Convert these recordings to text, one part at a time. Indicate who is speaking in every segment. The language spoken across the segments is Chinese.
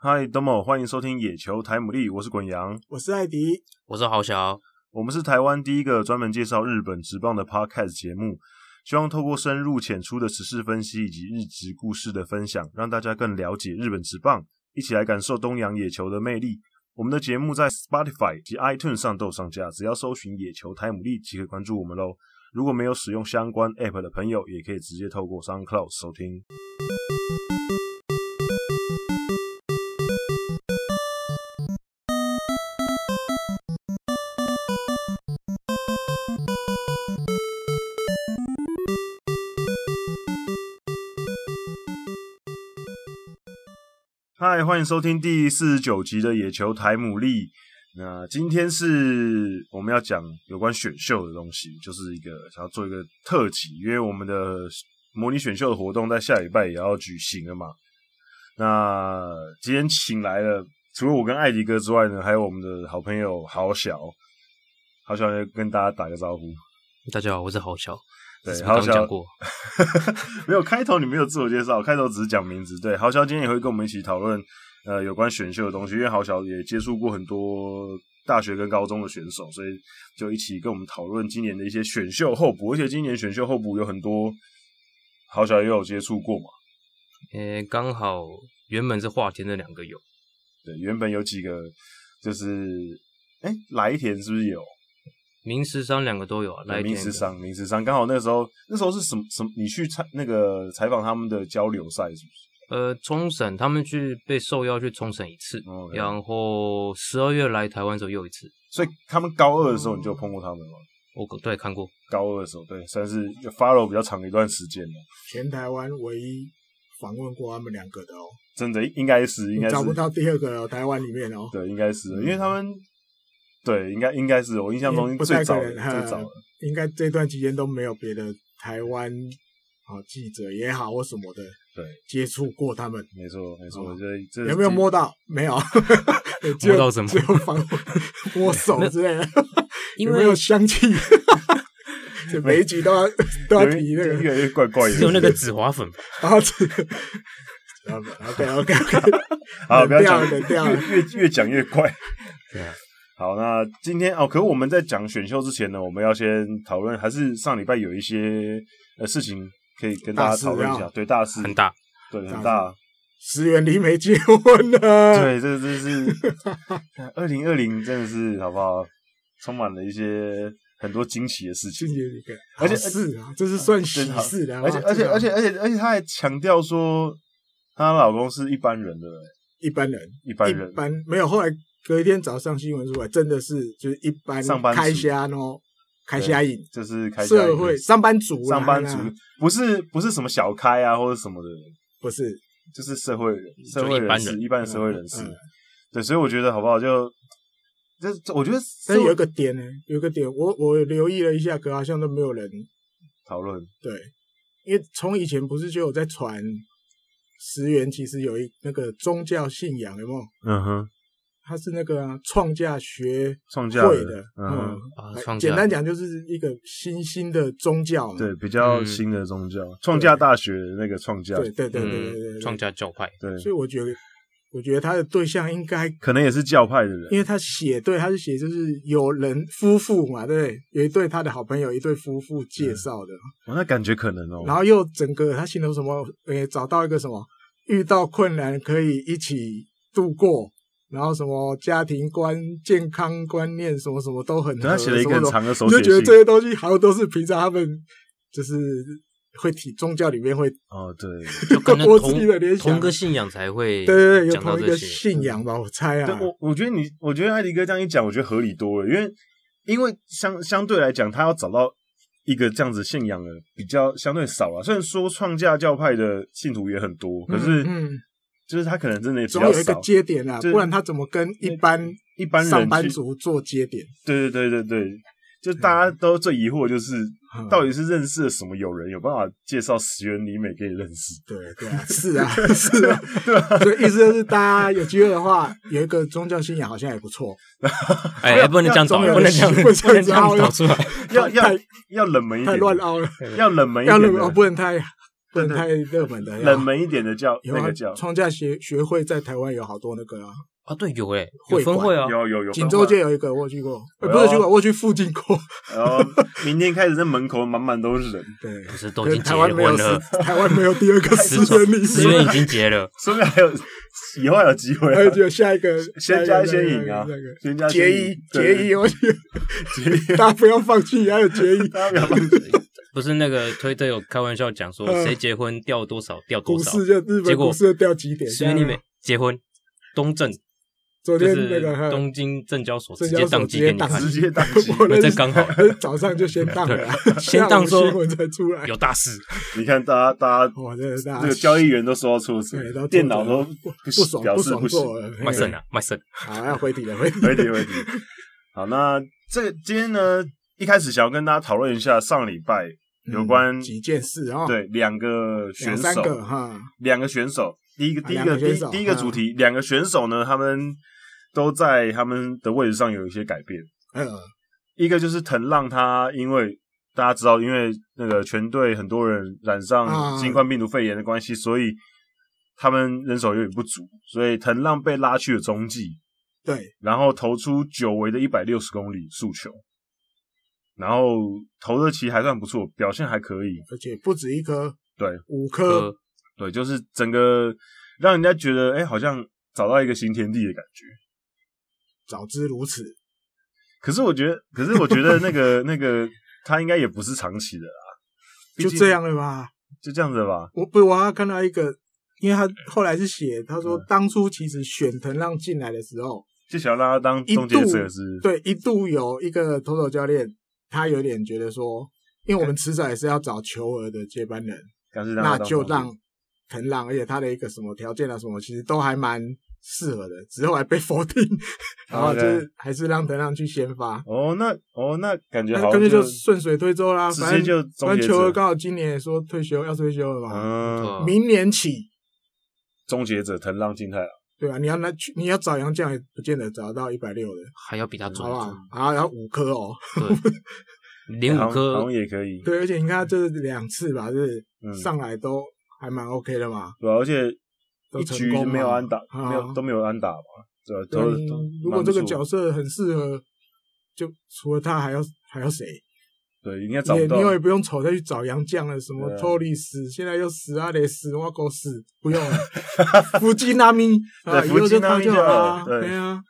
Speaker 1: 嗨，东某，欢迎收听野球台姆利，我是滚羊，
Speaker 2: 我是艾迪，
Speaker 3: 我是郝小，
Speaker 1: 我们是台湾第一个专门介绍日本职棒的 podcast 节目，希望透过深入浅出的时事分析以及日职故事的分享，让大家更了解日本职棒，一起来感受东洋野球的魅力。我们的节目在 Spotify 及 iTunes 上都有上架，只要搜寻“野球台姆利”即可关注我们喽。如果没有使用相关 App 的朋友，也可以直接透过 SoundCloud 收听。嗨，欢迎收听第四十九集的野球台姆利。那今天是我们要讲有关选秀的东西，就是一个想要做一个特辑，因为我们的模拟选秀的活动在下礼拜也要举行了嘛。那今天请来了，除了我跟艾迪哥之外呢，还有我们的好朋友郝小，郝小跟大家打个招呼。
Speaker 3: 大家好，我是郝小。
Speaker 1: 对
Speaker 3: 这是，我
Speaker 1: 郝
Speaker 3: 刚
Speaker 1: 小
Speaker 3: 讲过，
Speaker 1: 没有开头你没有自我介绍，开头只是讲名字。对，郝小今天也会跟我们一起讨论呃有关选秀的东西，因为郝小也接触过很多大学跟高中的选手，所以就一起跟我们讨论今年的一些选秀候补，而且今年选秀候补有很多郝小也有接触过嘛。
Speaker 3: 诶，刚好原本是华田的两个有，
Speaker 1: 对，原本有几个就是哎来田是不是有？
Speaker 3: 明十三两个都有啊，来
Speaker 1: 对，
Speaker 3: 田
Speaker 1: 明石商，明石商刚好那时候那时候是什么什么？你去采那个采访他们的交流赛是不是？
Speaker 3: 呃，冲绳他们去被受邀去冲绳一次，
Speaker 1: 哦
Speaker 2: 啊
Speaker 1: 对
Speaker 3: 然后十二月来台湾的时候又一次，
Speaker 1: 所以他们高二的时候你
Speaker 2: 哦
Speaker 1: 就碰过他们吗？
Speaker 3: 我对看过，
Speaker 1: 高二的时候，对，算是 follow 比较长的一段时间了。
Speaker 2: 全台湾唯一访问过他们两个的哦，
Speaker 1: 真的应该是应该是
Speaker 2: 找不到第二个哦，台湾里面哦，
Speaker 1: 对，应该是，
Speaker 2: 嗯
Speaker 1: 因为他们对应该应该是我印象中
Speaker 2: 不
Speaker 1: 最
Speaker 2: 太
Speaker 1: 早
Speaker 2: 可
Speaker 1: 的
Speaker 2: 能，
Speaker 1: 最早的
Speaker 2: 呃，应该这段期间都没有别的台湾啊记者也好或什么的
Speaker 1: 对，
Speaker 2: 接触过他们，
Speaker 1: 没错没错，
Speaker 2: 哦
Speaker 1: 这这
Speaker 2: 有没有摸到？没有，只有
Speaker 3: 摸到什么
Speaker 2: 只有访问摸手之类的，
Speaker 3: 因
Speaker 2: 有没有
Speaker 3: 为
Speaker 2: 香气？ 这每一集都要都要
Speaker 1: 有
Speaker 2: 提
Speaker 1: 一
Speaker 2: 那个
Speaker 1: 越来越怪 怪
Speaker 3: 只有那
Speaker 1: 的。
Speaker 3: 个紫华粉吧，
Speaker 2: 然后 这 OK OK OK，
Speaker 1: 好，不要
Speaker 2: 掉
Speaker 1: 讲
Speaker 2: 了，掉了。
Speaker 1: 越越越讲越 怪。
Speaker 3: 对啊，
Speaker 1: 好，那今天哦，可我们在讲选秀之前呢，我们要先讨论，还是上礼拜有一些呃事情可以跟大
Speaker 2: 大
Speaker 1: 家
Speaker 2: 事
Speaker 1: 讨论一
Speaker 2: 要
Speaker 1: 下，对大事
Speaker 3: 很，大，
Speaker 1: 对很
Speaker 2: 大
Speaker 1: 大，
Speaker 2: 石原里美结婚了，
Speaker 1: 对，这这是二零二零，真的是好不好？充满了一些很多惊奇的事情
Speaker 2: 谢，谢你看，
Speaker 1: 而且
Speaker 2: 好事啊，这是算喜
Speaker 1: 真好
Speaker 2: 事的，啊
Speaker 1: 而且
Speaker 2: 哇
Speaker 1: 而且而，
Speaker 2: 这
Speaker 1: 且而且而且，她还强调说，她老公是一般人的，
Speaker 2: 个一般人，
Speaker 1: 一般人
Speaker 2: 一，般没有。后来隔一天早上新闻出来，真的是就是一般
Speaker 1: 上班族
Speaker 2: 开虾喏，开虾瘾，
Speaker 1: 就是开家
Speaker 2: 社会上班族啦，
Speaker 1: 上班族
Speaker 2: 哎呀，
Speaker 1: 不是不是什么小开啊或者什么的，
Speaker 2: 不是
Speaker 1: 就是社会人
Speaker 3: 就
Speaker 1: 社会
Speaker 3: 一
Speaker 1: 人
Speaker 3: 般
Speaker 1: 士，
Speaker 3: 人
Speaker 1: 一般的社会人士
Speaker 2: 嗯嗯。
Speaker 1: 对，所以我觉得好不好？就这这，我觉得
Speaker 2: 但是有一
Speaker 1: 社
Speaker 2: 个点呢，有一个点，我我留意了一下，可好像都没有人
Speaker 1: 讨论，
Speaker 2: 对，因为从以前不是就有在传石原其实有一那个宗教信仰，有没有？
Speaker 1: 嗯哼，
Speaker 2: 他是那个啊创价学
Speaker 1: 创价
Speaker 2: 会的，
Speaker 1: 嗯哼，
Speaker 3: 啊
Speaker 2: 哎
Speaker 3: 创价
Speaker 2: 简单讲就是一个新兴的宗教嘛。
Speaker 1: 对，比较
Speaker 3: 嗯
Speaker 1: 新的宗教，创价大学的那个创价，
Speaker 2: 对对对对对对
Speaker 3: 嗯，
Speaker 2: 对
Speaker 3: 创价教 派，
Speaker 1: 对，
Speaker 2: 所以我觉得，我觉得他的对象应该，
Speaker 1: 可能也是教派的人，
Speaker 2: 因为他写对，他是写就是有人夫妇嘛，对不对？有一对他的好朋友，一对夫妇介绍的，
Speaker 1: 哦那感觉可能哦。
Speaker 2: 然后又整个他形容什么，呃，找到一个什么，遇到困难可以一起度过。然后什么家庭观、健康观念什么什么都很合，
Speaker 1: 对他写了一个很
Speaker 2: 什么什么
Speaker 1: 长的手
Speaker 2: 你
Speaker 1: 写
Speaker 2: 就觉得
Speaker 1: 信
Speaker 2: 这，些东西好像都是平常他们就是会提宗教里面会，
Speaker 1: 哦，对，
Speaker 3: 就跟那
Speaker 2: 我自己的联
Speaker 3: 同
Speaker 2: 想
Speaker 3: 同个信仰才会
Speaker 2: 对对对，有
Speaker 3: 讲到
Speaker 2: 同一
Speaker 3: 这
Speaker 2: 个
Speaker 3: 些，
Speaker 2: 信仰吧，我猜
Speaker 1: 嗯对
Speaker 2: 啊，
Speaker 1: 我我觉得你，我觉得艾迪哥这样一讲，我觉得合理多了，因为因为相相对来讲，他要找到一个这样子信仰的比较相对少了。虽然说创价教派的信徒也很多，可是
Speaker 2: 嗯嗯
Speaker 1: 就是他可能真的也比
Speaker 2: 总
Speaker 1: 较
Speaker 2: 有一个
Speaker 1: 少。
Speaker 2: 接点啊，
Speaker 1: 就是
Speaker 2: 不然他怎么跟一般
Speaker 1: 一般人去
Speaker 2: 上班族做接点？
Speaker 1: 对对对对对，就大家都最疑惑的就是。
Speaker 2: 嗯
Speaker 1: 到底是认识了什么友人，有办法介绍石原里美给你认识？
Speaker 2: 对对啊，是啊是啊，所以意思就是大家有机会的话，有一个宗教信仰好像也不错，
Speaker 3: 哎，不能这样导，
Speaker 2: 没有
Speaker 3: 不能这样，
Speaker 2: 没有
Speaker 3: 不能这样
Speaker 2: 没有
Speaker 3: 导出来，
Speaker 1: 要要
Speaker 2: 太
Speaker 1: 要冷门一
Speaker 2: 太
Speaker 1: 点，
Speaker 2: 乱凹了，啊
Speaker 1: 要冷门一
Speaker 2: 要
Speaker 1: 点
Speaker 2: 那
Speaker 1: 的，
Speaker 2: 个哦不能太不能
Speaker 1: 对
Speaker 2: 太热门的，
Speaker 1: 冷门一点的教
Speaker 2: 有
Speaker 1: 那
Speaker 2: 啊
Speaker 1: 个教，
Speaker 2: 创价学学会在台湾有好多那个啊，
Speaker 3: 啊，对，有诶，有
Speaker 2: 会
Speaker 3: 分会啊，
Speaker 1: 有有有，
Speaker 2: 锦州街有一个我有去过，呃
Speaker 1: 哎呦
Speaker 2: 不是去过，我有去附 近过。
Speaker 1: 然后明天开始，那门口满满都是人，
Speaker 2: 对，
Speaker 3: 不是 都
Speaker 2: 可
Speaker 3: 已
Speaker 2: 是
Speaker 3: 经结
Speaker 2: 台湾没有
Speaker 3: 婚
Speaker 2: 四
Speaker 3: 了，，
Speaker 2: 台湾没有第二个
Speaker 3: 四
Speaker 2: 四
Speaker 3: 川
Speaker 2: 元礼
Speaker 3: 四
Speaker 2: 是
Speaker 3: 月已经结了，
Speaker 1: 说不定还有以后还有机会
Speaker 2: 还有
Speaker 1: 啊，
Speaker 2: 就下一个，
Speaker 1: 先加一
Speaker 2: 下
Speaker 1: 些
Speaker 2: 一个
Speaker 1: 瘾啊
Speaker 2: 那个，
Speaker 1: 先加
Speaker 2: 结
Speaker 1: 一
Speaker 2: 衣结啊衣，，我去，
Speaker 1: 结衣，。
Speaker 2: 大家不要放弃，还有结衣
Speaker 1: 大家不要忘记
Speaker 3: 不是那个推特有开玩笑讲说
Speaker 2: 嗯
Speaker 3: 谁结婚掉多少掉
Speaker 2: 股
Speaker 3: 多少，
Speaker 2: 市就日
Speaker 3: 结
Speaker 2: 本
Speaker 3: 果
Speaker 2: 股市就掉几点？
Speaker 3: 所以你
Speaker 2: 这
Speaker 3: 没
Speaker 2: 样啊
Speaker 3: 结婚，东正
Speaker 2: 昨
Speaker 3: 就
Speaker 2: 天
Speaker 3: 是
Speaker 2: 那个哈
Speaker 3: 东京证交所直
Speaker 2: 证
Speaker 3: 接
Speaker 2: 交所
Speaker 3: 宕机给你看，
Speaker 1: 直接当 机。
Speaker 2: 我认识
Speaker 3: 这刚好
Speaker 2: 早上就先当了啊，
Speaker 3: 先
Speaker 2: 下午
Speaker 3: 当说
Speaker 2: 新闻才出来。
Speaker 3: 有大事，
Speaker 1: 你看大家大 家
Speaker 2: 哇，这大
Speaker 1: 这个交易员都收到错处
Speaker 2: 对都，
Speaker 1: 电脑都
Speaker 2: 不
Speaker 1: 不
Speaker 2: 不爽
Speaker 1: 表
Speaker 2: 不
Speaker 1: 示
Speaker 2: 爽
Speaker 1: 不行。
Speaker 2: 做了，
Speaker 3: 卖肾啊卖肾，
Speaker 2: 好，要回题了，回题。
Speaker 1: 没问题，没问题。好，那这个今天呢，一开始想要跟大家讨论一下上礼拜有关、
Speaker 2: 嗯几件事啊、哦，，
Speaker 1: 对两个选
Speaker 2: 两三
Speaker 1: 手，
Speaker 2: 个哈，
Speaker 1: 两个选手，第一个
Speaker 2: 啊
Speaker 1: 第一
Speaker 2: 两
Speaker 1: 个
Speaker 2: 个
Speaker 1: 第
Speaker 2: 选
Speaker 1: 一
Speaker 2: 手
Speaker 1: 第一个
Speaker 2: 嗯
Speaker 1: 主题，两个选手呢，他们都在他们的位置上有一些改变。
Speaker 2: 呃，
Speaker 1: 一个就是藤浪，他因为大家知道，因为那个全队很多人染上
Speaker 2: 啊
Speaker 1: 新冠病毒肺炎的关系，所以他们人手有点不足，所以藤浪被拉去了中继。
Speaker 2: 对，
Speaker 1: 然后投出久违的一百六十公里速球，然后投的其实还算不错，表现还可以。
Speaker 2: 而且不止一颗，
Speaker 1: 对，
Speaker 2: 五
Speaker 3: 呃
Speaker 2: 颗，，
Speaker 1: 对，就是整个让人家觉得，哎，好像找到一个新天地的感觉。
Speaker 2: 早知如此，
Speaker 1: 可是我觉得，可是我觉得那 个那个他应该也不是长期的啦，毕
Speaker 2: 就
Speaker 1: 竟
Speaker 2: 这样，了吧。
Speaker 1: 就这样子吧。
Speaker 2: 我不，我还看到一个，因为他后来是写，他
Speaker 1: 嗯
Speaker 2: 说当初其实选藤浪进来的时候，
Speaker 1: 就想要让他当
Speaker 2: 一
Speaker 1: 终结
Speaker 2: 度
Speaker 1: 者是，
Speaker 2: 对，一度有一个投手教练，他有点觉得说，因为我们迟早也是要找球儿的接班人，
Speaker 1: 但是让他
Speaker 2: 那
Speaker 1: 当
Speaker 2: 就
Speaker 1: 终结
Speaker 2: 让藤浪，而且他的一个什么条件啊什么，其实都还蛮适合的，只是后来被 否定，然后就是还是让藤浪去先发，
Speaker 1: 哦，那哦那感觉
Speaker 2: 那
Speaker 1: 好像
Speaker 2: 根本就顺水推舟啦，
Speaker 1: 直
Speaker 2: 反
Speaker 1: 接
Speaker 2: 正
Speaker 1: 就终
Speaker 2: 反
Speaker 1: 结
Speaker 2: 正球儿
Speaker 1: 者，
Speaker 2: 刚好今年也说退休要退休了嘛，
Speaker 1: 嗯，
Speaker 3: 对啊
Speaker 2: 明年起。
Speaker 1: 终结者藤浪进太郎，
Speaker 2: 对啊，你要拿去，你要找洋将也不见得找得到一百六的，
Speaker 3: 还要比他准
Speaker 2: 好不，好？
Speaker 1: 嗯
Speaker 2: 啊，然后五颗哦，
Speaker 3: 对，连
Speaker 1: 好
Speaker 3: 五
Speaker 1: 像好
Speaker 3: 颗
Speaker 1: 像也可以，
Speaker 2: 对，而且你看他这两次吧，就是
Speaker 1: 嗯
Speaker 2: 上来都还蛮 OK 的嘛，
Speaker 1: 对啊、而且
Speaker 2: 都
Speaker 1: 一
Speaker 2: 成
Speaker 1: 局
Speaker 2: 功嘛
Speaker 1: 没有安打，
Speaker 2: 啊
Speaker 1: 没有都没有安打嘛，对吧、
Speaker 2: 对
Speaker 1: 都
Speaker 2: 啊你
Speaker 1: 都
Speaker 2: 如果这个角
Speaker 1: 色，
Speaker 2: 色很适合，就除了他还要还要谁？
Speaker 1: 对，应该
Speaker 2: 你
Speaker 1: 找
Speaker 2: 也
Speaker 1: 不到
Speaker 2: 你也不用愁再去找洋将了，什么
Speaker 1: 对啊
Speaker 2: 托里斯，现在又死阿雷斯、挖狗死，不用了， 福基纳米啊，
Speaker 1: 对
Speaker 2: 以后
Speaker 1: 福基
Speaker 2: 就
Speaker 1: 纳
Speaker 2: 他
Speaker 1: 米
Speaker 2: 就好啦，
Speaker 1: 就好了对
Speaker 2: 对啊，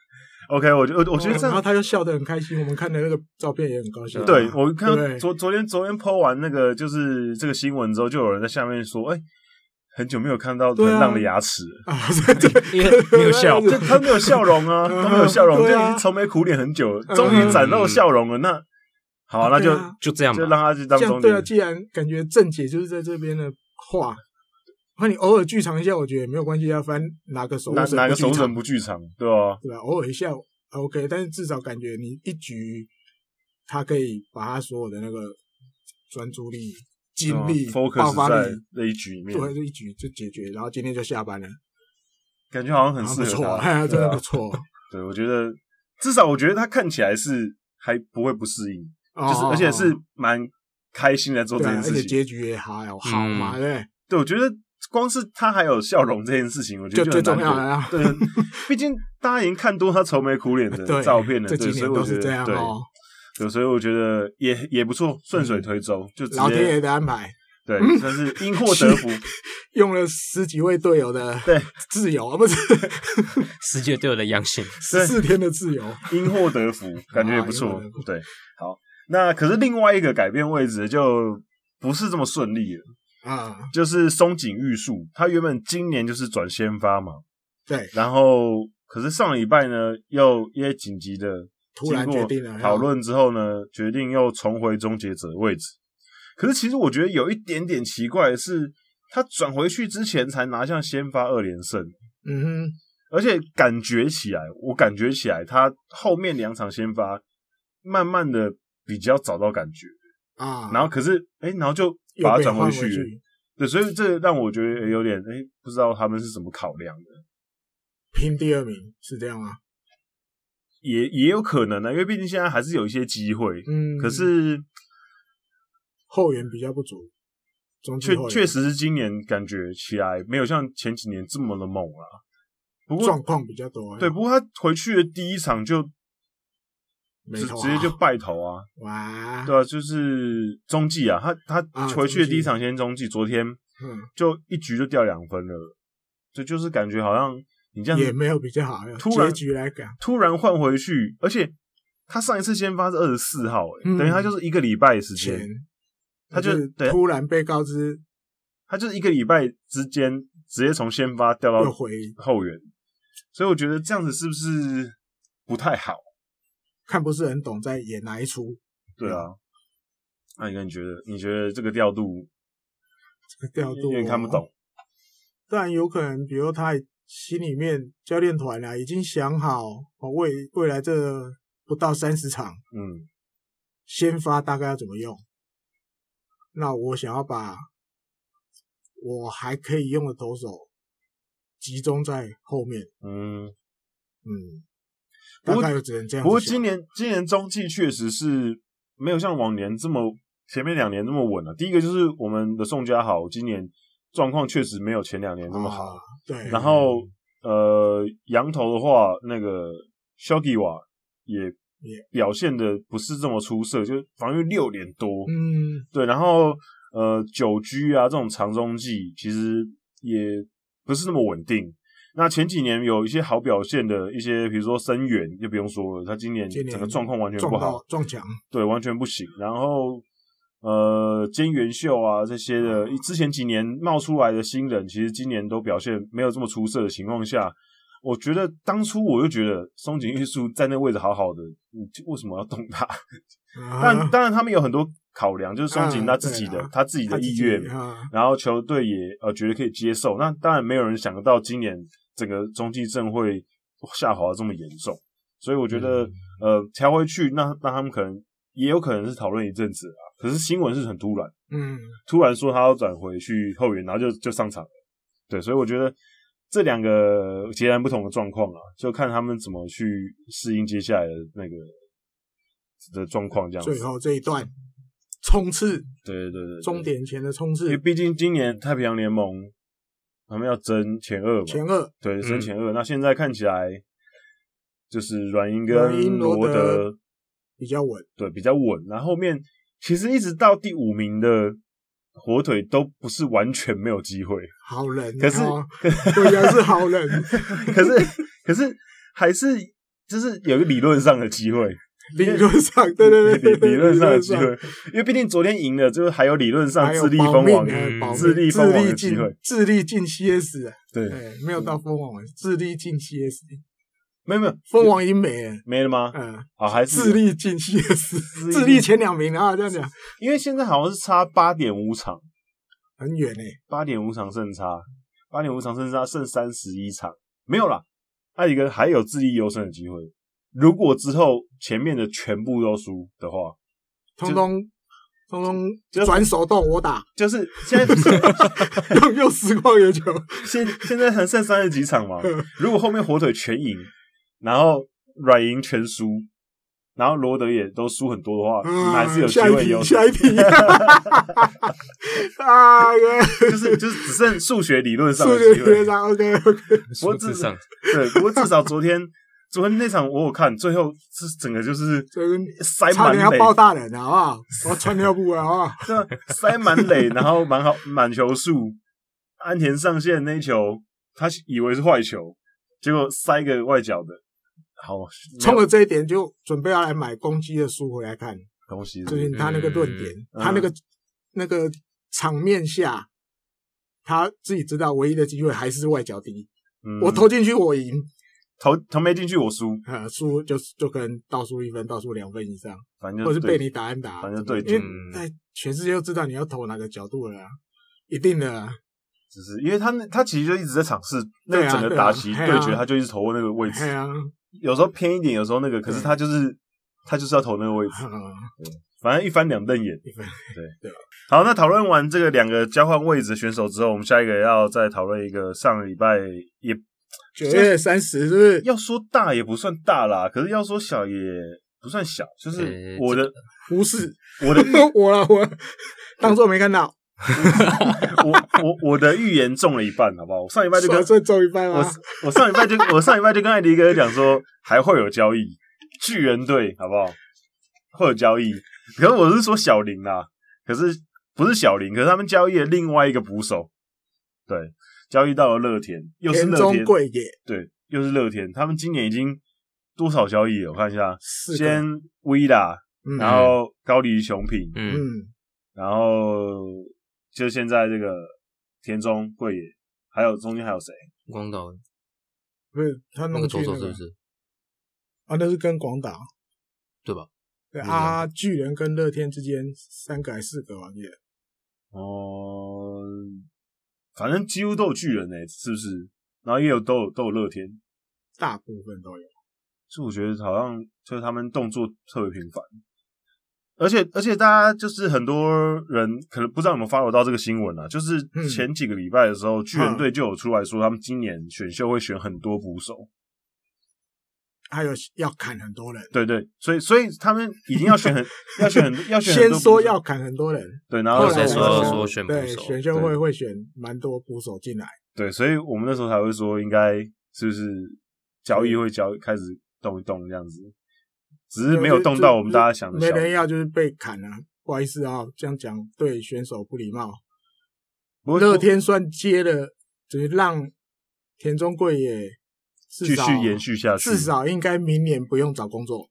Speaker 1: OK，我觉得我我觉得这
Speaker 2: 然后他又笑得哦很开心，我们看的那个照片也很高兴啊。
Speaker 1: 对我看
Speaker 2: 对
Speaker 1: 到昨昨天昨天 PO 完那个就是这个新闻之后，就有人在下面说，哎、很久没有看到藤
Speaker 2: 对啊
Speaker 1: 浪的牙齿了。
Speaker 2: 啊，对对
Speaker 3: 因为没有笑，
Speaker 1: 就他没有笑容啊，
Speaker 2: 嗯
Speaker 1: 他没有笑容，就
Speaker 2: 对
Speaker 1: 已
Speaker 2: 啊嗯
Speaker 1: 经愁眉苦脸很久了，终于展露笑容了。那好啊，那就
Speaker 2: 对啊
Speaker 3: 就这样
Speaker 1: 就
Speaker 3: 吧，
Speaker 1: 让他去当
Speaker 2: 这
Speaker 1: 中
Speaker 2: 样对啊，既然感觉正解就是在这边的话，那你偶尔剧场一下，我觉得也没有关系啊，反正哪个手
Speaker 1: 哪
Speaker 2: 不胜
Speaker 1: 哪个
Speaker 2: 不
Speaker 1: 手准
Speaker 2: 剧场
Speaker 1: 不剧场，对吧？
Speaker 2: 对吧？偶尔一下 OK，但是至少感觉你一局，他可以把他所有的那个专注力、精力、
Speaker 1: 嗯
Speaker 2: 爆
Speaker 1: focus
Speaker 2: 发
Speaker 1: 在
Speaker 2: 力，
Speaker 1: 那一局里面，
Speaker 2: 对，这一局就解决，然后今天就下班了，
Speaker 1: 感觉好像很
Speaker 2: 啊
Speaker 1: 适
Speaker 2: 不
Speaker 1: 合
Speaker 2: 错
Speaker 1: 他，
Speaker 2: 啊，哎呀 真
Speaker 1: 对
Speaker 2: 的
Speaker 1: 啊
Speaker 2: 不错，
Speaker 1: 对，我觉得至少我觉得他看起来是还不会不适应，就是
Speaker 2: 哦
Speaker 1: 而且是蛮开心来做
Speaker 2: 对
Speaker 1: 这件
Speaker 2: 啊，而
Speaker 1: 事
Speaker 2: 且
Speaker 1: 情。
Speaker 2: 结局也好好嘛，
Speaker 3: 嗯
Speaker 2: 对不对。
Speaker 1: 对，我觉得光是他还有笑容这件事情，我觉得
Speaker 2: 就
Speaker 1: 很
Speaker 2: 最
Speaker 1: 难
Speaker 2: 重要
Speaker 1: 得
Speaker 2: 了啊
Speaker 1: 对，毕竟大家已经看多他愁眉苦脸的
Speaker 2: 对
Speaker 1: 照片了，
Speaker 2: 这几
Speaker 1: 对，所以
Speaker 2: 年
Speaker 1: 我
Speaker 2: 都
Speaker 1: 觉
Speaker 2: 是
Speaker 1: 得
Speaker 2: 这样
Speaker 1: 对
Speaker 2: 哦，嗯
Speaker 1: 对，所以我觉得也也不错，顺水推舟，就直
Speaker 2: 老天
Speaker 1: 接
Speaker 2: 爷的安排，
Speaker 1: 对，算是因祸得 福。
Speaker 2: 用了十几位队友的
Speaker 1: 对
Speaker 2: 自由啊，不是
Speaker 3: 世界队友的阳 性，
Speaker 2: 十四天的自由，
Speaker 1: 因祸得福，感觉也不
Speaker 2: 啊因
Speaker 1: 错
Speaker 2: 祸得福。
Speaker 1: 对，好，那可是另外一个改变位置就不是这么顺利了，
Speaker 2: 啊，
Speaker 1: 就是松井玉树，他原本今年就是转先发嘛，
Speaker 2: 对，
Speaker 1: 然后可是上礼拜呢，又因为紧急的
Speaker 2: 突然决定了
Speaker 1: 经过讨论之后呢，决定又重回终结者位置。可是其实我觉得有一点点奇怪的是，他转回去之前才拿下先发二连胜，
Speaker 2: 嗯哼，
Speaker 1: 而且感觉起来，我感觉起来他后面两场先发，慢慢的比较找到感觉，
Speaker 2: 啊，
Speaker 1: 然后可是哎、诶然后就
Speaker 2: 又
Speaker 1: 把他
Speaker 2: 被
Speaker 1: 转
Speaker 2: 换
Speaker 1: 回
Speaker 2: 回
Speaker 1: 去了，对，所以这让我觉得诶有点哎、诶不知道他们是怎么考量的。
Speaker 2: 拼第二名是这样吗？
Speaker 1: 也也有可能呢、因为毕竟现在还是有一些机会。
Speaker 2: 嗯，
Speaker 1: 可是
Speaker 2: 后援比较不足，中继
Speaker 1: 确
Speaker 2: 后援
Speaker 1: 确实是今年感觉起来没有像前几年这么的猛了、不
Speaker 2: 状
Speaker 1: 过
Speaker 2: 况比较多，
Speaker 1: 对，不过他回去的第一场就
Speaker 2: 没
Speaker 1: 直
Speaker 2: 投啊
Speaker 1: 直接就败投啊，
Speaker 2: 哇，
Speaker 1: 对啊，就是中继啊，他
Speaker 2: 啊
Speaker 1: 他回去的
Speaker 2: 中继
Speaker 1: 第一场先中继，昨天
Speaker 2: 嗯，
Speaker 1: 就一局就掉两分了，这就是感觉好像你这样
Speaker 2: 也没有比较好，啊
Speaker 1: 突然
Speaker 2: 结局来讲，
Speaker 1: 突然换回去，而且他上一次先发是二十四号、欸，
Speaker 2: 嗯
Speaker 1: 等于他就是一个礼拜的时间
Speaker 2: 前，
Speaker 1: 他就
Speaker 2: 就是
Speaker 1: 对
Speaker 2: 突然被告知
Speaker 1: 他就是一个礼拜之间直接从先发掉
Speaker 2: 又
Speaker 1: 到
Speaker 2: 回，
Speaker 1: 后援，所以我觉得这样子是不是不太好？
Speaker 2: 看不是很懂在演哪一出，
Speaker 1: 对啊，
Speaker 2: 嗯
Speaker 1: 那你个人觉得？你觉得这个调度
Speaker 2: 这个调度
Speaker 1: 有点看不
Speaker 2: 哦
Speaker 1: 懂？
Speaker 2: 当然有可能，比如他心里面教练团啊已经想好，哦未未来这不到三十场
Speaker 1: 嗯
Speaker 2: 先发大概要怎么用。那我想要把我还可以用的投手集中在后面，
Speaker 1: 嗯。
Speaker 2: 嗯，
Speaker 1: 不
Speaker 2: 大
Speaker 1: 过
Speaker 2: 概就只能这样子想。
Speaker 1: 不过今年今年中继确实是没有像往年这么前面两年那么稳了、第一个就是我们的宋家豪今年状况确实没有前两年那么好。
Speaker 2: 啊对，
Speaker 1: 然后呃，羊头的话，那个 Shogi 瓦也
Speaker 2: 也
Speaker 1: 表现的不是这么出色，就防御六点多，
Speaker 2: 嗯，
Speaker 1: 对，然后呃九居啊这种长中计其实也不是那么稳定。那前几年有一些好表现的一些，比如说森源就不用说了，他今年
Speaker 2: 今年
Speaker 1: 整个状况完全
Speaker 2: 撞
Speaker 1: 不好
Speaker 2: 到，撞墙，
Speaker 1: 对，完全不行。然后呃，菅原秀啊这些的，之前几年冒出来的新人，其实今年都表现没有这么出色的情况下，我觉得当初我就觉得松井玉树在那个位置好好的，你为什么要动他？ 但
Speaker 2: 啊
Speaker 1: 当然他们有很多考量，就是松井
Speaker 2: 啊
Speaker 1: 他自己的、
Speaker 2: 对啊
Speaker 1: 他自己的
Speaker 2: 他
Speaker 1: 意
Speaker 2: 自己
Speaker 1: 愿，
Speaker 2: 啊，
Speaker 1: 然后球队也呃觉得可以接受。那当然没有人想得到今年整个中继阵会下滑得这么严重，所以我觉得、呃调回去，那那他们可能也有可能是讨论一阵子啊。可是新闻是很突然，
Speaker 2: 嗯，
Speaker 1: 突然说他要转回去后援，然后就就上场了。对，所以我觉得这两个截然不同的状况啊，就看他们怎么去适应接下来的那个的状况，这样子。
Speaker 2: 最后这一段冲刺，
Speaker 1: 对对对对，
Speaker 2: 终点前的冲
Speaker 1: 因为
Speaker 2: 刺，
Speaker 1: 毕竟今年太平洋联盟他们要争前二嘛，
Speaker 2: 前二
Speaker 1: 对，争
Speaker 3: 嗯
Speaker 1: 前二。那现在看起来就是软银
Speaker 2: 软
Speaker 1: 跟
Speaker 2: 银罗
Speaker 1: 罗
Speaker 2: 德
Speaker 1: 德
Speaker 2: 比较稳，
Speaker 1: 对比较稳，然后后面其实一直到第五名的火腿都不是完全没有机会，
Speaker 2: 好人，
Speaker 1: 可是
Speaker 2: 哦果然是 好人，
Speaker 1: 可 是可是还是就是有一个理论上的机会，
Speaker 2: 理论上，对对对，
Speaker 1: 理理论上的机
Speaker 2: 理
Speaker 1: 会，因为毕竟昨天赢了，就是还有理论上
Speaker 2: 还有
Speaker 1: 自立
Speaker 2: 保
Speaker 1: 封
Speaker 2: 命
Speaker 1: 王，
Speaker 2: 哎保
Speaker 1: 自
Speaker 2: 命
Speaker 1: 立
Speaker 2: 自
Speaker 1: 封王的
Speaker 2: 力
Speaker 1: 机
Speaker 2: 进
Speaker 1: 会，
Speaker 2: 自力进 CS，啊
Speaker 1: 对，
Speaker 2: 哎，没有到蜂王，自力进 CS，
Speaker 1: 没有没有
Speaker 2: 蜂王已没了，
Speaker 1: 没了吗？
Speaker 2: 嗯，
Speaker 1: 啊，还是有
Speaker 2: 自力进 CS，
Speaker 1: 力
Speaker 2: 自力前两名啊，这样讲
Speaker 1: 因为现在好像是差八点五场，
Speaker 2: 很远欸诶，
Speaker 1: 八点五场胜差，八点五场胜差剩三十一场，没有啦，艾里根还有自力优胜的机会。如果之后前面的全部都输的话，
Speaker 2: 通通通
Speaker 1: 就
Speaker 2: 通转手动我打，
Speaker 1: 就是现在
Speaker 2: 用用实况有球，
Speaker 1: 现现在还剩三十几 场嘛。如果后面火腿全赢，然后软银全输，然后罗德也都输很多的话，你
Speaker 2: 嗯
Speaker 1: 们还是有机
Speaker 2: 下一
Speaker 1: 会
Speaker 2: 题，
Speaker 1: 优
Speaker 2: 下
Speaker 1: 胜。
Speaker 2: 一题， 啊，
Speaker 1: 就是就是只剩数学理论上的
Speaker 2: 数
Speaker 1: 机
Speaker 2: 学
Speaker 1: 会
Speaker 2: 学。长，OK OK，
Speaker 1: 我
Speaker 3: 数
Speaker 1: 只
Speaker 3: 字上
Speaker 1: 对，不过至少昨天昨天那场我有看，最后是整个就是
Speaker 2: 这个
Speaker 1: 塞
Speaker 2: 差
Speaker 1: 满
Speaker 2: 点要
Speaker 1: 垒，
Speaker 2: 爆大人啊了，好不 好？我要穿尿布了，好不好？
Speaker 1: 对啊，塞满垒，然后满好满球数，安田上线那一球，他以为是坏球，结果塞个外角的，好
Speaker 2: 冲了这一点，就准备要来买公鸡的书回来看。
Speaker 1: 东西
Speaker 2: 最近他那个论点，
Speaker 1: 嗯
Speaker 2: 他那个、那个场面下，他自己知道唯一的机会还是外脚低。
Speaker 1: 嗯
Speaker 2: 我投进去我赢，
Speaker 1: 投投没进去我输，
Speaker 2: 啊、输就就可能倒数一分，倒数两分以上，
Speaker 1: 反正就
Speaker 2: 或是
Speaker 1: 嗯对
Speaker 2: 被你打安打，
Speaker 1: 反正对
Speaker 2: 因为
Speaker 3: 嗯
Speaker 2: 在全世界都知道你要投哪个角度了啊、一定 的啊，
Speaker 1: 只是因为他那他其实就一直在尝试那
Speaker 2: 对
Speaker 1: 个
Speaker 2: 啊
Speaker 1: 整个
Speaker 2: 对啊
Speaker 1: 打席
Speaker 2: 嘿啊
Speaker 1: 对决，他就一直投那个位置
Speaker 2: 哎，呀、啊，
Speaker 1: 有时候偏一点，有时候那个，可是他就是他就是要投那个位置。
Speaker 2: 啊
Speaker 1: 反正一翻两瞪眼。
Speaker 2: 一翻
Speaker 1: 对
Speaker 2: 对
Speaker 1: 好，那讨论完这个两个交换位置的选手之后，我们下一个要再讨论一个上礼拜也
Speaker 2: 九、月三十是不是？
Speaker 1: 要说大也不算大啦，可是要说小也不算小，就是
Speaker 3: 呃
Speaker 1: 我的、
Speaker 2: 忽视
Speaker 1: 我的
Speaker 2: 我了我了当做没看到，
Speaker 1: 我我我的预言中了一半，好不好？我上礼拜就跟
Speaker 2: 算算中一半
Speaker 1: 我
Speaker 2: 吗？
Speaker 1: 我上礼拜就我上礼拜就跟艾 迪哥讲说，还会有交易，巨人队好不好？会有交易，可是我是说小林啦，可是不是小林，可是他们交易了另外一个捕手，对，交易到了乐天，又是
Speaker 2: 田
Speaker 1: 乐
Speaker 2: 中
Speaker 1: 天，
Speaker 2: 贵也
Speaker 1: 对，又是乐天，他们今年已经多少交易了？我看一下，
Speaker 2: 四个
Speaker 1: 先 Vida，
Speaker 2: 嗯
Speaker 1: 然后高梨雄平，
Speaker 3: 嗯，
Speaker 2: 嗯
Speaker 1: 然后就现在这个田中贵也，还有中间还有谁？
Speaker 3: 广岛
Speaker 2: 不是他
Speaker 3: 那
Speaker 2: 弄
Speaker 3: 个
Speaker 2: 去
Speaker 3: 左手
Speaker 2: 那
Speaker 3: 是
Speaker 2: 个
Speaker 3: 不是？
Speaker 2: 啊，那是跟广岛
Speaker 3: 对吧？
Speaker 2: 对
Speaker 3: 嗯
Speaker 2: 啊，巨人跟乐天之间三个还是四个吧，也
Speaker 1: 哦，反正几乎都有巨人呢、欸是不是？然后也有都有都有乐天，
Speaker 2: 大部分都有。
Speaker 1: 所以我觉得好像就是他们动作特别频繁，而且而且大家就是很多人可能不知道有没有 follow 到这个新闻啊，就是
Speaker 2: 嗯
Speaker 1: 前几个礼拜的时候，巨人队就有出来说他们今年选秀会选很多捕手，
Speaker 2: 还有要砍很多人，
Speaker 1: 对对，所以所以他们已经要选 很要选很要选很
Speaker 2: 先
Speaker 1: 多
Speaker 2: 说
Speaker 1: 捕手
Speaker 2: 要砍很多人，
Speaker 1: 对，然
Speaker 2: 后
Speaker 1: 后
Speaker 3: 再
Speaker 2: 来
Speaker 1: 说
Speaker 3: 说
Speaker 2: 好像
Speaker 3: 说选捕
Speaker 2: 对
Speaker 3: 手
Speaker 2: 选秀会
Speaker 1: 对
Speaker 2: 会选蛮多捕手进来，
Speaker 1: 对，所以我们那时候才会说，应该是不是交
Speaker 2: 嗯
Speaker 1: 易会交开始动一动这样子，只是没有动到我们大家想的
Speaker 2: 没
Speaker 1: 效果。
Speaker 2: 人要就是被砍啊。不好意思啊，这样讲对选手不礼貌。
Speaker 1: 不过
Speaker 2: 乐天算接了，只是让田中贵也
Speaker 1: 继
Speaker 2: 至少啊
Speaker 1: 续延续下去，
Speaker 2: 至少应该明年不用找工作，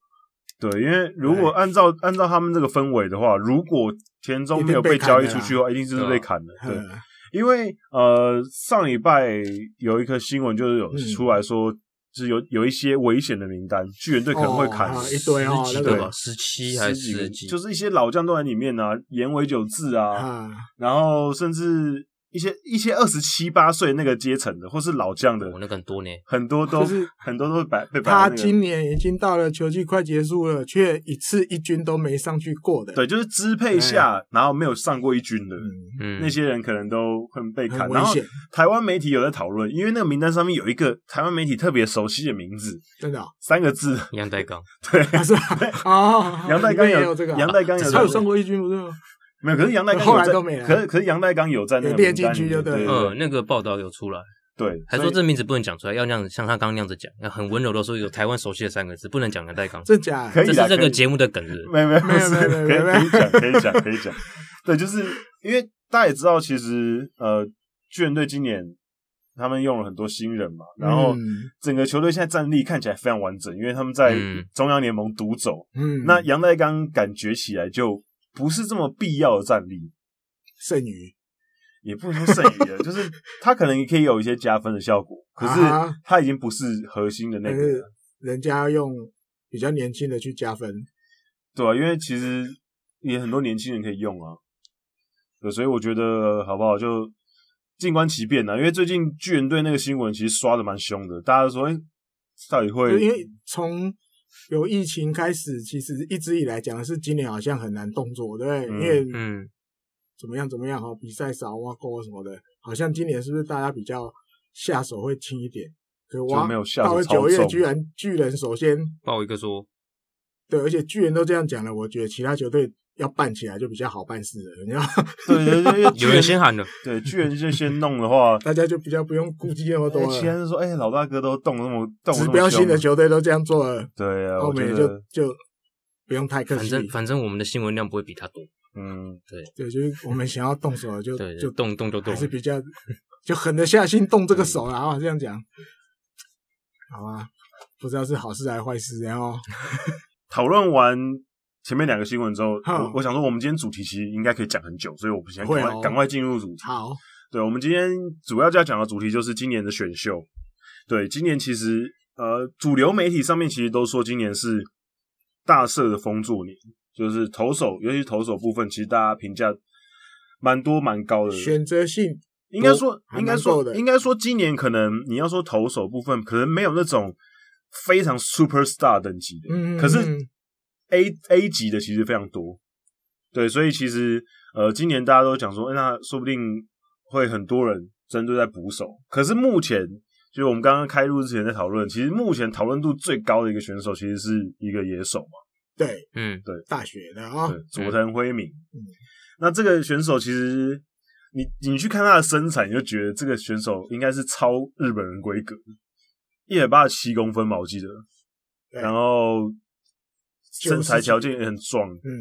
Speaker 1: 对，因为如果按照按照他们这个氛围的话，如果田中没有
Speaker 2: 一定被砍
Speaker 1: 交
Speaker 2: 的
Speaker 1: 易
Speaker 2: 啦
Speaker 1: 出去的话，一定就是
Speaker 3: 啊
Speaker 1: 被砍的。对，
Speaker 2: 呃，
Speaker 1: 因为呃上礼拜有一个新闻就是有
Speaker 2: 嗯
Speaker 1: 出来说，就是有有一些危险的名单，巨人队可能会砍
Speaker 2: 哦啊一堆哦
Speaker 3: 十
Speaker 2: 那
Speaker 3: 几
Speaker 2: 个
Speaker 3: 个吧，十七还
Speaker 1: 十
Speaker 3: 是
Speaker 1: 几
Speaker 3: 十
Speaker 1: 个，
Speaker 3: 几？
Speaker 1: 就是一些老将都在里面啊，岩尾久志
Speaker 2: 啊，
Speaker 1: 然后甚至一些一些二十七八岁那个阶层的，或是老将的
Speaker 3: 我，那个很多呢，
Speaker 1: 很多都、
Speaker 2: 哦就是
Speaker 1: 很多都被摆被摆、
Speaker 2: 他
Speaker 1: 那个。
Speaker 2: 今年已经到了球季快结束了，却一次一军都没上去过的，
Speaker 1: 对，就是支配下，然后没有上过一军的、
Speaker 2: 哎嗯，
Speaker 3: 嗯，
Speaker 1: 那些人，可能都会被砍。
Speaker 2: 很
Speaker 1: 然
Speaker 2: 危
Speaker 1: 后
Speaker 2: 险，
Speaker 1: 台湾媒体有在讨论，因为那个名单上面有一个台湾媒体特别熟悉的名字，
Speaker 2: 真的哦，
Speaker 1: 三个 字，
Speaker 3: 杨代刚，
Speaker 1: 对。
Speaker 2: 啊是吧？哦，
Speaker 1: 杨代
Speaker 2: 里
Speaker 1: 刚
Speaker 2: 面也有这个啊，
Speaker 1: 杨代刚有
Speaker 2: 他有上过一军不是吗？
Speaker 1: 没有？可是杨代刚有
Speaker 2: 后来
Speaker 1: 在
Speaker 2: 都没了
Speaker 1: 可是可是杨代刚有在那个
Speaker 2: 有列
Speaker 1: 名单里
Speaker 2: 进去就
Speaker 1: 面对
Speaker 2: 对
Speaker 1: 对
Speaker 3: 嗯，那个报道有出来，
Speaker 1: 对，
Speaker 3: 还
Speaker 1: 所
Speaker 3: 说
Speaker 1: 以
Speaker 3: 这名字不能讲出来，要那样子像他刚刚那样子讲，要很温柔的说有台湾熟悉的三个字，不能讲杨代刚，
Speaker 2: 真假？
Speaker 1: 可以
Speaker 3: 这
Speaker 1: 啦
Speaker 3: 是这
Speaker 1: 可
Speaker 3: 个
Speaker 1: 以
Speaker 3: 节目的梗子。
Speaker 1: 没有没有
Speaker 2: 没有
Speaker 1: 是
Speaker 2: 没有没有
Speaker 1: 可以
Speaker 2: 没有
Speaker 1: 可以讲可以讲可以讲， 对，就是因为大家也知道，其实呃，巨人队今年他们用了很多新人嘛，然后
Speaker 2: 嗯
Speaker 1: 整个球队现在战力看起来非常完整，因为他们在
Speaker 3: 嗯
Speaker 1: 中央联盟独走，
Speaker 2: 嗯，
Speaker 1: 那杨代刚感觉起来就不是这么必要的战力。
Speaker 2: 剩余
Speaker 1: 也不能说剩余 了，就是他可能也可以有一些加分的效果，可是
Speaker 2: 啊哈
Speaker 1: 他已经不是核心的那个
Speaker 2: 但
Speaker 1: 了
Speaker 2: 是，人家用比较年轻的去加分，
Speaker 1: 对啊，因为其实也很多年轻人可以用啊，对，所以我觉得好不好就静观其变啊。因为最近巨人队那个新闻其实刷的蛮凶的，大家都说，哎、到底会
Speaker 2: 因为从有疫情开始，其实一直以来讲的是今年好像很难动作，对不对？
Speaker 1: 嗯
Speaker 2: 因为
Speaker 3: 嗯，
Speaker 2: 怎么样怎么样哈，哦比赛少挖沟啊什么的，好像今年是不是大家比较下手会轻一点？可挖
Speaker 1: 就没有下手
Speaker 2: 到了
Speaker 1: 超重
Speaker 2: 九月，居然巨人首先
Speaker 3: 报一个说，
Speaker 2: 对，而且巨人都这样讲了，我觉得其他球队要办起来就比较好办事了，你知道吗，，
Speaker 1: 对对对，因为巨
Speaker 3: 有人先喊了，
Speaker 1: 对巨人就先弄的话
Speaker 2: 大家就比较不用顾忌那么多
Speaker 1: 哎其他
Speaker 2: 了。
Speaker 1: 人就说，哎、老大哥都动得那么动得那么
Speaker 2: 指标性的
Speaker 1: 凶
Speaker 2: 球队都这样做了，
Speaker 1: 对啊，
Speaker 2: 后
Speaker 1: 我觉
Speaker 2: 面
Speaker 1: 得
Speaker 2: 就，就不用太客
Speaker 3: 反
Speaker 2: 气。
Speaker 3: 正反正我们的新闻量不会比他多，
Speaker 1: 嗯，
Speaker 2: 对，就是我们想要动手了就
Speaker 3: 对，
Speaker 2: 就
Speaker 3: 就动动就动
Speaker 2: 还，是比较就狠得下心动这个手啦
Speaker 1: 嗯
Speaker 2: 啊，这样讲，好吧，不知道是好事还是坏事。哦然后，
Speaker 1: 讨论完。前面两个新闻之后，
Speaker 2: 哼
Speaker 1: 我我想说，我们今天主题其实应该可以讲很久，所以我们先赶
Speaker 2: 会
Speaker 1: 快
Speaker 2: 哦
Speaker 1: 赶快进入主题。
Speaker 2: 好，
Speaker 1: 对，我们今天主要就要讲的主题就是今年的选秀。对，今年其实呃，主流媒体上面其实都说今年是大赦的风作年，就是投手，尤其是投手部分，其实大家评价蛮多蛮高的。
Speaker 2: 选择性
Speaker 1: 应该说，
Speaker 2: 还
Speaker 1: 应该
Speaker 2: 蛮够
Speaker 1: 说，
Speaker 2: 的
Speaker 1: 应该说，今年可能你要说投手部分，可能没有那种非常 super star 等级的，
Speaker 2: 嗯
Speaker 1: 可是
Speaker 2: 嗯
Speaker 1: A A 级的其实非常多，对，所以其实呃，今年大家都讲说，诶那说不定会很多人针对在捕手，可是目前就是我们刚刚开录之前在讨论，其实目前讨论度最高的一个选手其实是一个野手嘛，
Speaker 2: 对
Speaker 3: 嗯，
Speaker 2: 大学的啊
Speaker 1: 对，，佐藤辉明
Speaker 2: 嗯。
Speaker 1: 那这个选手其实你你去看他的身材，你就觉得这个选手应该是超日本人规格，一百八十七公分吧，我记得，
Speaker 2: 对
Speaker 1: 然后身材
Speaker 2: 90
Speaker 1: 条件也很壮，
Speaker 2: 嗯，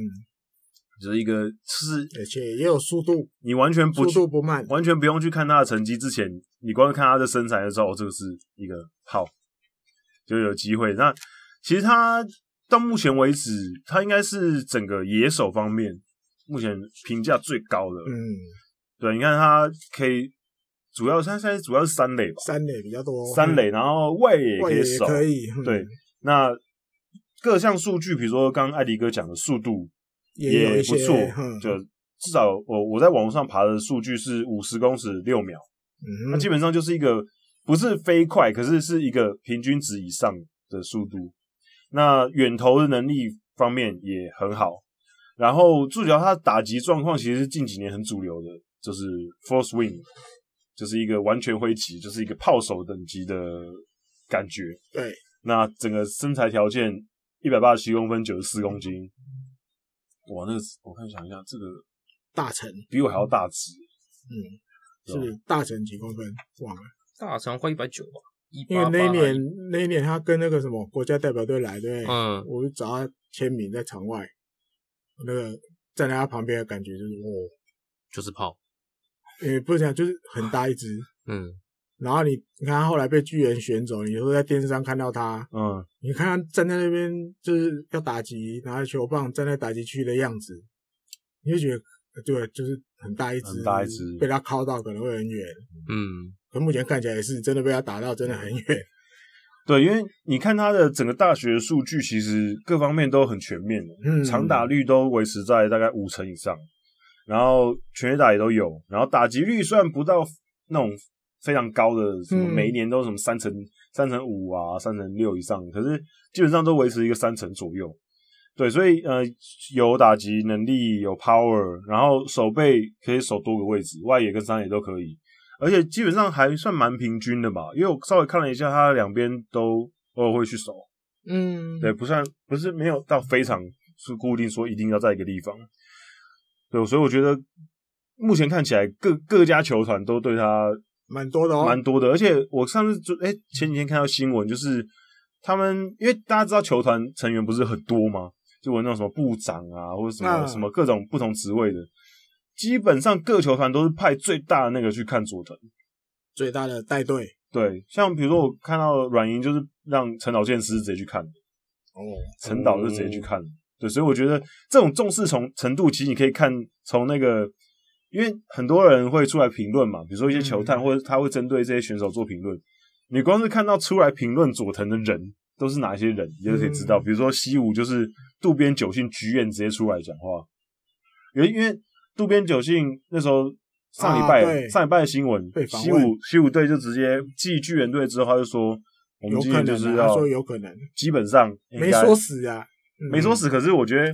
Speaker 1: 就是一个就是
Speaker 2: 而且也有速度，
Speaker 1: 你完全不
Speaker 2: 速
Speaker 1: 去
Speaker 2: 度不慢，
Speaker 1: 完全不用去看他的成绩之前，你光看他的身材的时候，哦这个是一个号，就有机会。那其实他到目前为止，他应该是整个野手方面目前评价最高的。
Speaker 2: 嗯，
Speaker 1: 对，啊你看他可以，主要他现在主要是三垒吧，
Speaker 2: 三垒比较多，
Speaker 1: 三垒，然后外野也
Speaker 2: 嗯
Speaker 1: 可
Speaker 2: 哦外
Speaker 1: 以
Speaker 2: 野
Speaker 1: 守，
Speaker 2: 可以，嗯
Speaker 1: 对，那各项数据，比如说刚刚艾迪哥讲的速度
Speaker 2: 也有一
Speaker 1: 不
Speaker 2: 些
Speaker 1: 错，
Speaker 2: 嗯
Speaker 1: 就至少我我在网络上爬的数据是五十公尺六秒，
Speaker 2: 嗯
Speaker 1: 那、
Speaker 2: 哼
Speaker 1: 基本上就是一个不是飞快，可是是一个平均值以上的速度。那远投的能力方面也很好，然后注脚他的打击状况其实是近几年很主流的，就是 full swing，就是一个完全挥击，就是一个炮手等级的感觉。
Speaker 2: 对，
Speaker 1: 那整个身材条件一百八十七公分，九十四公斤，哇，那个我看想一下，这个
Speaker 2: 大成，
Speaker 1: 比我还要大只，
Speaker 2: 嗯，
Speaker 1: 对吧
Speaker 2: 是大成几公分，忘了，
Speaker 3: 大肠快一百九吧，一啊
Speaker 2: 因为那一年那一年他跟那个什么国家代表队来，对不对，
Speaker 3: 嗯，
Speaker 2: 我就找他签名在场外，那个站在他旁边的感觉就是哦，
Speaker 3: 就是炮，
Speaker 2: 因为不是讲就是很大一只，
Speaker 3: 嗯，
Speaker 2: 然后你你看他后来被巨人选走，你有时候在电视上看到他，
Speaker 1: 嗯，
Speaker 2: 你看他站在那边就是要打击，拿着球棒站在打击区的样子，你就觉得呃对，就是很大一只，
Speaker 1: 很大一只
Speaker 2: 被他敲到可能会很远。
Speaker 3: 嗯，
Speaker 2: 可目前看起来也是真的被他打到真的很远，
Speaker 1: 对，因为你看他的整个大学数据，其实各方面都很全面的，
Speaker 2: 嗯，
Speaker 1: 长打率都维持在大概五成以上，然后全垒打也都有，然后打击率虽然不到那种非常高的，什么
Speaker 2: 嗯
Speaker 1: 每一年都什么三成、三成五啊、三成六以上，可是基本上都维持一个三成左右。对，所以呃，有打击能力，有 power，然后手背可以守多个位置，外野跟三野都可以，而且基本上还算蛮平均的吧。因为我稍微看了一下，他两边都偶尔会去守，
Speaker 2: 嗯，
Speaker 1: 对，不算不是没有到非常是固定说一定要在一个地方，对，所以我觉得目前看起来各各家球团都对他
Speaker 2: 蛮多的哦，
Speaker 1: 蛮多的，而且我上次就哎、前几天看到新闻，就是他们因为大家知道球团成员不是很多嘛，就有那种什么部长啊，或者什么、
Speaker 2: 啊
Speaker 1: 什么各种不同职位的，基本上各球团都是派最大的那个去看佐藤。
Speaker 2: 最大的带队
Speaker 1: 对，像比如说我看到软银就是让陈岛健司直接去看，
Speaker 2: 哦，
Speaker 1: 陈导就直接去看了。
Speaker 2: 嗯
Speaker 1: 对，所以我觉得这种重视从程度，其实你可以看从那个，因为很多人会出来评论嘛，比如说一些球探，
Speaker 2: 嗯
Speaker 1: 或者他会针对这些选手做评论。你光是看到出来评论佐藤的人都是哪一些人，你就可以知道。
Speaker 2: 嗯
Speaker 1: 比如说西武就是渡边久信菊院直接出来讲话，因为因为渡边久信那时候上礼
Speaker 2: 啊
Speaker 1: 拜、
Speaker 2: 对
Speaker 1: 上礼拜的新闻
Speaker 2: 被，访
Speaker 1: 西
Speaker 2: 问
Speaker 1: 武西武队就直接继巨人队之后，他就说我们
Speaker 2: 有
Speaker 1: 今
Speaker 2: 可
Speaker 1: 年
Speaker 2: 能
Speaker 1: 就是
Speaker 2: 啊，
Speaker 1: 要
Speaker 2: 他说有可能，
Speaker 1: 基本上应该
Speaker 2: 没说死啊，嗯
Speaker 1: 没说，死，可是我觉得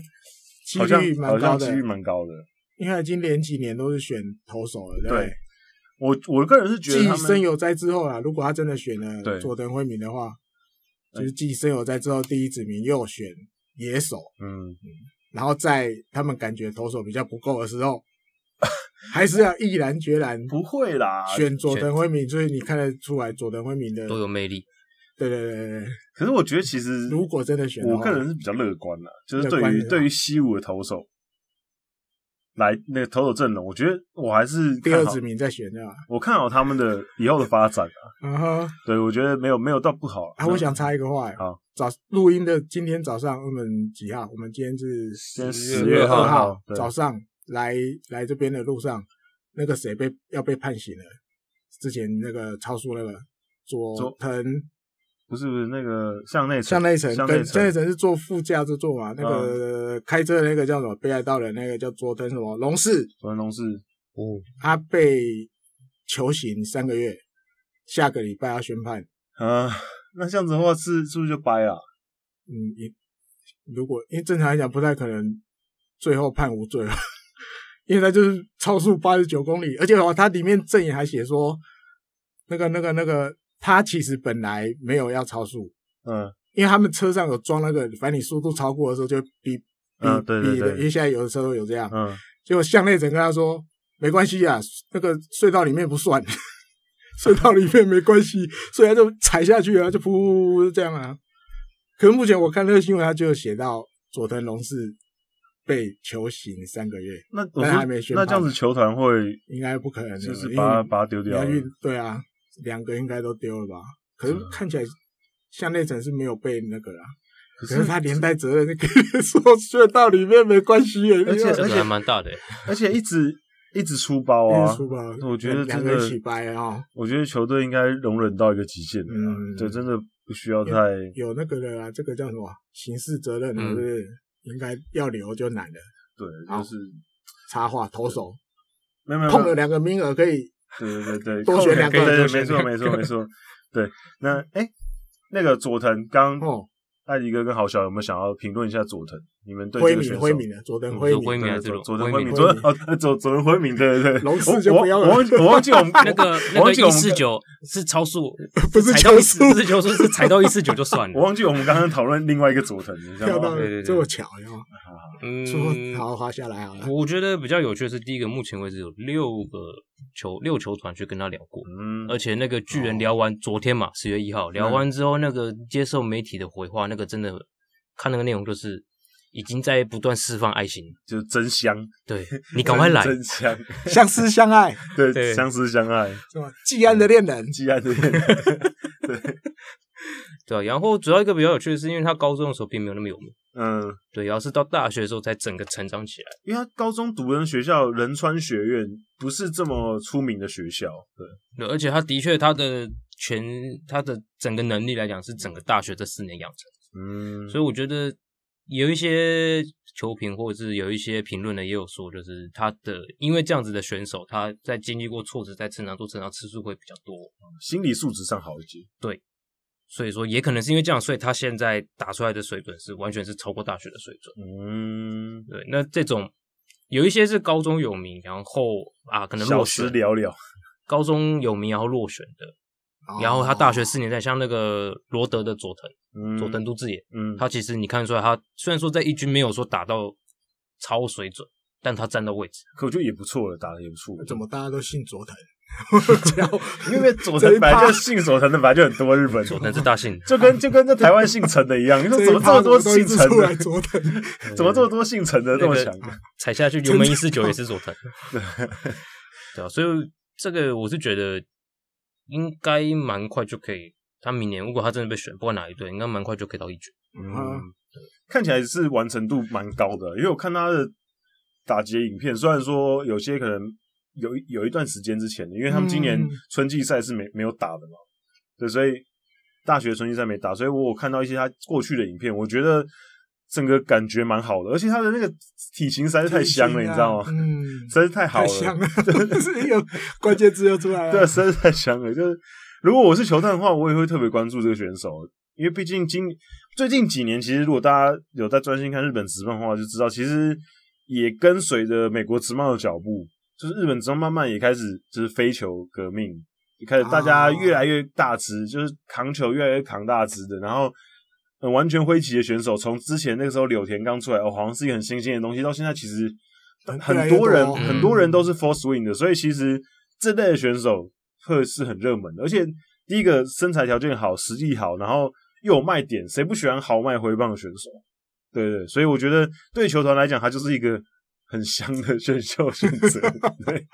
Speaker 2: 几
Speaker 1: 好像
Speaker 2: 率蛮
Speaker 1: 好像
Speaker 2: 高的
Speaker 1: 几率蛮高的。
Speaker 2: 因为他已经连几年都是选投手了，对不
Speaker 1: 对，我我个人是觉得他
Speaker 2: 继生
Speaker 1: 们
Speaker 2: 有灾之后啦，如果他真的选
Speaker 1: 对
Speaker 2: 了佐藤惠民的话，就是继生有灾之后第一指名又选野手，
Speaker 1: 嗯，
Speaker 2: 然后在他们感觉投手比较不够的时 候，还是要毅然决然
Speaker 1: 不会啦。
Speaker 2: 选佐藤惠民，所以你看得出来佐藤惠民的，
Speaker 3: 都有魅力，
Speaker 2: 对对对对对，
Speaker 1: 可是我觉得其实
Speaker 2: 如果真的选的话
Speaker 1: 我个人是比较乐观的，就是
Speaker 2: 乐
Speaker 1: 对
Speaker 2: 观
Speaker 1: 于
Speaker 2: 的啊
Speaker 1: 对于西武的投手来那个投手阵容，我觉得我还是
Speaker 2: 第二
Speaker 1: 看好
Speaker 2: 指名再选对吧？
Speaker 1: 我看好他们的以后的发展啊。
Speaker 2: 嗯哼，
Speaker 1: 对，我觉得没有没有到不好
Speaker 2: 啊，我想插一个话，
Speaker 1: 嗯好，
Speaker 2: 早录音的今天早上我们几号？我们今天是
Speaker 1: 今天
Speaker 3: 10
Speaker 1: 10
Speaker 3: 月
Speaker 1: 月
Speaker 2: 二
Speaker 3: 2
Speaker 1: 号
Speaker 2: 号
Speaker 1: 对
Speaker 2: 早上来来这边的路上，那个谁被要被判刑了？之前那个超速那个
Speaker 1: 佐
Speaker 2: 佐藤
Speaker 1: 不是不是那个向内
Speaker 2: 向内城
Speaker 1: 向内
Speaker 2: 跟向内
Speaker 1: 城嗯
Speaker 2: 城是坐副驾驶座嘛？那个开车的那个叫什么？北海道的那个叫佐藤什么龙士，
Speaker 1: 佐藤龙是
Speaker 3: 哦，
Speaker 2: 他被囚刑三个月，下个礼拜要宣判。
Speaker 1: 啊，那这样子的话是是不是就掰了？
Speaker 2: 嗯，也如果因为正常来讲不太可能最后判无罪吧，因为他就是超速八十九公里，而且哦，他里面证言还写说，那个那个那个，他其实本来没有要超速，
Speaker 1: 嗯，
Speaker 2: 因为他们车上有装那个，反正你速度超过的时候就会逼逼
Speaker 1: 嗯对对
Speaker 2: 逼的，
Speaker 1: 对
Speaker 2: 因为现在有的车都有这样，
Speaker 1: 嗯
Speaker 2: 结果向内整跟他说。没关系啊，那个隧道里面不算， 隧道里面没关系，所以他就踩下去啊，就噗噗噗这样啊。可是目前我看那个新闻，他就有写到佐藤龙是被囚刑三个月，
Speaker 1: 那我
Speaker 2: 但还没
Speaker 1: 说
Speaker 2: 宣
Speaker 1: 那
Speaker 2: 判
Speaker 1: 这样子球团会
Speaker 2: 应该不可能的，
Speaker 1: 就是
Speaker 2: 因为
Speaker 1: 把它把它丢掉了
Speaker 2: 你要运对啊，两个应该都丢了吧？可
Speaker 1: 啊
Speaker 2: 是看起来像内城是没有被那个啦，可是他连带责任就跟你说隧道里面没关系耶，
Speaker 1: 而且
Speaker 3: 这
Speaker 1: 而
Speaker 3: 个
Speaker 1: 且
Speaker 3: 还蛮大的欸，
Speaker 1: 而且一 直一直出包啊，
Speaker 2: 出吧，
Speaker 1: 我觉得
Speaker 2: 两
Speaker 1: 真
Speaker 2: 个
Speaker 1: 的
Speaker 2: 人，起掰啊，
Speaker 1: 我觉得球队应该容忍到一个极限的啊，
Speaker 2: 嗯
Speaker 1: 对，真的不需要太
Speaker 2: 有那个的啦，这个叫什么刑事责任啊，
Speaker 3: 嗯
Speaker 2: 是不是？应该要留就难了，
Speaker 1: 对，
Speaker 2: 好
Speaker 1: 就是
Speaker 2: 插话投手
Speaker 1: 没有没有没
Speaker 2: 碰
Speaker 1: 有
Speaker 2: 了两个名额可以，
Speaker 1: 对对对，对，
Speaker 2: 多选两个
Speaker 1: 对对，
Speaker 2: 多
Speaker 1: 对
Speaker 3: 选
Speaker 1: 没错
Speaker 3: 两个
Speaker 1: 没错没错。对，那哎、那个佐藤，刚刚
Speaker 2: 哦，
Speaker 1: 艾迪哥跟郝小有没有想要评论一下佐藤？你们对
Speaker 2: 辉
Speaker 1: 这个选
Speaker 2: 敏
Speaker 1: 手
Speaker 2: 辉敏的佐藤
Speaker 3: 嗯
Speaker 2: 辉
Speaker 3: 说辉
Speaker 2: 敏
Speaker 3: 敏
Speaker 1: 对
Speaker 3: 还是
Speaker 1: 佐佐
Speaker 3: 罗
Speaker 1: 藤辉
Speaker 3: 辉
Speaker 1: 敏，啊
Speaker 3: 敏
Speaker 1: 佐哦呃佐佐藤辉敏，对对对，
Speaker 2: 龙
Speaker 1: 我
Speaker 2: 四就不要
Speaker 1: 我
Speaker 2: 了
Speaker 1: 我忘记我忘记我们
Speaker 3: 那个那
Speaker 1: 我忘
Speaker 3: 个
Speaker 1: 记我
Speaker 3: 一
Speaker 1: 们
Speaker 3: 四九是超速，
Speaker 2: 不是
Speaker 3: 踩到
Speaker 2: 球
Speaker 3: 一四
Speaker 2: 速
Speaker 3: 不是球速，是踩到一四九就 算
Speaker 1: 我
Speaker 3: 了。
Speaker 1: 忘记我们刚刚讨论另外一个佐藤，你知
Speaker 2: 跳
Speaker 1: 道
Speaker 2: 到
Speaker 1: 吗？
Speaker 3: 对对对
Speaker 2: 这么巧，然后
Speaker 3: 嗯
Speaker 2: 说，好好滑下来好了，
Speaker 3: 我觉得比较有趣的是，第一个目前为止有六个球六球团去跟他聊过，
Speaker 1: 嗯，
Speaker 3: 而且那个巨人聊完昨天嘛，十月一号聊完之后，那个接受媒体的回话，那个真的看那个内容就是已经在不断释放爱心，
Speaker 1: 就真香，
Speaker 3: 对你赶快来，
Speaker 1: 真香，
Speaker 2: 相思相爱
Speaker 1: 对，
Speaker 3: 对
Speaker 1: 相思相爱，
Speaker 2: 是吧？季安的恋人，
Speaker 1: 既然对对，
Speaker 3: 对啊。然后主要一个比较有趣的是，因为他高中的时候并没有那么有名，
Speaker 1: 嗯，
Speaker 3: 对，然后是到大学的时候才整个成长起来。
Speaker 1: 因为他高中读的学校仁川学院不是这么出名的学校，对，
Speaker 3: 对，而且他的确他的全他的整个能力来讲是整个大学这四年养成，
Speaker 1: 嗯，
Speaker 3: 所以我觉得有一些球评或者是有一些评论呢也有说，就是他的因为这样子的选手，他在经历过挫折，在成长做成长次数会比较多，
Speaker 1: 心理素质上好一些。
Speaker 3: 所以说也可能是因为这样，所以他现在打出来的水准是完全是超过大学的水准。
Speaker 1: 嗯，
Speaker 3: 对，那这种有一些是高中有名，然后啊可能
Speaker 1: 小
Speaker 3: 落
Speaker 1: 时
Speaker 3: 选，
Speaker 1: 聊聊，
Speaker 3: 高中有名然后落选的，
Speaker 2: 哦
Speaker 3: 然后他大学四年在像那个罗德的佐藤。
Speaker 1: 哦嗯，
Speaker 3: 佐藤都志也，
Speaker 1: 嗯，
Speaker 3: 他其实你看出来他，虽然说在一军没有说打到超水准，但他站到位置。
Speaker 1: 可我觉得也不错了，打的也不错。
Speaker 2: 怎么大家都姓佐藤？我叫
Speaker 1: 因为佐
Speaker 2: 这
Speaker 1: 藤
Speaker 2: 一
Speaker 1: 本来
Speaker 2: 趴
Speaker 1: 就姓佐藤的，本来就很多日本，
Speaker 3: 佐藤是大 姓，
Speaker 1: 就跟就跟这台湾姓陈的一样，你说
Speaker 2: 这
Speaker 1: 怎
Speaker 2: 一
Speaker 1: 么这
Speaker 2: 趴
Speaker 1: 么多
Speaker 2: 怎么都一
Speaker 1: 姓
Speaker 2: 直
Speaker 1: 陈
Speaker 2: 出来
Speaker 1: 的？
Speaker 2: 佐藤？
Speaker 1: 怎么这么多姓陈的这么
Speaker 3: 那个
Speaker 1: 强？
Speaker 3: 踩下去油门一四九也是佐 藤。对啊，所以这个我是觉得应该蛮快就可以。他明年如果他真的被选，不管哪一队，应该蛮快就可以到一军。
Speaker 1: 嗯，看起来是完成度蛮高的，因为我看他的打劫影片，虽然说有些可能有一有一段时间之前的，因为他们今年
Speaker 2: 嗯
Speaker 1: 春季赛是没没有打的嘛，对，所以大学春季赛没打，所以我有看到一些他过去的影片，我觉得整个感觉蛮好的，而且他的那个体型实在是太香了，你知道吗？
Speaker 2: 嗯，
Speaker 1: 实在是 太好
Speaker 2: 太
Speaker 1: 了，
Speaker 2: 香了， 是有关键字又出来了。
Speaker 1: 对，实在是太香了。就是如果我是球探的话，我也会特别关注这个选手，因为毕竟今最近几年，其实如果大家有在专心看日本职棒的话，就知道其实也跟随着美国职棒的脚步，就是日本职棒慢慢也开始就是非球革命，也开始大家
Speaker 2: 哦
Speaker 1: 越来越大只，就是扛球越来越扛大只的，然后。呃完全挥旗的选手，从之前那个时候柳田刚出来，哦，好像是一个很新鲜的东西，到现在其实
Speaker 2: 很
Speaker 1: 很多人、
Speaker 2: 越来越多
Speaker 1: 很多人
Speaker 2: 嗯
Speaker 1: 都是 full swing 的，所以其实这类的选手会是很热门的。而且第一个身材条件好，实力好，然后又有卖点，谁不喜欢豪迈挥棒的选手？对对，所以我觉得对球团来讲，他就是一个很香的选秀选择。对。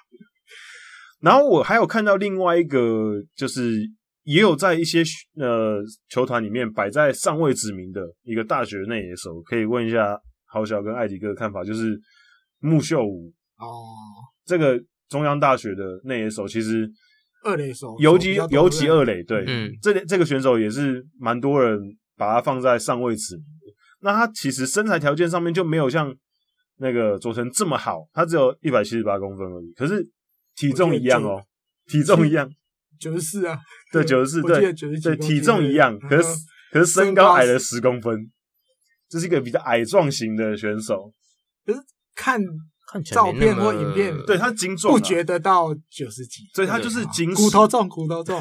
Speaker 1: 然后我还有看到另外一个，就是也有在一些呃球团里面摆在上位指名的一个大学内野手，可以问一下豪小跟艾迪哥的看法，就是木秀武
Speaker 2: 哦，
Speaker 1: 这个中央大学的内野手，其实
Speaker 2: 二垒手
Speaker 1: 游击
Speaker 2: 哦手比较多
Speaker 1: 游击二垒，对，
Speaker 3: 嗯，
Speaker 1: 这这个选手也是蛮多人把他放在上位指名的。那他其实身材条件上面就没有像那个佐藤这么好，他只有一百七十八公分而已，可是体重一样哦，体重一样，
Speaker 2: 九十四啊，
Speaker 1: 对，九十四，
Speaker 2: 我记
Speaker 1: 对
Speaker 2: 得94
Speaker 1: 对，
Speaker 2: 公
Speaker 1: 体
Speaker 2: 斤
Speaker 1: 重一样，
Speaker 2: 对
Speaker 1: 可是
Speaker 2: 嗯哼
Speaker 1: 可是身
Speaker 2: 身
Speaker 1: 高
Speaker 2: 高
Speaker 1: 矮了
Speaker 2: 是
Speaker 1: 十公分，这是一个比较矮壮型的选手，
Speaker 2: 看
Speaker 3: 看起来
Speaker 2: 照
Speaker 3: 没那
Speaker 2: 片
Speaker 3: 么
Speaker 2: 或影片，
Speaker 1: 对他精壮啊，
Speaker 2: 不觉得到九十几，
Speaker 1: 所以他就是紧
Speaker 2: 骨
Speaker 1: 实
Speaker 2: 头重，骨头重，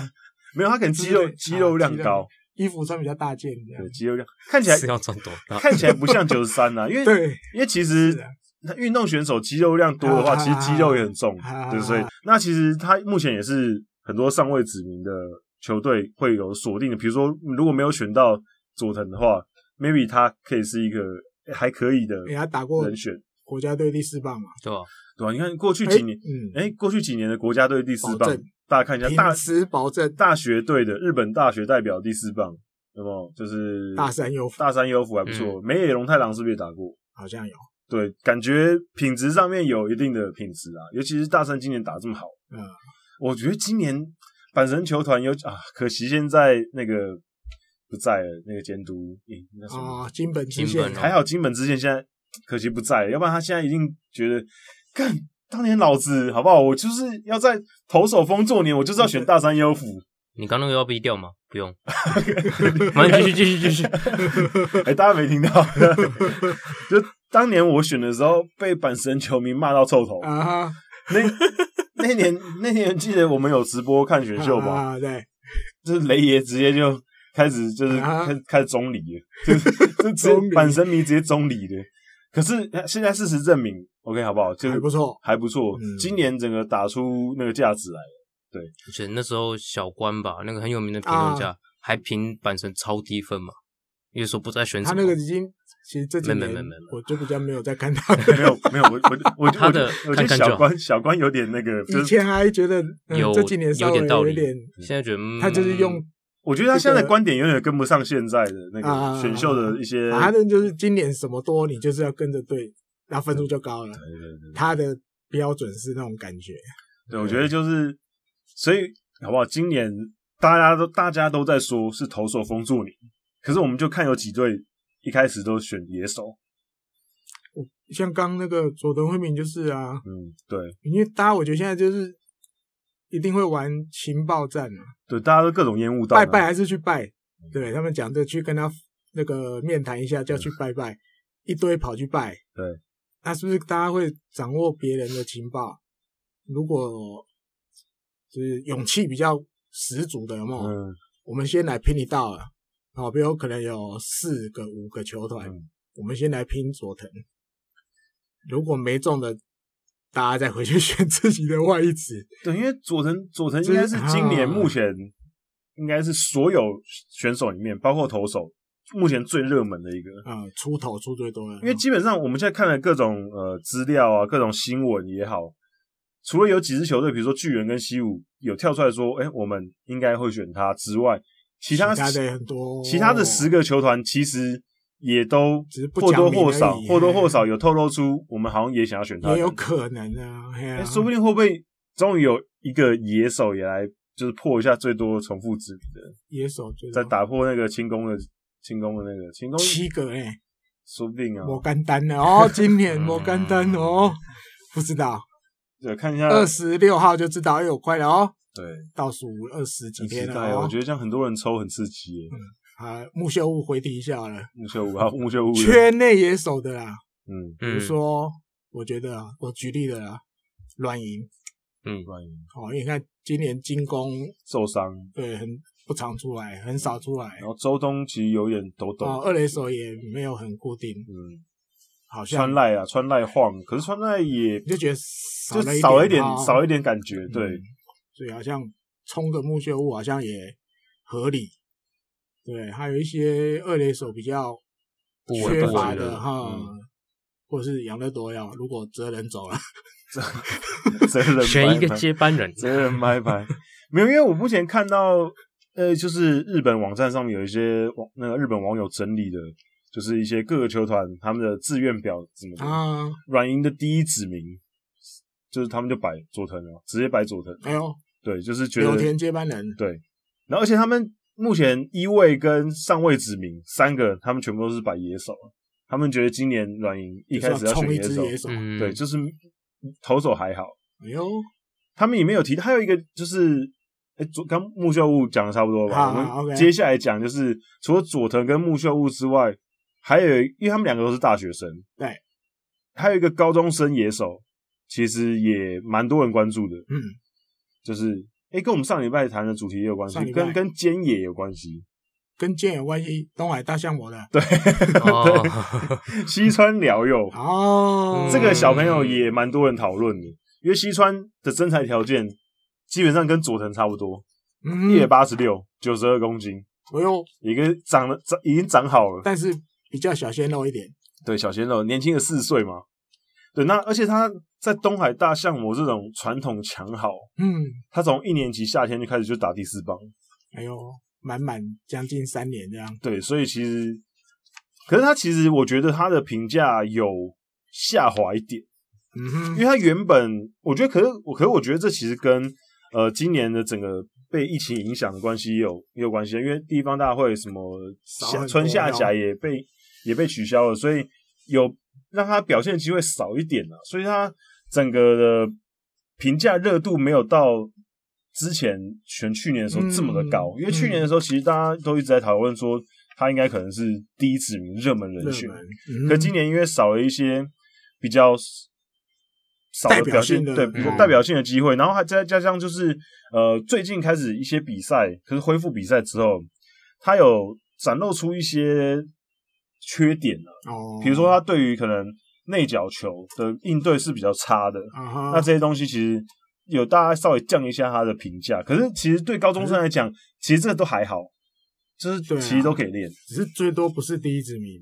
Speaker 1: 没有他可能肌肉
Speaker 2: 对
Speaker 1: 肌肉量，
Speaker 2: 啊
Speaker 1: 高，
Speaker 2: 肌衣服穿比较大件这样啊
Speaker 1: 对，肌肉量看起来
Speaker 3: 是要赚多大？
Speaker 1: 看起来不像九十三呐，因为
Speaker 2: 对，
Speaker 1: 因为其实
Speaker 2: 是啊
Speaker 1: 那运动选手肌肉量多的话，
Speaker 2: 啊
Speaker 1: 其实肌肉也很重，
Speaker 2: 啊
Speaker 1: 对，所以那其实他目前也是很多上位指名的球队会有锁定的，比如说如果没有选到佐藤的话，maybe 他可以是一个还可以的
Speaker 2: 给他打过
Speaker 1: 人选，
Speaker 2: 国家队第四棒嘛，
Speaker 3: 对吧？
Speaker 1: 对吧、你看过去
Speaker 2: 哎
Speaker 1: 几年，
Speaker 2: 嗯，
Speaker 1: 哎、过去几年的国家队第四
Speaker 2: 保
Speaker 1: 棒
Speaker 2: 证，
Speaker 1: 大家看一下大
Speaker 2: 平时保证
Speaker 1: 大学队的日本大学代表第四棒，那么就是
Speaker 2: 大山优辅
Speaker 1: 大山优辅还不错，梅野龙太郎是不是也打过？
Speaker 2: 好像有，
Speaker 1: 对，感觉品质上面有一定的品质啊，尤其是大山今年打得这么好，
Speaker 2: 嗯，
Speaker 1: 我觉得今年阪神球团有啊，可惜现在那个不在了，那个监督，诶、那什么，
Speaker 2: 啊，金本之
Speaker 3: 金
Speaker 2: 线
Speaker 3: 本哦
Speaker 1: 还好金本之前现在可惜不在了，要不然他现在一定觉得干。当年老子好不好？我就是要在投手风做年，我就是要选大山优辅。
Speaker 3: 你刚那个要逼掉吗？不 用，马上继续继续继续。
Speaker 1: 哎、大家没听到？就当年我选的时候，被阪神球迷骂到臭
Speaker 3: 哦
Speaker 1: 头。
Speaker 2: 啊哈，
Speaker 1: 那那年那年记得我们有直播看选秀吧？
Speaker 2: 啊，对，
Speaker 1: 就是雷爷直接就开始就是
Speaker 2: 啊
Speaker 1: 开开始中离了， 就是就直接
Speaker 2: 中离
Speaker 1: 阪神迷直接中离的。可是呃现在事实证明，OK 好不好？就是
Speaker 2: 还不错，
Speaker 1: 还不错。
Speaker 2: 嗯
Speaker 1: 今年整个打出那个价值来了，
Speaker 3: 而且那时候小关吧，那个很有名的评
Speaker 2: 啊
Speaker 3: 论家，还评阪神超低分嘛，因为说不在选什
Speaker 2: 他
Speaker 3: 么
Speaker 2: 那个已经。其实这几
Speaker 3: 没
Speaker 2: 年
Speaker 3: 没没没没
Speaker 2: 我就比较没有 在看他们，
Speaker 1: 没有没有，我我我
Speaker 3: 他的
Speaker 1: 我我觉得
Speaker 3: 看看就
Speaker 1: 小
Speaker 3: 好
Speaker 1: 关小关有点那个，就
Speaker 2: 以
Speaker 1: 是
Speaker 2: 前还觉得嗯
Speaker 3: 有
Speaker 2: 这几年稍微
Speaker 3: 有点道理
Speaker 2: 点，
Speaker 3: 现在觉得、嗯
Speaker 2: 他就是用
Speaker 1: 我觉得他现在的观点有点跟不上现在的那
Speaker 2: 啊
Speaker 1: 个选秀的一些，
Speaker 2: 反正就是今年什么多，你就是要跟着对，那分数就高了。
Speaker 1: 对对对
Speaker 2: 他的标准是那种感觉，
Speaker 1: 对，我觉得就是，所以好不好？今年大家都大家都在说是投手封住你，可是我们就看有几队一开始都选野手，
Speaker 2: 像刚那个佐藤惠敏就是啊，
Speaker 1: 嗯，对
Speaker 2: 因为大家我觉得现在就是一定会玩情报战啊，
Speaker 1: 对，大家都各种烟雾弹、啊，
Speaker 2: 拜拜还是去拜，
Speaker 1: 嗯
Speaker 2: 对他们讲这去跟他那个面谈一下，叫去拜拜，一堆跑去拜，
Speaker 1: 嗯对，
Speaker 2: 那是不是大家会掌握别人的情报？如果就是勇气比较十足的，有没有？
Speaker 1: 嗯，
Speaker 2: 我们先来拼一道了。好，比如可能有四个、五个球团，
Speaker 1: 嗯
Speaker 2: 我们先来拼佐藤。如果没中的，大家再回去选自己的外一子。
Speaker 1: 对，因为佐藤佐藤应该是今年
Speaker 2: 这
Speaker 1: 目前应该是所有选手里面，包括投手，目前最热门的一个，
Speaker 2: 啊、出头出最多的，哦
Speaker 1: 因为基本上我们现在看了各种呃资料啊，各种新闻也好，除了有几支球队，比如说巨人跟西武有跳出来说，哎、我们应该会选他之外，其
Speaker 2: 其
Speaker 1: 他
Speaker 2: 他的也很多，
Speaker 1: 其他的十个球团其实也都
Speaker 2: 只是不
Speaker 1: 或多
Speaker 2: 讲明
Speaker 1: 或
Speaker 2: 而
Speaker 1: 少
Speaker 2: 已
Speaker 1: 或多或少有透露出，我们好像也想要选他的
Speaker 2: 也
Speaker 1: 感觉，
Speaker 2: 有可能啊。嘿啊
Speaker 1: 哎、说不定会不会终于有一个野手也来，就是破一下最多重复值的，
Speaker 2: 野手最
Speaker 1: 再
Speaker 2: 多
Speaker 1: 打破那个清宫的清宫的那个清宫，
Speaker 2: 七个哎、
Speaker 1: 说不定啊，
Speaker 2: 摩甘丹呢？哦，今年
Speaker 3: 嗯
Speaker 2: 摩甘丹哦，不知道
Speaker 1: 对，看一下，
Speaker 2: 二十六号就知道，哎呦，快了哦，
Speaker 1: 对。
Speaker 2: 倒数二十几
Speaker 1: 很期
Speaker 2: 天
Speaker 1: 待，
Speaker 2: 了哦。
Speaker 1: 我觉得这样很多人抽很刺激耶。
Speaker 2: 啊，木秀物回题一下好了，
Speaker 1: 木秀五号， 木秀五人，
Speaker 2: 圈内野手的啦，
Speaker 1: 嗯，
Speaker 2: 比
Speaker 3: 嗯
Speaker 2: 如说，我觉得啊，我举例的啦，软银
Speaker 3: 嗯
Speaker 1: 万一
Speaker 2: 哦，因为你看今年进攻
Speaker 1: 受伤，
Speaker 2: 对很不常出来，很少出来
Speaker 1: 然，后周东其实有点抖抖，
Speaker 2: 哦，二垒手也没有很固定，
Speaker 1: 嗯，
Speaker 2: 好像
Speaker 1: 川赖啊，川赖晃，可是川赖也
Speaker 2: 你就觉得少
Speaker 1: 就
Speaker 2: 了
Speaker 1: 少了一点
Speaker 2: 点哦，，
Speaker 1: 少了一点感觉，对
Speaker 2: 嗯，所以好像冲个木秀物好像也合理，对，还有一些二垒手比较
Speaker 3: 不稳
Speaker 2: 缺
Speaker 3: 不
Speaker 2: 乏
Speaker 3: 稳
Speaker 2: 的
Speaker 3: 的
Speaker 2: 哈。
Speaker 1: 嗯
Speaker 2: 或者是养乐多要，如果哲人走了，嗯
Speaker 1: 责任
Speaker 3: 选一
Speaker 1: 掰
Speaker 3: 个
Speaker 1: 掰
Speaker 3: 接班 人，
Speaker 1: 责任拜拜，没有，因为我目前看到，呃，就是日本网站上面有一些网那个日本网友整理的，就是一些各个球团他们的志愿表怎么的，
Speaker 2: 啊，
Speaker 1: 软银的第一指名就是他们就摆佐藤了，直接摆佐藤。
Speaker 2: 哎呦，
Speaker 1: 对，就是觉得
Speaker 2: 柳田接班人，
Speaker 1: 对，然后而且他们目前一位跟上位指名三个，他们全部都是摆野手，他们觉得今年软银一开始
Speaker 2: 就是要
Speaker 1: 选
Speaker 2: 冲一
Speaker 1: 野
Speaker 2: 支
Speaker 1: 手，
Speaker 2: 野手，
Speaker 3: 嗯，
Speaker 1: 对，就是投手还好，
Speaker 2: 哎呦，
Speaker 1: 他们也没有提。还有一个就是。哎，昨刚木秀悟讲的差不多了吧？
Speaker 2: 好好
Speaker 1: 我们
Speaker 2: OK
Speaker 1: 接下来讲就是除了佐藤跟木秀悟之外，还有因为他们两个都是大学生，
Speaker 2: 对，
Speaker 1: 还有一个高中生野手，其实也蛮多人关注的。
Speaker 2: 嗯，
Speaker 1: 就是哎、诶跟我们上礼拜谈的主题也有关系
Speaker 2: 上，礼拜
Speaker 1: 跟跟菅野有关系。
Speaker 2: 跟剑有关系，东海大象魔的。
Speaker 1: 对，
Speaker 3: 哦
Speaker 1: 对，西川辽佑，
Speaker 2: 哦，
Speaker 1: 这个小朋友也蛮多人讨论的，因为西川的身材条件基本上跟佐藤差不多，
Speaker 2: 嗯
Speaker 1: 一百，八十六，九十二公斤，
Speaker 2: 我又
Speaker 1: 一个长得长已经长好了，
Speaker 2: 但是比较小鲜肉一点，
Speaker 1: 对，小鲜肉，年轻的四岁嘛，对，那而且他在东海大象魔这种传统强好，
Speaker 2: 嗯，
Speaker 1: 他从一年级夏天就开始就打第四棒，
Speaker 2: 哎呦，满满将近三年这样，
Speaker 1: 对，所以其实，可是他其实我觉得他的评价有下滑一点。
Speaker 2: 嗯
Speaker 1: 因
Speaker 2: 哼，
Speaker 1: 为他原本我觉得，可是我可是我觉得这其实跟呃今年的整个被疫情影响的关系也有也有关系，因为地方大会什么
Speaker 2: 少很
Speaker 1: 夏
Speaker 2: 多
Speaker 1: 春夏甲
Speaker 2: 料
Speaker 1: 也被也被取消了，所以有让他表现的机会少一点了、所以他整个的评价热度没有到。之前选去年的时候这么的高，
Speaker 2: 嗯
Speaker 1: 因为去年的时候其实大家都一直在讨论说他应该可能是第一指名热门人选
Speaker 2: 热，门，嗯
Speaker 1: 可今年因为少了一些比较 s- 少的
Speaker 2: 代
Speaker 1: 表
Speaker 2: 表
Speaker 1: 现，
Speaker 2: 性的
Speaker 1: 对比较
Speaker 3: 嗯
Speaker 1: 代表性的机会，然后还再加上就是呃，最近开始一些比赛，可是恢复比赛之后，他有展露出一些缺点了、
Speaker 2: 哦，
Speaker 1: 比如说他对于可能内角球的应对是比较差的，
Speaker 2: 啊哈，
Speaker 1: 那这些东西其实有大家稍微降一下他的评价，可是其实对高中生来讲，其实这个都还好，就是
Speaker 2: 对啊
Speaker 1: 其实都可以练。
Speaker 2: 只是最多不是第一指名，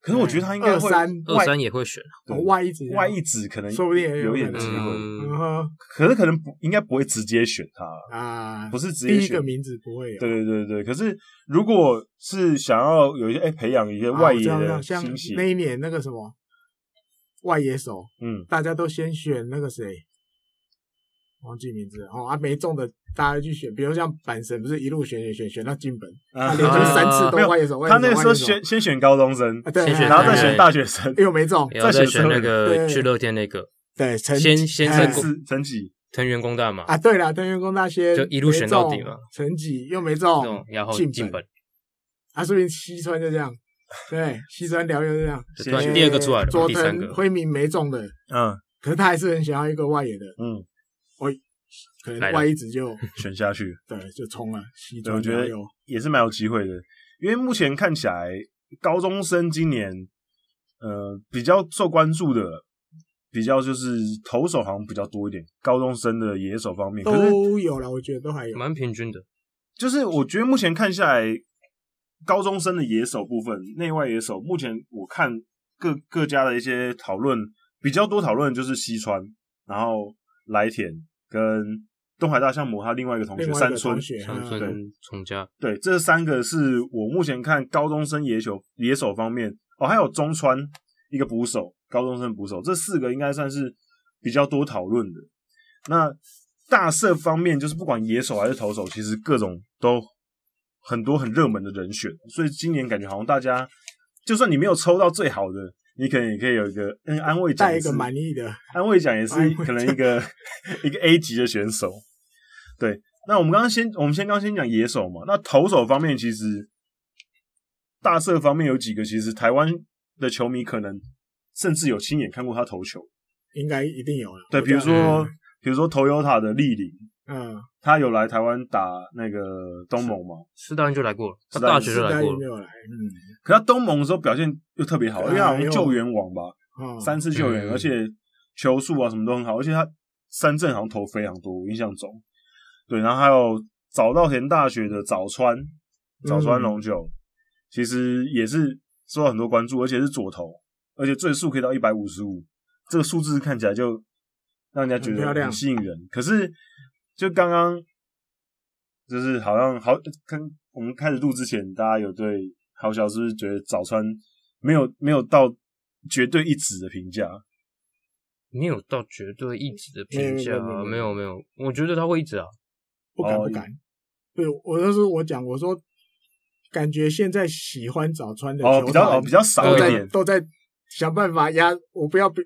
Speaker 1: 可是我觉得他应该
Speaker 2: 二
Speaker 1: 会
Speaker 2: 三
Speaker 3: 二三也会选，啊
Speaker 1: 对
Speaker 2: 哦外一指，
Speaker 1: 外一指可能
Speaker 2: 说不定也有
Speaker 1: 有点
Speaker 2: 可
Speaker 1: 机
Speaker 2: 能
Speaker 1: 会，
Speaker 2: 嗯
Speaker 3: 嗯，
Speaker 2: 哼
Speaker 1: 可是可能不应该不会直接选他，
Speaker 2: 啊，
Speaker 1: 不是直接
Speaker 2: 第一
Speaker 1: 选
Speaker 2: 个。名字不会有，
Speaker 1: 对对对对，可是如果是想要有一些哎、培养一些
Speaker 2: 啊，
Speaker 1: 外野
Speaker 2: 这样这
Speaker 1: 的
Speaker 2: 样像
Speaker 1: 新血，
Speaker 2: 那一年那个什么外野手，
Speaker 1: 嗯，
Speaker 2: 大家都先选那个谁，忘记名字了哦，啊没中的大家去选，比如像阪神不是一路选选选选到金本，
Speaker 1: 啊
Speaker 2: 他连续三次都
Speaker 1: 没有
Speaker 2: 外野手，外
Speaker 1: 他
Speaker 2: 野手
Speaker 1: 那个时候
Speaker 2: 外野手
Speaker 1: 先先选高中生
Speaker 2: 啊，对，
Speaker 3: 先选
Speaker 1: 然后再
Speaker 3: 大
Speaker 1: 选
Speaker 3: 学
Speaker 1: 大学生，
Speaker 2: 又没中，
Speaker 3: 然后再选那
Speaker 2: 对
Speaker 3: 个去乐天那个
Speaker 2: 对，陈
Speaker 3: 先先
Speaker 2: 哎
Speaker 1: 陈
Speaker 3: 在国
Speaker 1: 四陈几，
Speaker 3: 藤原工大嘛，
Speaker 2: 啊，对了，藤原工大仙
Speaker 3: 就一路选到底嘛
Speaker 2: 没中，成绩又没
Speaker 3: 这
Speaker 2: 中
Speaker 3: 种，然后
Speaker 2: 哦进
Speaker 3: 进本，
Speaker 2: 啊，说明西川就这样，对，西川辽就这样，哎
Speaker 3: 就
Speaker 1: 先
Speaker 3: 突然
Speaker 1: 选
Speaker 3: 第二个出来了嘛，
Speaker 2: 佐
Speaker 3: 第三个
Speaker 2: 藤，辉明没中的，
Speaker 1: 嗯
Speaker 2: 可是他还是很想要一个外野的，
Speaker 1: 嗯，
Speaker 2: 可能
Speaker 3: 来了
Speaker 2: 外一直就
Speaker 1: 选下去
Speaker 2: 对就冲了西
Speaker 1: 对
Speaker 2: 川
Speaker 1: 我觉得
Speaker 2: 辽有
Speaker 1: 也是蛮有机会的，因为目前看起来高中生今年呃比较受关注的。比较就是投手好像比较多一点，高中生的野手方面，可是
Speaker 2: 都有了，我觉得都还有，
Speaker 3: 蛮平均的，
Speaker 2: 嗯
Speaker 1: 就是我觉得目前看下来，高中生的野手部分，内外野手，目前我看各各家的一些讨论比较多，讨论的就是西川，然后来田跟东海大象魔他另外一个同学
Speaker 2: 另外一
Speaker 1: 山
Speaker 2: 个
Speaker 1: 村
Speaker 2: 同，学，
Speaker 3: 像
Speaker 2: 嗯
Speaker 1: 对
Speaker 3: 村从家，
Speaker 1: 对，这三个是我目前看高中生野手野手方面哦，还有中川一个捕手，高中生捕手，这四个应该算是比较多讨论的。那大社方面，就是不管野手还是投手，其实各种都很多很热门的人选，所以今年感觉好像大家，就算你没有抽到最好的，你可能也可以有一个嗯安慰奖
Speaker 2: 带
Speaker 1: 也
Speaker 2: 一
Speaker 1: 是，
Speaker 2: 个满意的，
Speaker 1: 安慰奖也
Speaker 2: 安
Speaker 1: 是
Speaker 2: 慰奖
Speaker 1: 可能一 个一个 A 级的选手。对，那我们刚刚先，我们先刚刚先讲野手嘛。那投手方面，其实大社方面有几个，其实台湾的球迷可能甚至有亲眼看过他投球。
Speaker 2: 应该一定有了。
Speaker 1: 对，
Speaker 2: 我
Speaker 1: 比如
Speaker 2: 觉得
Speaker 1: 说，比如说 Toyota 的丽玲，
Speaker 2: 嗯，
Speaker 1: 他有来台湾打那个东盟嘛？
Speaker 3: 师大人就来过了，他
Speaker 1: 师大人
Speaker 3: 大学
Speaker 2: 时
Speaker 3: 就
Speaker 2: 代
Speaker 3: 来过
Speaker 2: 也没
Speaker 3: 了，
Speaker 2: 有来，嗯，
Speaker 1: 可他东盟的时候表现又特别好，因为他
Speaker 2: 哎
Speaker 1: 好像救援王吧，
Speaker 2: 哦，
Speaker 1: 三次救援，
Speaker 3: 嗯
Speaker 1: 而且球速啊什么都很好，而且他三振好像投非常多，我印象中。对，然后还有早稻田大学的早川，早川龙
Speaker 3: 嗯
Speaker 1: 九，其实也是受到很多关注，而且是左投，而且最速可以到一百五十五，这个数字看起来就让人家觉
Speaker 2: 很漂
Speaker 1: 得
Speaker 2: 亮
Speaker 1: 很吸引人。可是就刚刚就是好像好跟我们开始录之前，大家有对好小是不是觉得早川没有没有到绝对一指的评价？
Speaker 3: 没有到绝对一直的评价啊，
Speaker 2: 没
Speaker 3: 没
Speaker 2: 有
Speaker 3: 有没有，我觉得他会一直啊，
Speaker 2: 不敢
Speaker 1: 哦
Speaker 2: 不敢。对，我就是我讲，我说感觉现在喜欢早川的
Speaker 1: 哦，
Speaker 2: 球
Speaker 1: 比较
Speaker 2: 团
Speaker 1: 哦比较少
Speaker 2: 都
Speaker 1: 一
Speaker 3: 对
Speaker 2: 在
Speaker 1: 点，
Speaker 2: 都在想办法压，我不要被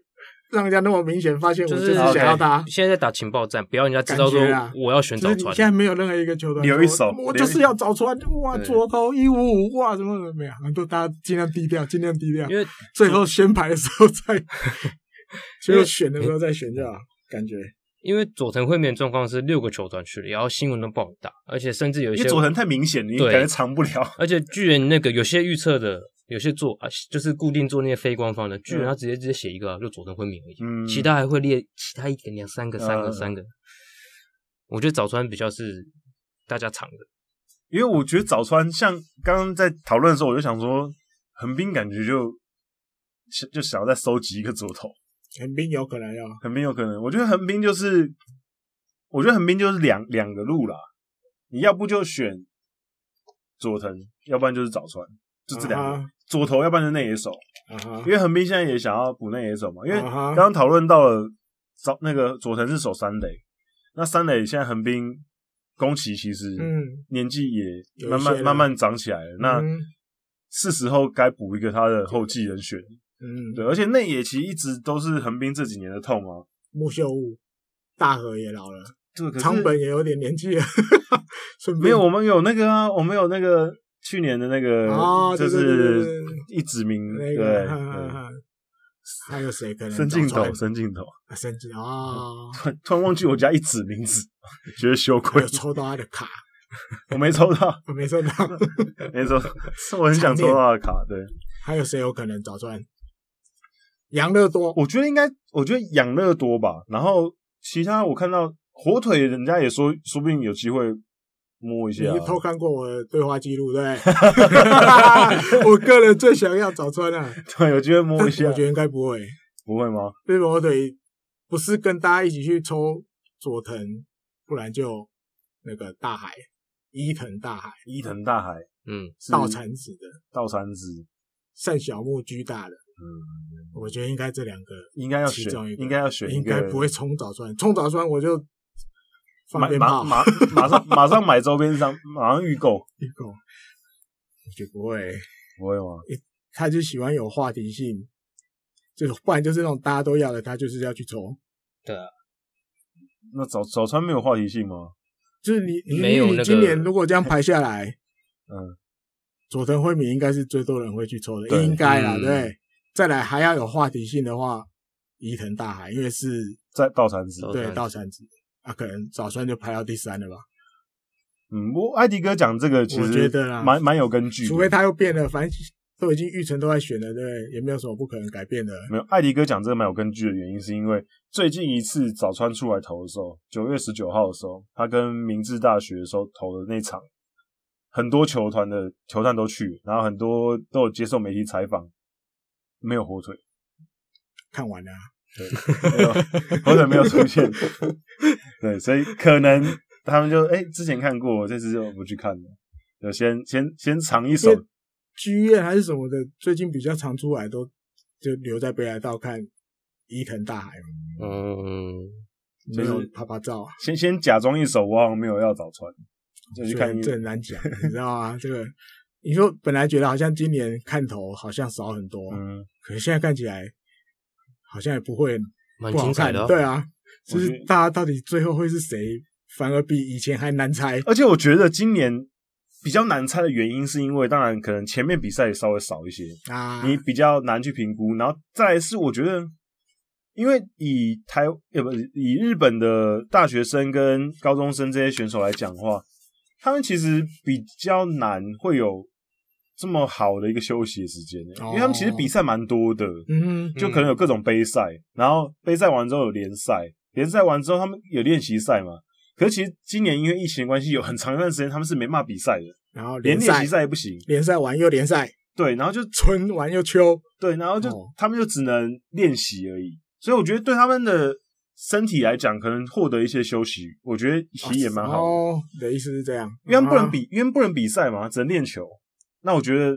Speaker 2: 让人家那么明显发现我
Speaker 3: 就
Speaker 2: 就是
Speaker 3: 是
Speaker 2: 想要
Speaker 1: 哦
Speaker 2: 他。
Speaker 3: 现在在打情报战，不要人家知道说
Speaker 2: 感觉啊
Speaker 3: 我要选
Speaker 2: 就
Speaker 3: 早
Speaker 2: 是你
Speaker 3: 川
Speaker 2: 现，在没有任何一个球团
Speaker 1: 留
Speaker 2: 说
Speaker 1: 一手
Speaker 2: 我
Speaker 1: 留
Speaker 2: 就
Speaker 1: 一
Speaker 2: 是要早川哇，
Speaker 1: 对
Speaker 2: 左投一五五哇，什么什么没有，都大家尽量低调，尽量低调
Speaker 3: 因，为
Speaker 2: 最后先排的时候再，
Speaker 3: 因
Speaker 2: 最
Speaker 3: 为
Speaker 2: 后选的时候再选就好，感觉
Speaker 3: 因为佐藤惠美的状况是六个球传去了，然后新闻都报很大，而且甚至有一
Speaker 1: 因
Speaker 3: 些
Speaker 1: 为佐藤太明显了，你
Speaker 3: 对
Speaker 1: 感觉藏不了。
Speaker 3: 而且巨人那个有些预测的，有些做啊，就是固定做那些非官方的，巨人他直接直接写一个、啊，就佐藤惠美而已，
Speaker 1: 嗯，
Speaker 3: 其他还会列其他一个两三个三个
Speaker 1: 嗯
Speaker 3: 三个。我觉得早川比较是大家藏的，
Speaker 1: 因为我觉得早川像刚刚在讨论的时候，我就想说，横滨感觉就就想要再收集一个左投，
Speaker 2: 横滨有可能要，
Speaker 1: 横滨有可能。我觉得横滨就是，我觉得横滨就是两两个路啦，你要不就选佐藤，要不然就是早川，就这两个、
Speaker 2: 啊
Speaker 1: 左投，要不然就内野手。
Speaker 2: 哈啊哈
Speaker 1: 因，为横滨现在也想要补内野手嘛，因为
Speaker 2: 啊哈
Speaker 1: 刚刚讨论到了早那个佐藤是守三垒，那三垒现在横滨宫崎其实
Speaker 2: 嗯，
Speaker 1: 年纪也
Speaker 2: 有一
Speaker 1: 慢慢
Speaker 2: 些了
Speaker 1: 慢慢长起来了，那
Speaker 2: 嗯
Speaker 1: 是时候该补一个他的后继人选。
Speaker 2: 嗯，
Speaker 1: 对，而且内野其实一直都是横滨这几年的痛啊，
Speaker 2: 木秀悟、大河也老了，
Speaker 1: 这个可是
Speaker 2: 长本也有点年纪了， 顺便
Speaker 1: 没有，我们有那个啊，我们有那个去年的那个，
Speaker 2: 哦
Speaker 1: 就
Speaker 2: 对对对
Speaker 1: 是
Speaker 2: 对对
Speaker 1: 一指名
Speaker 2: 那
Speaker 1: 对
Speaker 2: 个
Speaker 1: 对
Speaker 2: 哈哈哈，还有谁可能
Speaker 1: 深镜
Speaker 2: 早川
Speaker 1: 头，深镜头，
Speaker 2: 啊深井 哦，
Speaker 1: 突然突然忘记我家一指名字， 觉得羞
Speaker 2: 我
Speaker 1: 愧
Speaker 2: 有，抽到他的卡，
Speaker 1: 我没抽到。
Speaker 2: 我没抽到，
Speaker 1: 没错，是我很想抽到的卡。对，
Speaker 2: 还有谁有可能早川？杨乐多，
Speaker 1: 我觉得应该，我觉得养乐多吧。然后其他我看到火腿，人家也说，说不定有机会摸一
Speaker 2: 你
Speaker 1: 下、啊
Speaker 2: 偷看过我的对话记录对不 对？ 我个人最想要早川啊，
Speaker 1: 对，有机会摸
Speaker 2: 但
Speaker 1: 一
Speaker 2: 是
Speaker 1: 下
Speaker 2: 我，觉得应该不会。
Speaker 1: 不会吗？
Speaker 2: 日本火腿不是跟大家一起去抽佐藤，不然就那个大海伊藤大海
Speaker 1: 伊藤大海
Speaker 3: 嗯，
Speaker 1: 是
Speaker 2: 道产子的
Speaker 1: 倒三支，
Speaker 2: 善小木居大的，
Speaker 1: 嗯，
Speaker 2: 我觉得应该这两个
Speaker 1: 应该要
Speaker 2: 其
Speaker 1: 选
Speaker 2: 中一，个
Speaker 1: 应该要选一
Speaker 2: 应
Speaker 1: 个，
Speaker 2: 该不会冲早川，冲早川我就放
Speaker 1: 马
Speaker 2: 鞭
Speaker 1: 马
Speaker 2: 炮，
Speaker 1: 马马上 马上买周边商，马上预购，
Speaker 2: 一个我觉得不会，
Speaker 1: 不会 吗？
Speaker 2: 他就喜欢有话题性，就是不然就是那种大家都要的，他就是要去抽。
Speaker 1: 那早早餐没有话题性吗？
Speaker 2: 就是你你
Speaker 3: 没有那个
Speaker 2: 你今年如果这样排下来，
Speaker 1: 嗯，
Speaker 2: 佐藤惠美应该是最多人会去抽的，
Speaker 1: 对
Speaker 2: 应该啦，
Speaker 3: 嗯
Speaker 2: 对。再来还要有话题性的话，伊藤大海，因为是
Speaker 1: 在倒三支
Speaker 3: 倒，
Speaker 2: 对
Speaker 3: 川
Speaker 2: 道山子啊，可能早川就排到第三了吧，
Speaker 1: 嗯，我艾迪哥讲这个其
Speaker 2: 我觉
Speaker 1: 实
Speaker 2: 得啦
Speaker 1: 蛮蛮有根据的，
Speaker 2: 除非他又变了，反正都已经玉成都在选了，对，也没有什么不可能改变的。
Speaker 1: 没有，艾迪哥讲这个蛮有根据的原因，是因为最近一次早川出来投的时候，九月十九号的时候，他跟明治大学的时候投的那场，很多球团的球探都去，然后很多都有接受媒体采访，没有火腿，
Speaker 2: 看完了啊，
Speaker 1: 对，没有火腿没有出现， 对，所以可能他们就哎、之前看过，这次就不去看了，就先先先尝一手
Speaker 2: 因为，剧院还是什么的，最近比较常出来都就留在北海道看伊藤大海嘛，
Speaker 3: 嗯，
Speaker 1: 就
Speaker 2: 没
Speaker 1: 是
Speaker 2: 有拍拍照啊。
Speaker 1: 先先假装一手，我好像没有要早川，就去看一
Speaker 2: 这很难讲，你知道吗？这个你说本来觉得好像今年看头好像少很多，
Speaker 1: 嗯。
Speaker 2: 可是现在看起来好像也不会
Speaker 3: 蛮
Speaker 2: 不好
Speaker 3: 精彩
Speaker 2: 看
Speaker 3: 的、啊，
Speaker 2: 对，啊，就
Speaker 1: 我觉
Speaker 2: 是
Speaker 1: 得
Speaker 2: 大家到底最后会是谁，反而比以前还难猜。
Speaker 1: 而且我觉得今年比较难猜的原因，是因为当然可能前面比赛也稍微少一些，
Speaker 2: 啊，
Speaker 1: 你比较难去评估。然后再来是我觉得，因为以台呃不以日本的大学生跟高中生这些选手来讲的话，他们其实比较难会有这么好的一个休息的时间，欸因为他们其实比赛蛮多的。
Speaker 2: 哦嗯
Speaker 1: 就可能有各种杯赛，然后杯赛完之后有联赛，联赛完之后他们有练习赛嘛。可是其实今年因为疫情的关系，有很长一段时间他们是没办法比赛的，
Speaker 2: 然后
Speaker 1: 连
Speaker 2: 联
Speaker 1: 练
Speaker 2: 赛
Speaker 1: 习赛也不行。
Speaker 2: 联赛完又联赛，
Speaker 1: 对，然后就
Speaker 2: 春完又秋，
Speaker 1: 对，然后就、
Speaker 2: 哦
Speaker 1: 他们就只能练习而已。所以我觉得对他们的身体来讲，可能获得一些休息，我觉得其实也蛮好的，
Speaker 2: 哦，你的意思是这样，
Speaker 1: 因为他们不能
Speaker 2: 啊，
Speaker 1: 比，因为不能比赛嘛，只能练球。那我觉得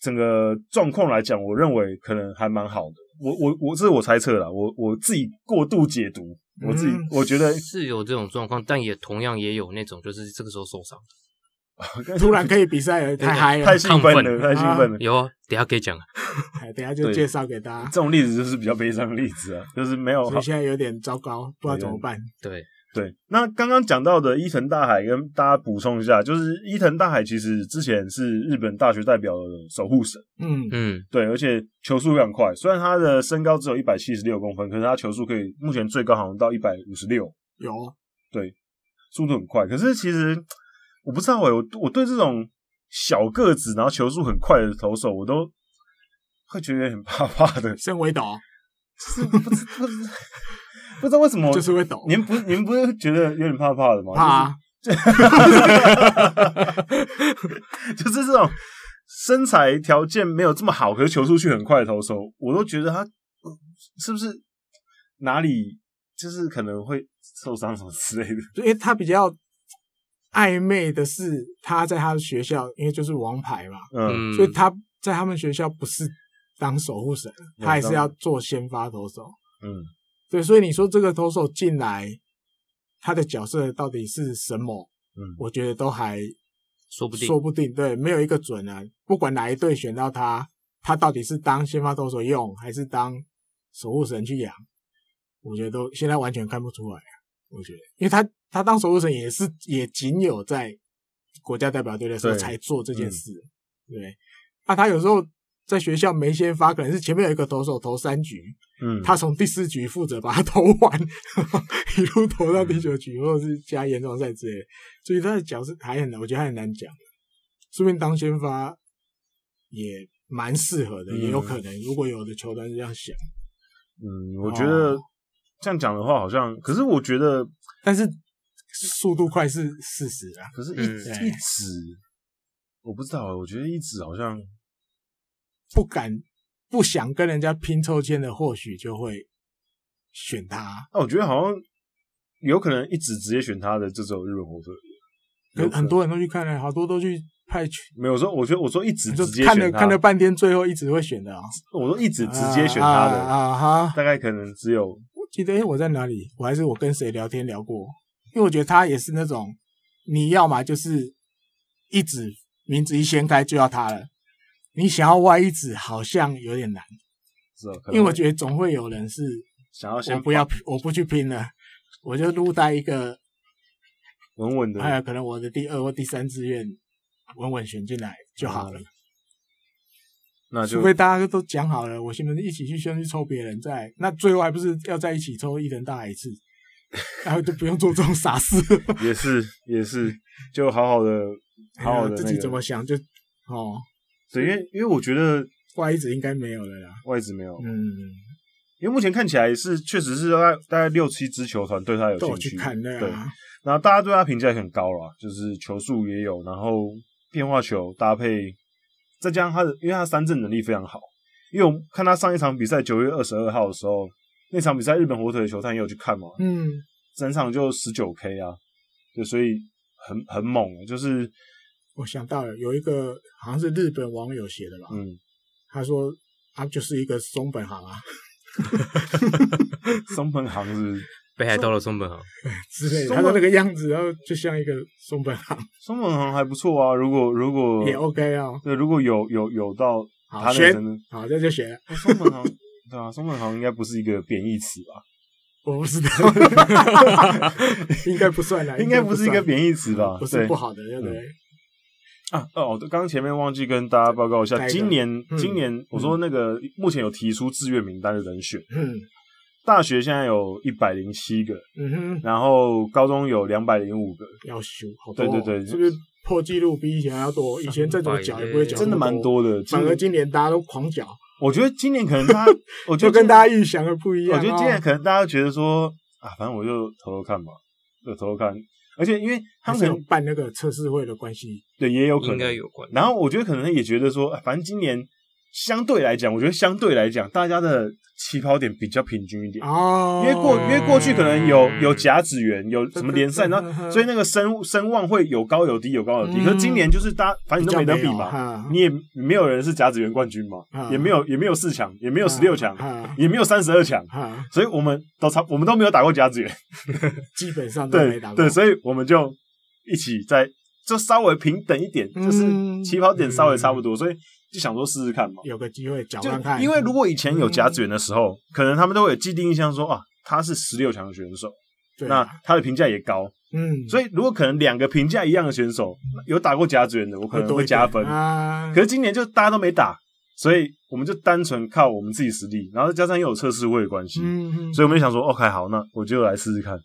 Speaker 1: 整个状况来讲，我认为可能还蛮好的。我我我这是我猜测啦，我我自己过度解读，我自己、
Speaker 2: 嗯
Speaker 1: 我觉得
Speaker 3: 是有这种状况，但也同样也有那种就是这个时候受伤，
Speaker 2: 突然可以比赛了，太嗨了
Speaker 1: 太。兴奋
Speaker 3: 亢
Speaker 1: 了，太
Speaker 3: 奋
Speaker 1: 兴奋了。
Speaker 3: 有啊，等一下可以讲啊，
Speaker 2: 哎等一下就
Speaker 1: 对
Speaker 2: 介绍给大家，
Speaker 1: 这种例子就是比较悲伤的例子啊，就是没有
Speaker 2: 所以现在有点糟糕，不知道怎么办。
Speaker 3: 对，
Speaker 1: 对，那刚刚讲到的伊藤大海，跟大家补充一下，就是伊藤大海其实之前是日本大学代表的守护神，
Speaker 2: 嗯，
Speaker 3: 嗯，
Speaker 1: 对，而且球速非常快。虽然他的身高只有一百七十六公分，可是他球速可以目前最高好像到一百五十六，
Speaker 2: 有啊，
Speaker 1: 速度很快。可是其实我不知道哎、我我对这种小个子然后球速很快的投手，我都会觉得很怕怕 的，
Speaker 2: 身为岛
Speaker 1: 就是不知不知不知道为什么。
Speaker 2: 就是会抖，
Speaker 1: 您不您不是觉得有点怕怕的吗？
Speaker 2: 怕啊，
Speaker 1: 就是这种身材条件没有这么好，可是球出去很快的投手，我都觉得他呃是不是哪里就是可能会受伤什么之类的。
Speaker 2: 因为他比较暧昧的是他在他的学校，因为就是王牌嘛，
Speaker 1: 嗯，
Speaker 3: 嗯
Speaker 2: 所以他在他们学校不是当守护神，他还是要做先发投手。
Speaker 1: 嗯，
Speaker 2: 对，所以你说这个投手进来，他的角色到底是什么？
Speaker 1: 嗯
Speaker 2: 我觉得都还
Speaker 3: 说不定
Speaker 2: 说不定，对，没有一个准啊。不管哪一队选到他，他到底是当先发投手用，还是当守护神去养，我觉得都现在完全看不出来啊。我觉得，因为他他当守护神也是也仅有在国家代表队的时候
Speaker 1: 对
Speaker 2: 才做这
Speaker 3: 嗯
Speaker 2: 件事，对。啊，他有时候在学校没先发，可能是前面有一个投手投三局，
Speaker 1: 嗯，
Speaker 2: 他从第四局负责把它投完， 一路投到第九局，或者是加延长赛之类的，所以他的角色还很难，我觉得还很难讲。顺便当先发也蛮适合的，
Speaker 1: 嗯
Speaker 2: 也有可能，如果有的球团是这样想，
Speaker 1: 嗯，我觉得
Speaker 2: 哦
Speaker 1: 这样讲的话好像，可是我觉得，
Speaker 2: 但是速度快是事实啊。
Speaker 1: 可是一、
Speaker 3: 嗯
Speaker 1: 一直我不知道，啊我觉得一直好像
Speaker 2: 不敢、不想跟人家拼抽签的，或许就会选他。
Speaker 1: 啊，我觉得好像有可能一直直接选他的，就只有日本火腿。
Speaker 2: 可是很多人都去看了，好多都去派去，
Speaker 1: 没有我说，我觉得我说一直
Speaker 2: 就
Speaker 1: 直接
Speaker 2: 看
Speaker 1: 选
Speaker 2: 了
Speaker 1: 他，
Speaker 2: 看了半天，最后一直会选的啊，
Speaker 1: 我说一直直接选他的，
Speaker 2: 啊啊哈。
Speaker 1: 大概可能只有
Speaker 2: 我记得诶、我在哪里？我还是我跟谁聊天聊过？因为我觉得他也是那种，你要嘛就是一指名字一掀开就要他了，你想要歪一指好像有点难，
Speaker 1: 是哦，可
Speaker 2: 因
Speaker 1: 能
Speaker 2: 为我觉得总会有人是
Speaker 1: 想要
Speaker 2: 我
Speaker 1: 先
Speaker 2: 不要我不去拼了，我就入带一个，
Speaker 1: 稳稳的，
Speaker 2: 还有可能我的第二或第三志愿稳稳选进来就好了，
Speaker 1: 嗯那就
Speaker 2: 除非大家都讲好了，我先一起去先去抽别人再，那最后还不是要在一起抽一人大 一次，然后就不用做这种傻事了。
Speaker 1: 也是也是，就好好的好好的、那
Speaker 2: 哎自
Speaker 1: 个、
Speaker 2: 己怎么想就哦，
Speaker 1: 对，因为因为我觉得
Speaker 2: 怪一直应该没有了啦。
Speaker 1: 外资没有，
Speaker 2: 嗯，
Speaker 1: 因为目前看起来是确实是大概大概六七支球团对他有
Speaker 2: 都有
Speaker 1: 兴
Speaker 2: 去
Speaker 1: 趣，
Speaker 2: 看那
Speaker 1: 对
Speaker 2: 个、，啊，
Speaker 1: 然后大家对他评价也很高啦，就是球速也有，然后变化球搭配，再加上他的，因为他三振能力非常好，因为我看他上一场比赛九月二十二号的时候，那场比赛日本火腿的球探也有去看嘛，
Speaker 2: 嗯，
Speaker 1: 整场就十九 K 啊，对，所以很很猛，啊就是
Speaker 2: 我想到了有一个好像是日本网友写的吧，
Speaker 1: 嗯，
Speaker 2: 他说他就是一个松本行啊
Speaker 1: 松本航是不是
Speaker 3: 北海道的松本行，
Speaker 2: 之类的，
Speaker 1: 松
Speaker 2: 他
Speaker 1: 本
Speaker 2: 说那个样子，然后就像一个松本行、
Speaker 1: 松本航还不错啊，如果如果
Speaker 2: 也 OK 哦。
Speaker 1: 对，如果有有有到
Speaker 2: 好
Speaker 1: 他那个
Speaker 2: 选
Speaker 1: 真的，
Speaker 2: 好，这就写了，
Speaker 1: 哦松本航对啊，松本航应该不是一个贬义词吧？
Speaker 2: 我不 知道，应该不算啦，
Speaker 1: 应该不
Speaker 2: 不
Speaker 1: 是一个
Speaker 2: 算
Speaker 1: 贬义词吧？
Speaker 2: 不是
Speaker 1: 对
Speaker 2: 不好的，对不对？
Speaker 1: 啊哦，刚刚前面忘记跟大家报告一
Speaker 2: 哪
Speaker 1: 下，
Speaker 2: 一个
Speaker 1: 今年、
Speaker 2: 嗯
Speaker 1: 今年我说那个目前有提出志愿名单的人选，
Speaker 2: 嗯
Speaker 1: 大学现在有一百零七个，
Speaker 2: 嗯哼，
Speaker 1: 然后高中有两百零五个，
Speaker 2: 要修好
Speaker 1: 对
Speaker 2: 多哦，
Speaker 1: 对对
Speaker 2: 是不是破纪录比以前还要多？以前再怎么缴也不会缴那么，
Speaker 1: 真的蛮多的。今
Speaker 2: 反而今年大家都狂缴，
Speaker 1: 我觉得今年可能 大家，我觉
Speaker 2: 就
Speaker 1: 得
Speaker 2: 跟
Speaker 1: 今
Speaker 2: 大家预想的不一样、
Speaker 1: 我
Speaker 2: 哦。
Speaker 1: 觉得今年可能大家觉得说啊，反正我就投投看吧，就投投看。而且因为他
Speaker 2: 他
Speaker 1: 们
Speaker 2: 们
Speaker 1: 可
Speaker 2: 有
Speaker 1: 能
Speaker 2: 办那个测试会的关系，
Speaker 1: 对也有可
Speaker 3: 应该
Speaker 1: 能，
Speaker 3: 有关。
Speaker 1: 然后我觉得可能也觉得说，啊反正今年相对来讲，我觉得相对来讲，大家的起跑点比较平均一点。
Speaker 2: 哦，
Speaker 1: 因为过因为过去可能有
Speaker 3: 嗯
Speaker 1: 有甲子园，有什么联 赛，
Speaker 2: 嗯
Speaker 1: 然
Speaker 2: 嗯嗯
Speaker 1: 后
Speaker 2: 嗯
Speaker 1: 所以那个声声望会有高有低，有高有低。
Speaker 2: 嗯
Speaker 1: 可是今年就是大家反正
Speaker 2: 比
Speaker 1: 啊你都
Speaker 2: 较
Speaker 1: 没得
Speaker 2: 没
Speaker 1: 比
Speaker 2: 有啊
Speaker 1: 嘛，
Speaker 2: 哈
Speaker 1: 你也没有人是甲子园冠军嘛，
Speaker 2: 嗯
Speaker 1: 也没有也没有四强，也没有十六强，
Speaker 2: 哈
Speaker 1: 也没有三十二强，
Speaker 2: 哈，
Speaker 1: 所以我们都差我们都没有打过甲子园，
Speaker 2: 基本上都没
Speaker 1: 对
Speaker 2: 打过。
Speaker 1: 对，所以我们就一起在就稍微平等一点，
Speaker 2: 嗯
Speaker 1: 就是起跑点稍微差不多，所以就想说试试看嘛。
Speaker 2: 有个机会搅
Speaker 1: 就
Speaker 2: 看看，嗯
Speaker 1: 因为如果以前有甲子园的时候，可能他们都会有既定印象说啊，他是十六强选手，
Speaker 2: 对
Speaker 1: 那
Speaker 2: 啊，
Speaker 1: 他的评价也高，
Speaker 2: 嗯，
Speaker 1: 所以如果可能两个评价一样的选手有打过甲子园的，我可能
Speaker 2: 多
Speaker 1: 会
Speaker 2: 一点
Speaker 1: 加分。
Speaker 2: 啊。
Speaker 1: 可是今年就大家都没打，所以我们就单纯靠我们自己实力，然后再加上又有测试会的关系，
Speaker 2: 嗯，嗯
Speaker 1: 所以我们就想说，OK，好，那我就来试试看。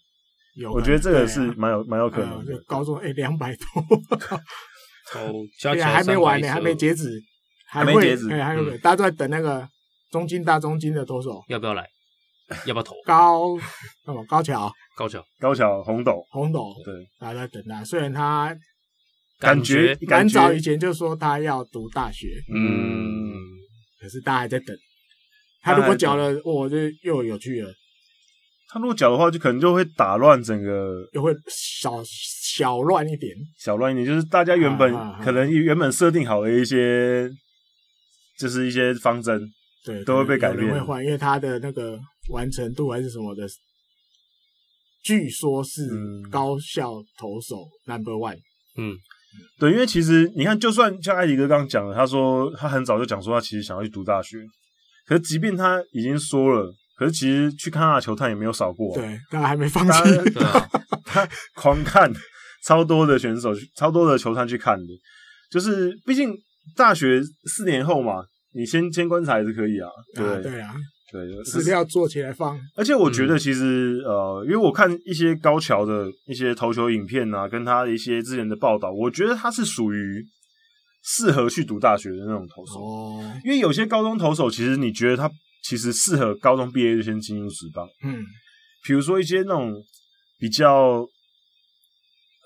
Speaker 2: 有
Speaker 1: 我
Speaker 2: 可
Speaker 1: 觉得
Speaker 2: 能
Speaker 1: 这个
Speaker 2: 对
Speaker 1: 是
Speaker 2: 啊
Speaker 1: 蛮有蛮有可
Speaker 2: 啊
Speaker 1: 能
Speaker 2: 就
Speaker 1: 的。
Speaker 2: 高中哎两百多，
Speaker 3: 哦，加
Speaker 2: 对
Speaker 3: 起
Speaker 2: 啊，
Speaker 3: 来
Speaker 2: 还没完呢，
Speaker 3: 312
Speaker 2: 还没截止，还
Speaker 1: 没
Speaker 2: 会
Speaker 1: 截止
Speaker 2: 哎还有
Speaker 3: 嗯
Speaker 2: 大家都在等那个中金大中金的投手
Speaker 3: 要不要来？要不要投？
Speaker 2: 高 什么高桥
Speaker 3: 高 桥，
Speaker 1: 高桥红斗，
Speaker 2: 红斗，
Speaker 1: 对，
Speaker 2: 大家都在等他。虽然他
Speaker 1: 感觉
Speaker 2: 蛮
Speaker 1: 感觉
Speaker 2: 早以前就说他要读大学，
Speaker 1: 嗯，
Speaker 2: 可是大家还在等。
Speaker 1: 大
Speaker 2: 他
Speaker 1: 家
Speaker 2: 如果
Speaker 1: 还在
Speaker 2: 缴
Speaker 1: 等
Speaker 2: 了，我就又有趣了，
Speaker 1: 他如果脚的话，就可能就会打乱整个
Speaker 2: 又会小小乱一点。
Speaker 1: 小乱一点，就是大家原本
Speaker 2: 啊啊啊
Speaker 1: 可能原本设定好的一些，就是一些方针，
Speaker 2: 对，
Speaker 1: 都会
Speaker 2: 可能
Speaker 1: 被改
Speaker 2: 有人
Speaker 1: 变
Speaker 2: 会换，因为他的那个完成度还是什么的，据说是
Speaker 1: 嗯
Speaker 2: 高校投手 number one，
Speaker 3: 嗯，
Speaker 1: 对，因为其实你看，就算像艾迪哥刚刚讲的，他说他很早就讲说他其实想要去读大学，可是即便他已经说了，可是其实去看他的球探也没有少过、啊，
Speaker 2: 对，大家还没放弃
Speaker 1: 大。家
Speaker 3: 对啊，
Speaker 1: 他狂看超多的选手去，超多的球探去看的，就是毕竟大学四年后嘛，你先先观察也是可以啊，对
Speaker 2: 啊，
Speaker 1: 不对
Speaker 2: 对啊，
Speaker 1: 对，
Speaker 2: 资料做起来放，
Speaker 1: 而且我觉得其实、呃，因为我看一些高桥的一些投球影片啊，跟他的一些之前的报道，我觉得他是属于适合去读大学的那种投手，
Speaker 2: 哦，
Speaker 1: 因为有些高中投手，其实你觉得他其实适合高中毕业就先进入职棒，
Speaker 2: 嗯，
Speaker 1: 比如说一些那种比较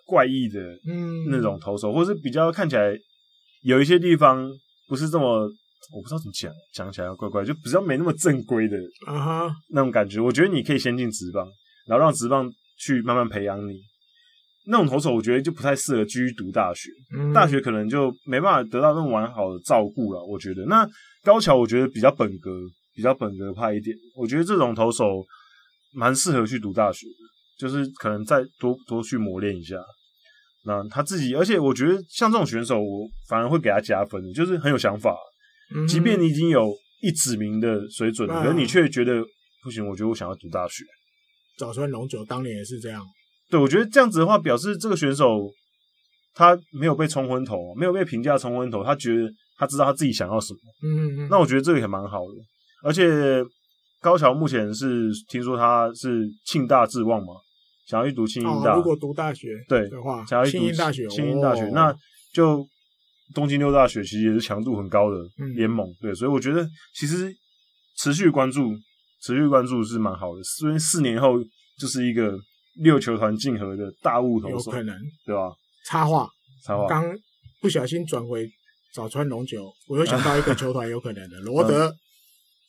Speaker 1: 怪异的
Speaker 2: 嗯，
Speaker 1: 那种投手，或是比较看起来有一些地方不是这么。我不知道怎么讲，讲起来怪怪，就比较没那么正规的
Speaker 2: 啊哈，
Speaker 1: 那种感觉。我觉得你可以先进职棒，然后让职棒去慢慢培养你。那种投手，我觉得就不太适合继续读大学，
Speaker 2: 嗯
Speaker 1: 大学可能就没办法得到那么完好的照顾了。我觉得，那高桥我觉得比较本格，比较本格派一点。我觉得这种投手蛮适合去读大学的，就是可能再多多去磨练一下。那他自己，而且我觉得像这种选手，我反而会给他加分，就是很有想法。
Speaker 2: 嗯
Speaker 1: 即便你已经有一指名的水准了，
Speaker 2: 嗯
Speaker 1: 可是你却觉得不行，我觉得我想要读大学。
Speaker 2: 早川龙九当年也是这样，
Speaker 1: 对，我觉得这样子的话，表示这个选手他没有被冲昏头，没有被评价冲昏头，他觉得他知道他自己想要什么。
Speaker 2: 嗯，嗯
Speaker 1: 那我觉得这个也蛮好的，而且高桥目前是听说他是庆大志望嘛，想要去读庆应
Speaker 2: 哦，
Speaker 1: 大，
Speaker 2: 如果读大学
Speaker 1: 对
Speaker 2: 的话，
Speaker 1: 想要去
Speaker 2: 庆
Speaker 1: 读
Speaker 2: 应大学，
Speaker 1: 庆应大学
Speaker 2: 哦
Speaker 1: 那就。东京六大学其实也是强度很高的
Speaker 2: 嗯
Speaker 1: 联盟，对，所以我觉得其实持续关注、持续关注是蛮好的。虽然四年后就是一个六球团竞合的大物投
Speaker 2: 有
Speaker 1: 手，
Speaker 2: 可能
Speaker 1: 对吧？
Speaker 2: 插画，
Speaker 1: 插画，
Speaker 2: 刚不小心转回早川龙九，我又想到一个球团有可 能的罗
Speaker 1: 嗯
Speaker 2: 德，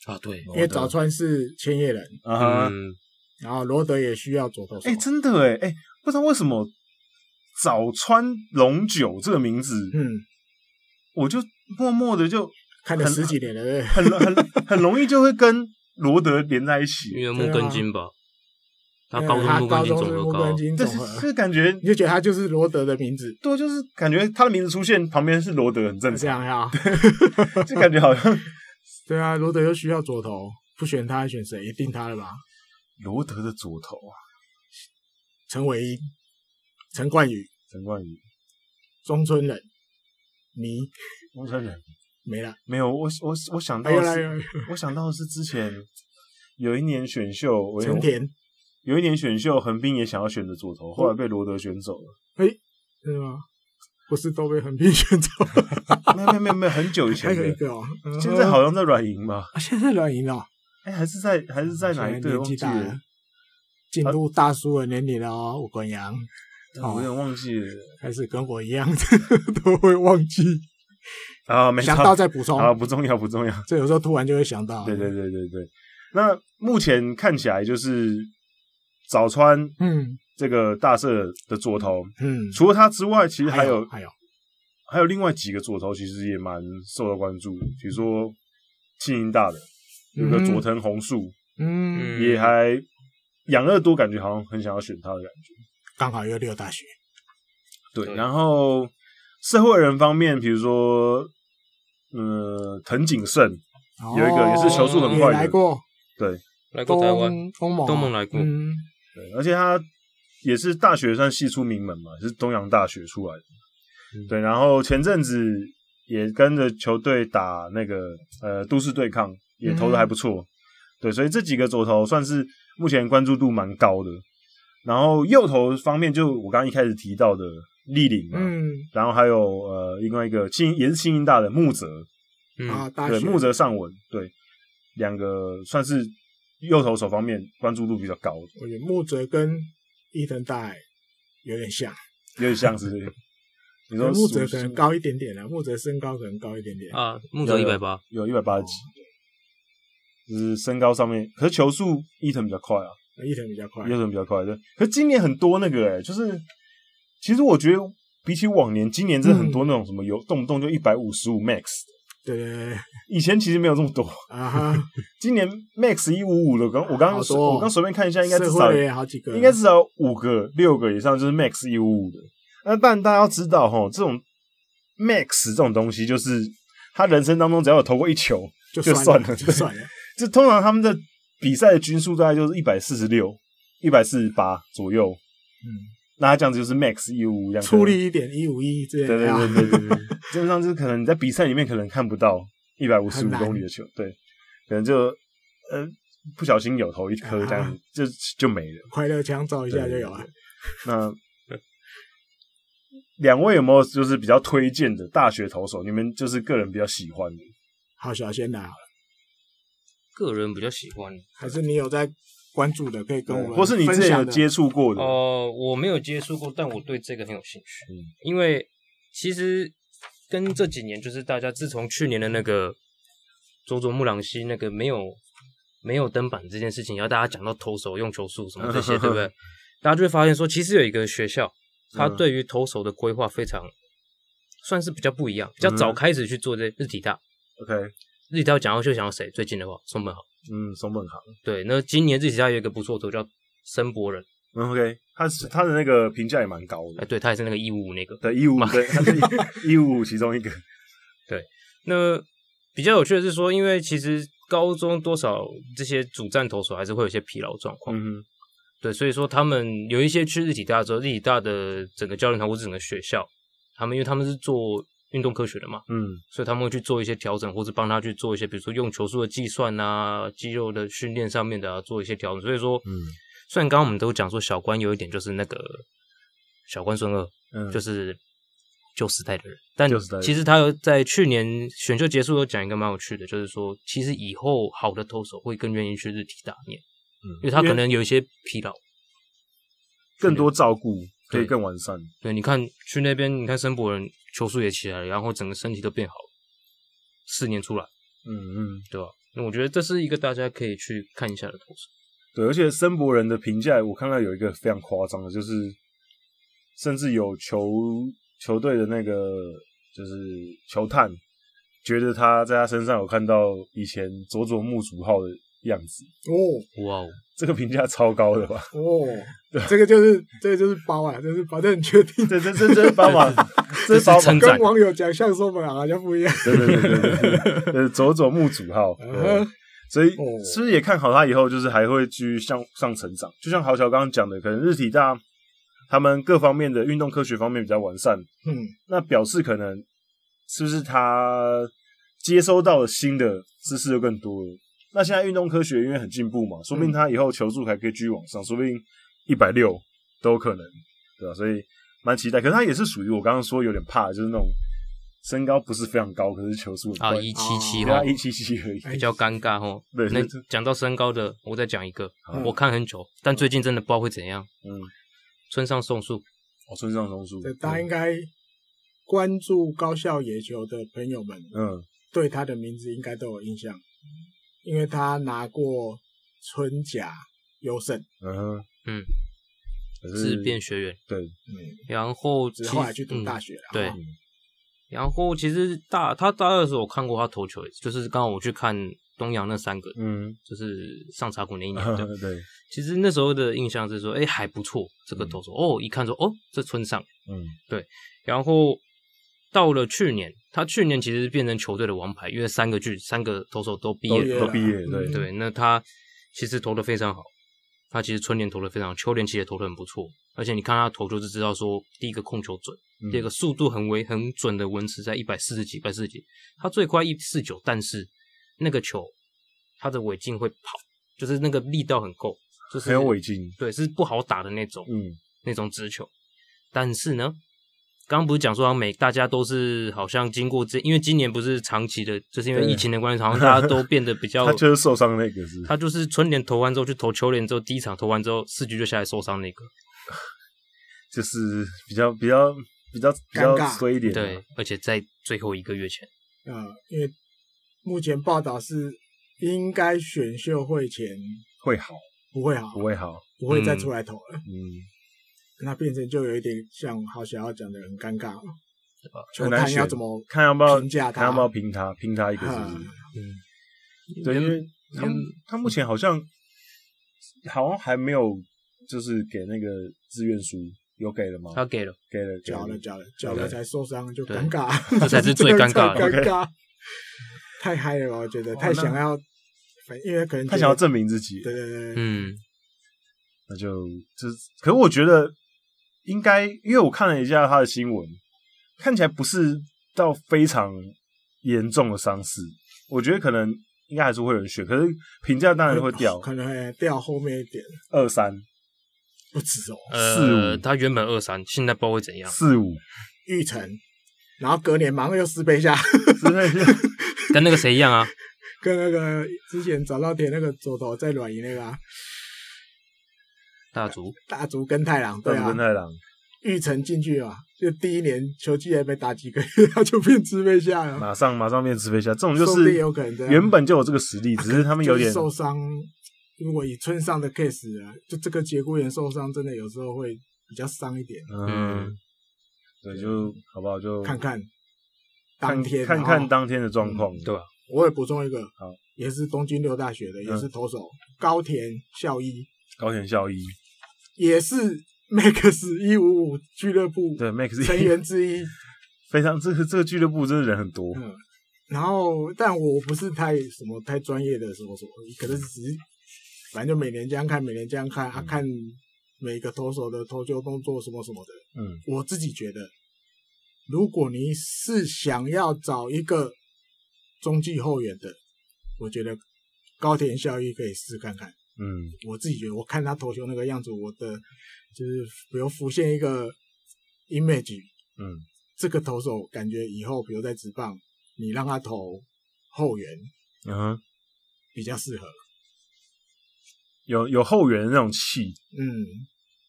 Speaker 3: 啊对，
Speaker 2: 因为早川是千叶人，
Speaker 1: 啊哈，
Speaker 3: 嗯，
Speaker 2: 然后罗德也需要左投手
Speaker 1: 哎、。真的哎、哎、不知道为什么早川龙九这个名字，
Speaker 2: 嗯，
Speaker 1: 我就默默的就
Speaker 2: 看了
Speaker 1: 很
Speaker 2: 十几年了，对不对
Speaker 1: 很很 很容易就会跟罗德连在一
Speaker 3: 因
Speaker 1: 起，
Speaker 3: 为木根筋吧，他
Speaker 2: 嗯
Speaker 3: 高中
Speaker 2: 啊他
Speaker 3: 木根
Speaker 2: 高
Speaker 3: 筋
Speaker 2: 中
Speaker 3: 总
Speaker 2: 是
Speaker 3: 和
Speaker 2: 木
Speaker 3: 高
Speaker 2: 根，金
Speaker 1: 但
Speaker 2: 总
Speaker 1: 是
Speaker 2: 和，
Speaker 1: 是感觉
Speaker 2: 你就觉得他就是罗德的名字，
Speaker 1: 对，就是感觉他的名字出现旁边是罗德很正
Speaker 2: 这
Speaker 1: 常，
Speaker 2: 样呀？
Speaker 1: 就感觉好像
Speaker 2: 对啊，罗德又需要左投，不选他还选谁？一定他了吧？
Speaker 1: 罗德的左头啊，
Speaker 2: 陈伟英、陈冠宇、
Speaker 1: 陈冠宇，
Speaker 2: 中村忍、迷
Speaker 1: 我承认
Speaker 2: 没了，
Speaker 1: 没有，我我我想到
Speaker 2: 还有
Speaker 1: 的
Speaker 2: 啊来
Speaker 1: 哦是，我想到的是之前有一年选秀，我有
Speaker 2: 陈田，
Speaker 1: 有一年选秀，横滨也想要选的左投，后来被罗德选走了。
Speaker 2: 是吗？不是都被横滨选走 了？
Speaker 1: 没有没有没有没有，很久以
Speaker 2: 还
Speaker 1: 前
Speaker 2: 有一
Speaker 1: 的，
Speaker 2: 个哦，嗯
Speaker 1: 现在好像在软银吧？
Speaker 2: 啊现在软银了。
Speaker 1: 哎，还是在还是在哪一
Speaker 2: 现
Speaker 1: 队
Speaker 2: 年
Speaker 1: 忘
Speaker 2: 纪
Speaker 1: 记
Speaker 2: 大了
Speaker 1: 了？，
Speaker 2: 进入大叔的年龄了哦，我滚
Speaker 1: 啊
Speaker 2: 阳
Speaker 1: 我有点忘记了
Speaker 2: 开始跟我一样 都会忘记，
Speaker 1: 啊，没
Speaker 2: 想
Speaker 1: 差
Speaker 2: 到再补充，
Speaker 1: 啊，不重要不重要。
Speaker 2: 这有时候突然就会想到。
Speaker 1: 对对，对对对。那目前看起来就是早川
Speaker 2: 嗯
Speaker 1: 这个大社的左投，
Speaker 2: 嗯，
Speaker 1: 除了他之外，其实还有
Speaker 2: 还有
Speaker 1: 还有另外几个左投，其实也蛮受到关注的，比如说庆应大的有个
Speaker 2: 嗯哼
Speaker 1: 佐藤红树，
Speaker 2: 嗯，
Speaker 3: 嗯
Speaker 1: 也还养乐多感觉好像很想要选他的感觉。
Speaker 2: 刚好又六大学，
Speaker 1: 对，
Speaker 3: 对
Speaker 1: 然后社会人方面，比如说，呃，藤井胜，
Speaker 2: 有
Speaker 1: 有一个也是球
Speaker 3: 速很快的
Speaker 2: 哦来过
Speaker 1: 对，
Speaker 3: 来过台湾，
Speaker 2: 东欧盟啊
Speaker 3: 东盟来过
Speaker 2: 嗯
Speaker 1: 对，而且他也是大学算系出名门嘛，是东洋大学出来的。
Speaker 3: 嗯
Speaker 1: 对，然后前阵子也跟着球队打那个呃都市对抗，也投
Speaker 3: 嗯
Speaker 1: 的还不错。对，所以这几个左投算是目前关注度蛮高的。然后右投方面，就我刚刚一开始提到的立领嘛，
Speaker 2: 嗯
Speaker 1: 然后还有呃另外一个清也是清音大的木泽，
Speaker 2: 啊，
Speaker 3: 嗯，
Speaker 2: 大
Speaker 1: 对
Speaker 2: 学
Speaker 1: 木泽尚文，对两个算是右投手方面关注度比较高的。
Speaker 2: 我觉得木泽跟伊藤大海有点像，
Speaker 1: 有点像 是这个。你说
Speaker 2: 木
Speaker 1: 属
Speaker 2: 泽可能高一点点啊，木泽身高可能高一点点，
Speaker 3: 啊，木泽一百八，
Speaker 1: 有一百八十几，就是身高上面，可是球速伊藤比较快啊，
Speaker 2: 伊藤比较快
Speaker 1: 伊。藤比较快对。可是今年很多那个哎、就是其实我觉得比起往年，今年真的很
Speaker 2: 嗯
Speaker 1: 多那种什么有、动不动就一百五十五 max，
Speaker 2: 对对对，对
Speaker 1: 以前其实没有这么多，
Speaker 2: 啊哈，
Speaker 1: 今年 max 一五五的，我刚 我刚
Speaker 2: 好多哦
Speaker 1: 我刚随便看一下，应该至
Speaker 2: 社
Speaker 1: 少
Speaker 2: 会也啊好几个，
Speaker 1: 应该至少五个、六个以上就是 max 一五五的。那但大家要知道吼，这种 max 这种东西，就是他人生当中只要有投过一球，
Speaker 2: 就
Speaker 1: 就
Speaker 2: 算
Speaker 1: 算了
Speaker 2: 就 算了。嗯
Speaker 1: 这通常他们的比赛的均数大概就是一百四十六、一百四十八左右。
Speaker 2: 嗯，
Speaker 1: 那他这样子就是 max 一五五这样。
Speaker 2: 出力一点一五一之类
Speaker 1: 对对
Speaker 2: 的啊，
Speaker 1: 对对对对，基本上就是可能你在比赛里面可能看不到一百五十
Speaker 2: 很
Speaker 1: 五
Speaker 2: 难
Speaker 1: 公里的球，对，可能就呃不小心有投一颗这样子，就就没了。
Speaker 2: 快乐枪照一下就有了。
Speaker 1: 那两位有没有就是比较推荐的大学投手？你们就是个人比较喜欢的？
Speaker 2: 好，小仙拿好了，
Speaker 3: 个人比较喜欢。
Speaker 2: 还是你有在关注的，可以跟我们
Speaker 1: 或是你之
Speaker 2: 分
Speaker 1: 前
Speaker 2: 享
Speaker 1: 有
Speaker 2: 的
Speaker 1: 接触过的？
Speaker 3: 哦，我没有接触过，但我对这个很有兴趣，
Speaker 1: 嗯
Speaker 3: 因为其实跟这几年就是大家自从去年的那个佐佐木朗希那个没有没有登板这件事情，然后大家讲到投手用球数什么 这些，对不对？大家就会发现说，其实有一个学校，它
Speaker 1: 嗯
Speaker 3: 对于投手的规划非常算是比较不一样，比较早
Speaker 1: 嗯
Speaker 3: 开始去做这日体大。
Speaker 1: OK，
Speaker 3: 日体大讲到就想到谁？最近的话，松本好。
Speaker 1: 嗯，松本航，
Speaker 3: 对，那今年日体大有一个不错的投手叫森博人，
Speaker 1: 嗯，OK，他是他的那个评价也蛮高
Speaker 3: 哎，
Speaker 1: 的，
Speaker 3: 对他也是那个一五五那个。
Speaker 1: 对，一五对，他是 一五五其中一个，
Speaker 3: 那比较有趣的是说，因为其实高中多少这些主战投手还是会有一些疲劳状况，
Speaker 1: 嗯
Speaker 3: 对，所以说他们有一些去日体大之后，日体大的整个教练团或者整个学校，他们因为他们是做运动科学的嘛，
Speaker 1: 哼嗯
Speaker 3: 所以他们会去做一些调整，或者帮他去做一些，比如说用球速的计算啊、肌肉的训练上面的、啊、做一些调整。所以说，
Speaker 1: 嗯
Speaker 3: 虽然刚刚我们都讲说小关有一点就是那个小关孙二，
Speaker 1: 嗯，
Speaker 3: 就是是旧时代的人，但
Speaker 1: 旧时代的人
Speaker 3: 其实他有在去年选秀结束有讲一个蛮有趣的，就是说其实以后好的投手会更愿意去日体大念，因为他可能有一些疲劳。
Speaker 1: 更多照顾，可
Speaker 3: 对
Speaker 1: 以更完善，嗯
Speaker 3: 对，你看去那边，你看申博人球速也起来了，然后整个身体都变好了，四年出来，
Speaker 1: 嗯嗯，
Speaker 3: 对吧？那我觉得这是一个大家可以去看一下的投手。
Speaker 1: 对，而且森博人的评价，我看到有一个非常夸张的，就是甚至有球球队的那个就是球探觉得他在他身上有看到以前佐佐木主浩的样子，
Speaker 2: 哦
Speaker 3: 哇哦，
Speaker 1: 这个评价超高的吧？
Speaker 2: 哦，这个就是这个就是包啊，这是包，这很确定。
Speaker 1: 这这这这帮忙，这帮忙
Speaker 3: 称赞
Speaker 2: 跟网友讲相声本来好像不一样。
Speaker 1: 对对对对对对，佐佐木主浩，对
Speaker 2: 嗯
Speaker 1: 所以
Speaker 2: 哦
Speaker 1: 是不是也看好他以后就是还会继续向上成长？就像豪乔刚刚讲的，可能日体大他们各方面的运动科学方面比较完善，
Speaker 2: 嗯，
Speaker 1: 那表示可能是不是他接收到的新的知识就更多了？那现在运动科学因为很进步嘛，说不
Speaker 3: 嗯
Speaker 1: 定他以后球速还可以继续往上，说不定一百六都有可能，对吧、所以蛮期待。可是他也是属于我刚刚说有点怕，就是那种身高不是非常高，可是球速很
Speaker 3: 啊，
Speaker 1: 快，
Speaker 3: 一七七
Speaker 1: 对
Speaker 3: 哈
Speaker 1: 他，一七七而已。
Speaker 2: 哎
Speaker 3: 比较尴尬哦。
Speaker 1: 对
Speaker 3: 那
Speaker 1: 这这
Speaker 3: 讲到身高的，我再讲一个
Speaker 1: 好，
Speaker 3: 我看很久，但最近真的不知道会怎样。
Speaker 1: 嗯，
Speaker 3: 村上送树，
Speaker 1: 哦，村上松树
Speaker 2: 这，大家应该关注高校野球的朋友们，
Speaker 1: 嗯
Speaker 2: 对他的名字应该都有印象，因为他拿过春甲优胜，
Speaker 1: 嗯哼
Speaker 3: 嗯，
Speaker 1: 可是
Speaker 3: 自变学员，
Speaker 1: 对，
Speaker 2: 嗯，
Speaker 3: 然后
Speaker 2: 只
Speaker 3: 其
Speaker 2: 是后来去读大
Speaker 3: 嗯
Speaker 2: 学了。
Speaker 3: 对
Speaker 2: 哈
Speaker 3: 然后其实大他大二的时候，我看过他投球，就是刚好我去看东阳那三个，
Speaker 1: 嗯，
Speaker 3: 就是上茶谷那一 年的。
Speaker 1: 对，
Speaker 3: 其实那时候的印象是说，哎，还不错，这个投手哦，一看说哦，这村上。
Speaker 1: 嗯
Speaker 3: 然后到了去年，他去年其实变成球队的王牌，因为三个巨三个投手都毕业
Speaker 2: 都
Speaker 3: 了
Speaker 1: 都毕业，对
Speaker 2: 嗯
Speaker 3: 对，那他其实投的非常好，他其实春联投的非常好，秋联其实也投的很不错，而且你看他投球就知道说，第一个控球准，
Speaker 1: 嗯
Speaker 3: 第二个速度很微很准的文池在一百四十几、一百四十几，他最快一四九，但是那个球他的尾劲会跑，就是那个力道很够，就是
Speaker 1: 很有尾劲，
Speaker 3: 对，是不好打的那种，
Speaker 1: 嗯，
Speaker 3: 那种直球。但是呢，刚刚不是讲说每大家都是好像经过这，因为今年不是长期的，就是因为
Speaker 1: 对
Speaker 3: 疫情的关系，好像大家都变得比 较
Speaker 1: 他就是受伤那个是，
Speaker 3: 他就是春联投完之后去投秋联之后，第一场投完之后四局就下来受伤那个，
Speaker 1: 就是比较比较比较比
Speaker 2: 尴
Speaker 1: 较
Speaker 2: 尬
Speaker 1: 衰一点、啊，
Speaker 3: 对，而且在最后一个月前，
Speaker 2: 呃，因为目前报道是应该选秀会前
Speaker 1: 会好
Speaker 2: 不会好，
Speaker 1: 不会好，
Speaker 2: 不会再出来投了，
Speaker 1: 嗯，
Speaker 2: 那变成就有一点像好想要讲的很尴尬了
Speaker 3: 吧，
Speaker 2: 球
Speaker 1: 很难
Speaker 2: 探要
Speaker 1: 选
Speaker 2: 怎么
Speaker 1: 看要不要
Speaker 2: 评价他
Speaker 1: 看要不要拼他拼他一个是不是？
Speaker 2: 嗯
Speaker 1: 对，因为他们他目前好像好像还没有就是给那个志愿书，有给了吗？
Speaker 3: 他给了，
Speaker 1: 给了，给
Speaker 2: 缴了
Speaker 1: 了，
Speaker 2: 缴了缴了
Speaker 1: 对
Speaker 2: 才受伤就
Speaker 3: 对
Speaker 2: 尴尬，
Speaker 3: 这才是最尴尬的
Speaker 2: 这个最尴尬，太嗨了吧，我觉得
Speaker 1: 哇
Speaker 2: 太
Speaker 1: 那
Speaker 2: 想要，反因为可能
Speaker 1: 他想要
Speaker 2: 觉得
Speaker 1: 证明自己，
Speaker 2: 对对对对，
Speaker 3: 嗯，
Speaker 1: 那就就是，可是我觉得应该，因为我看了一下他的新闻，看起来不是到非常严重的伤势，我觉得可能应该还是会有人选，可是评价当然会掉
Speaker 2: 可能会掉后面一点，
Speaker 1: 二三
Speaker 2: 不止哦，
Speaker 3: 呃，
Speaker 1: 四五
Speaker 3: 他原本二三，现在不知道会怎样，
Speaker 1: 四五，
Speaker 2: 玉成，然后隔年马上又四倍下，
Speaker 1: 真的
Speaker 2: 啊
Speaker 1: 是
Speaker 3: 跟那个谁一样啊，
Speaker 2: 跟那个之前早稻田那个左投在软银那个啊、
Speaker 3: 大竹，
Speaker 2: 大竹跟太郎，对
Speaker 1: 大
Speaker 2: 啊
Speaker 1: 真，太郎，
Speaker 2: 玉成进去啊，就第一年球季还没打几个月， 他就变自备下了，
Speaker 1: 马上马上变吃飞侠，这种就
Speaker 2: 说不定
Speaker 1: 是
Speaker 2: 有可能这样啊
Speaker 1: 原本就有这个实力，只是他们有
Speaker 2: 就
Speaker 1: 点
Speaker 2: 是受伤。如果以村上的 case 啊，就这个节骨眼受伤，真的有时候会比较伤一点。
Speaker 1: 嗯，对，就好不好就
Speaker 2: 看看
Speaker 1: 看
Speaker 2: 当天，
Speaker 1: 看
Speaker 2: 然
Speaker 1: 看
Speaker 2: 后嗯啊
Speaker 1: 当天的状况，
Speaker 3: 对吧？
Speaker 2: 我也补充一个
Speaker 1: 好，嗯
Speaker 2: 也是东京六大学的，也是投手高田孝一，
Speaker 1: 高田孝一
Speaker 2: 也是 Max 一五五俱乐部
Speaker 1: 对 Max
Speaker 2: 成员之一。
Speaker 1: 非常这个这个俱乐部真的人很多，
Speaker 2: 嗯，然后但我不是太什么太专业的什么什么，可能只是反正就每年这样看，每年这样看，
Speaker 1: 嗯
Speaker 2: 啊，看每个投手的投球动作什么什么的。
Speaker 1: 嗯
Speaker 2: 我自己觉得，如果你是想要找一个中继后援的，我觉得高田孝一可以试看看。
Speaker 1: 嗯。
Speaker 2: 我自己觉得，我看他投球那个样子，我的就是比如浮现一个 image，
Speaker 1: 嗯，
Speaker 2: 这个投手感觉以后，比如在职棒，你让他投后援
Speaker 1: 嗯哼，
Speaker 2: 比较适合。
Speaker 1: 有有后援的那种气，
Speaker 2: 嗯，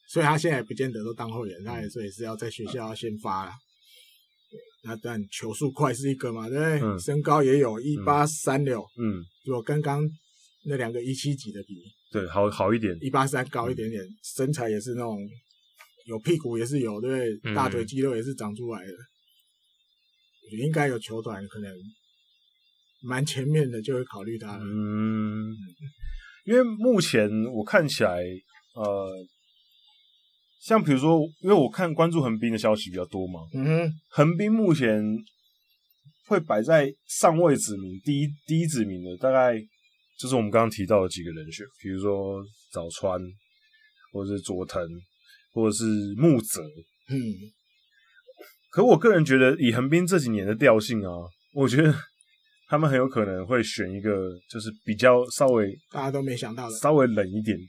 Speaker 2: 所以他现在也不见得都当后援，他也所以是要在学校要先发啦。那但球速快是一个嘛，对不对？
Speaker 1: 嗯
Speaker 2: 身高也有一八三六，
Speaker 1: 嗯，
Speaker 2: 如果跟刚那两个一七几的比，
Speaker 1: 对，好好一点，
Speaker 2: 一八三高一点
Speaker 1: 嗯
Speaker 2: 点，身材也是那种有屁股也是有，对不对？
Speaker 3: 嗯
Speaker 2: 大腿肌肉也是长出来的。我觉得应该有球团可能蛮前面的就会考虑他了。
Speaker 1: 嗯，因为目前我看起来，呃，像比如说，因为我看关注横滨的消息比较多嘛，
Speaker 2: 嗯哼，
Speaker 1: 横滨目前会摆在上位指名第一第一指名的，大概就是我们刚刚提到的几个人选，比如说早川，或者是佐藤，或者是木泽，
Speaker 2: 嗯，
Speaker 1: 可我个人觉得，以横滨这几年的调性啊，我觉得他们很有可能会选一个就是比较稍微
Speaker 2: 大家都没想到的。
Speaker 1: 稍微冷一点的，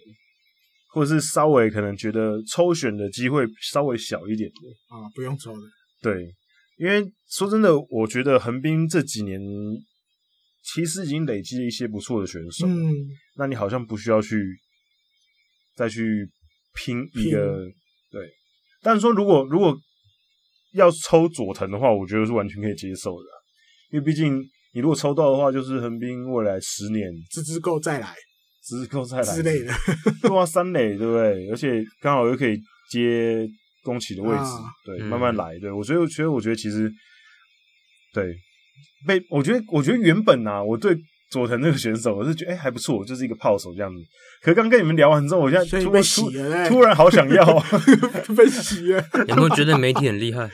Speaker 1: 或者是稍微可能觉得抽选的机会稍微小一点的。
Speaker 2: 啊、不用愁的。
Speaker 1: 对，因为说真的，我觉得横滨这几年其实已经累积了一些不错的选手，
Speaker 2: 嗯，
Speaker 1: 那你好像不需要去再去拼一个对。但是说如果如果要抽佐藤的话，我觉得是完全可以接受的啊，因为毕竟你如果抽到的话，就是横滨未来十年
Speaker 2: 资质够再来
Speaker 1: 只够再来
Speaker 2: 之类的，
Speaker 1: 对啊，三垒对不对？而且刚好又可以接宫崎的位置，
Speaker 2: 啊
Speaker 1: 对，
Speaker 3: 嗯
Speaker 1: 慢慢来。对我所以我觉得，我觉得其实对被我觉得，我觉得原本啊，我对佐藤那个选手，我是觉得哎、还不错，就是一个炮手这样子。可刚跟你们聊完之后，我现
Speaker 2: 所
Speaker 1: 在
Speaker 2: 以
Speaker 1: 突
Speaker 2: 被
Speaker 1: 然
Speaker 2: 洗
Speaker 1: 突
Speaker 2: 了嘞
Speaker 1: 突然好想要 啊，
Speaker 2: 被洗了，
Speaker 3: 有没有觉得媒体很厉害？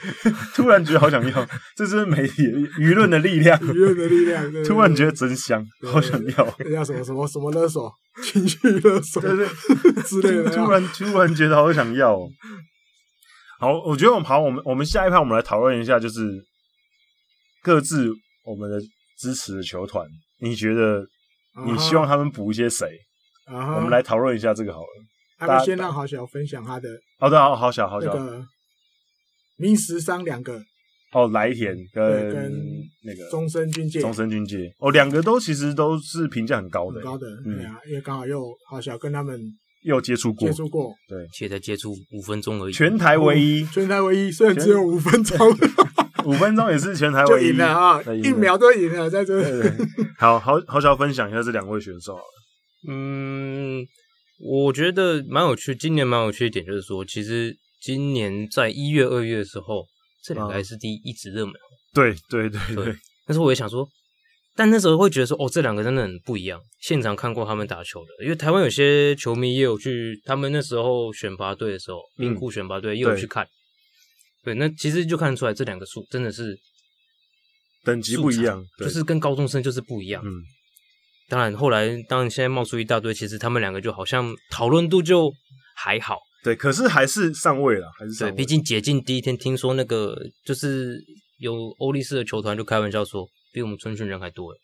Speaker 1: 突然觉得好想要，这就是媒体舆论的力量。
Speaker 2: 舆论的力量。
Speaker 1: 突然觉
Speaker 2: 得
Speaker 1: 得真香，好想要。
Speaker 2: 那叫什么什么什么勒索、情绪勒索
Speaker 1: 对 对，
Speaker 2: 之类的。啊
Speaker 1: 突然突然觉得好想要、哦。好，我觉得我们好，我们我们下一趴我们来讨论一下，就是各自我们的支持的球团，你觉得你希望他们补一些谁？
Speaker 2: 啊哈，
Speaker 1: 我们来讨论一下这个好了。
Speaker 2: 他
Speaker 1: 大
Speaker 2: 们
Speaker 1: 家
Speaker 2: 先让好小分享他的
Speaker 1: 哦，对，好好小好
Speaker 2: 那
Speaker 1: 小
Speaker 2: 个明石商两个
Speaker 1: 哦，来田
Speaker 2: 对
Speaker 1: 跟
Speaker 2: 跟
Speaker 1: 那个
Speaker 2: 终身军舰
Speaker 1: 终身军界哦，两个都其实都是评价很高的
Speaker 2: 很，高的，
Speaker 1: 嗯
Speaker 2: 对啊，因为刚好又好小跟他们
Speaker 1: 又接触过
Speaker 2: 接，触过，
Speaker 3: 且才接触五分钟而已，
Speaker 1: 全台唯一
Speaker 2: 全台唯一，虽然只有五分钟
Speaker 1: 五分钟也是全台
Speaker 2: 就
Speaker 1: 唯一
Speaker 2: 赢了啊，
Speaker 1: 对
Speaker 2: 一秒就赢了，在这
Speaker 1: 对对对好好好想要分享一下这两位选手好了。
Speaker 3: 嗯，我觉得蛮有趣，今年蛮有趣一点就是说，其实今年在一月、二月的时候，这两
Speaker 1: 嗯
Speaker 3: 个还是第一直热门。
Speaker 1: 对对对
Speaker 3: 对
Speaker 1: 对，
Speaker 3: 但是我也想说，但那时候会觉得说，哦，这两个真的很不一样。现场看过他们打球的，因为台湾有些球迷也有去，他们那时候选拔队的时候，
Speaker 1: 嗯
Speaker 3: 兵库选拔队也有
Speaker 1: 对
Speaker 3: 去看。对，那其实就看得出来，这两个数真的是
Speaker 1: 等级不一样，对
Speaker 3: 就是跟高中生就是不一样。
Speaker 1: 嗯，
Speaker 3: 当然，后来当然现在冒出一大堆，其实他们两个就好像讨论度就还好。
Speaker 1: 对，可是还是上位了，还是上
Speaker 3: 对，
Speaker 1: 位。
Speaker 3: 毕竟解禁第一天，听说那个就是有欧力士的球团就开玩笑说，比我们春训人还多了，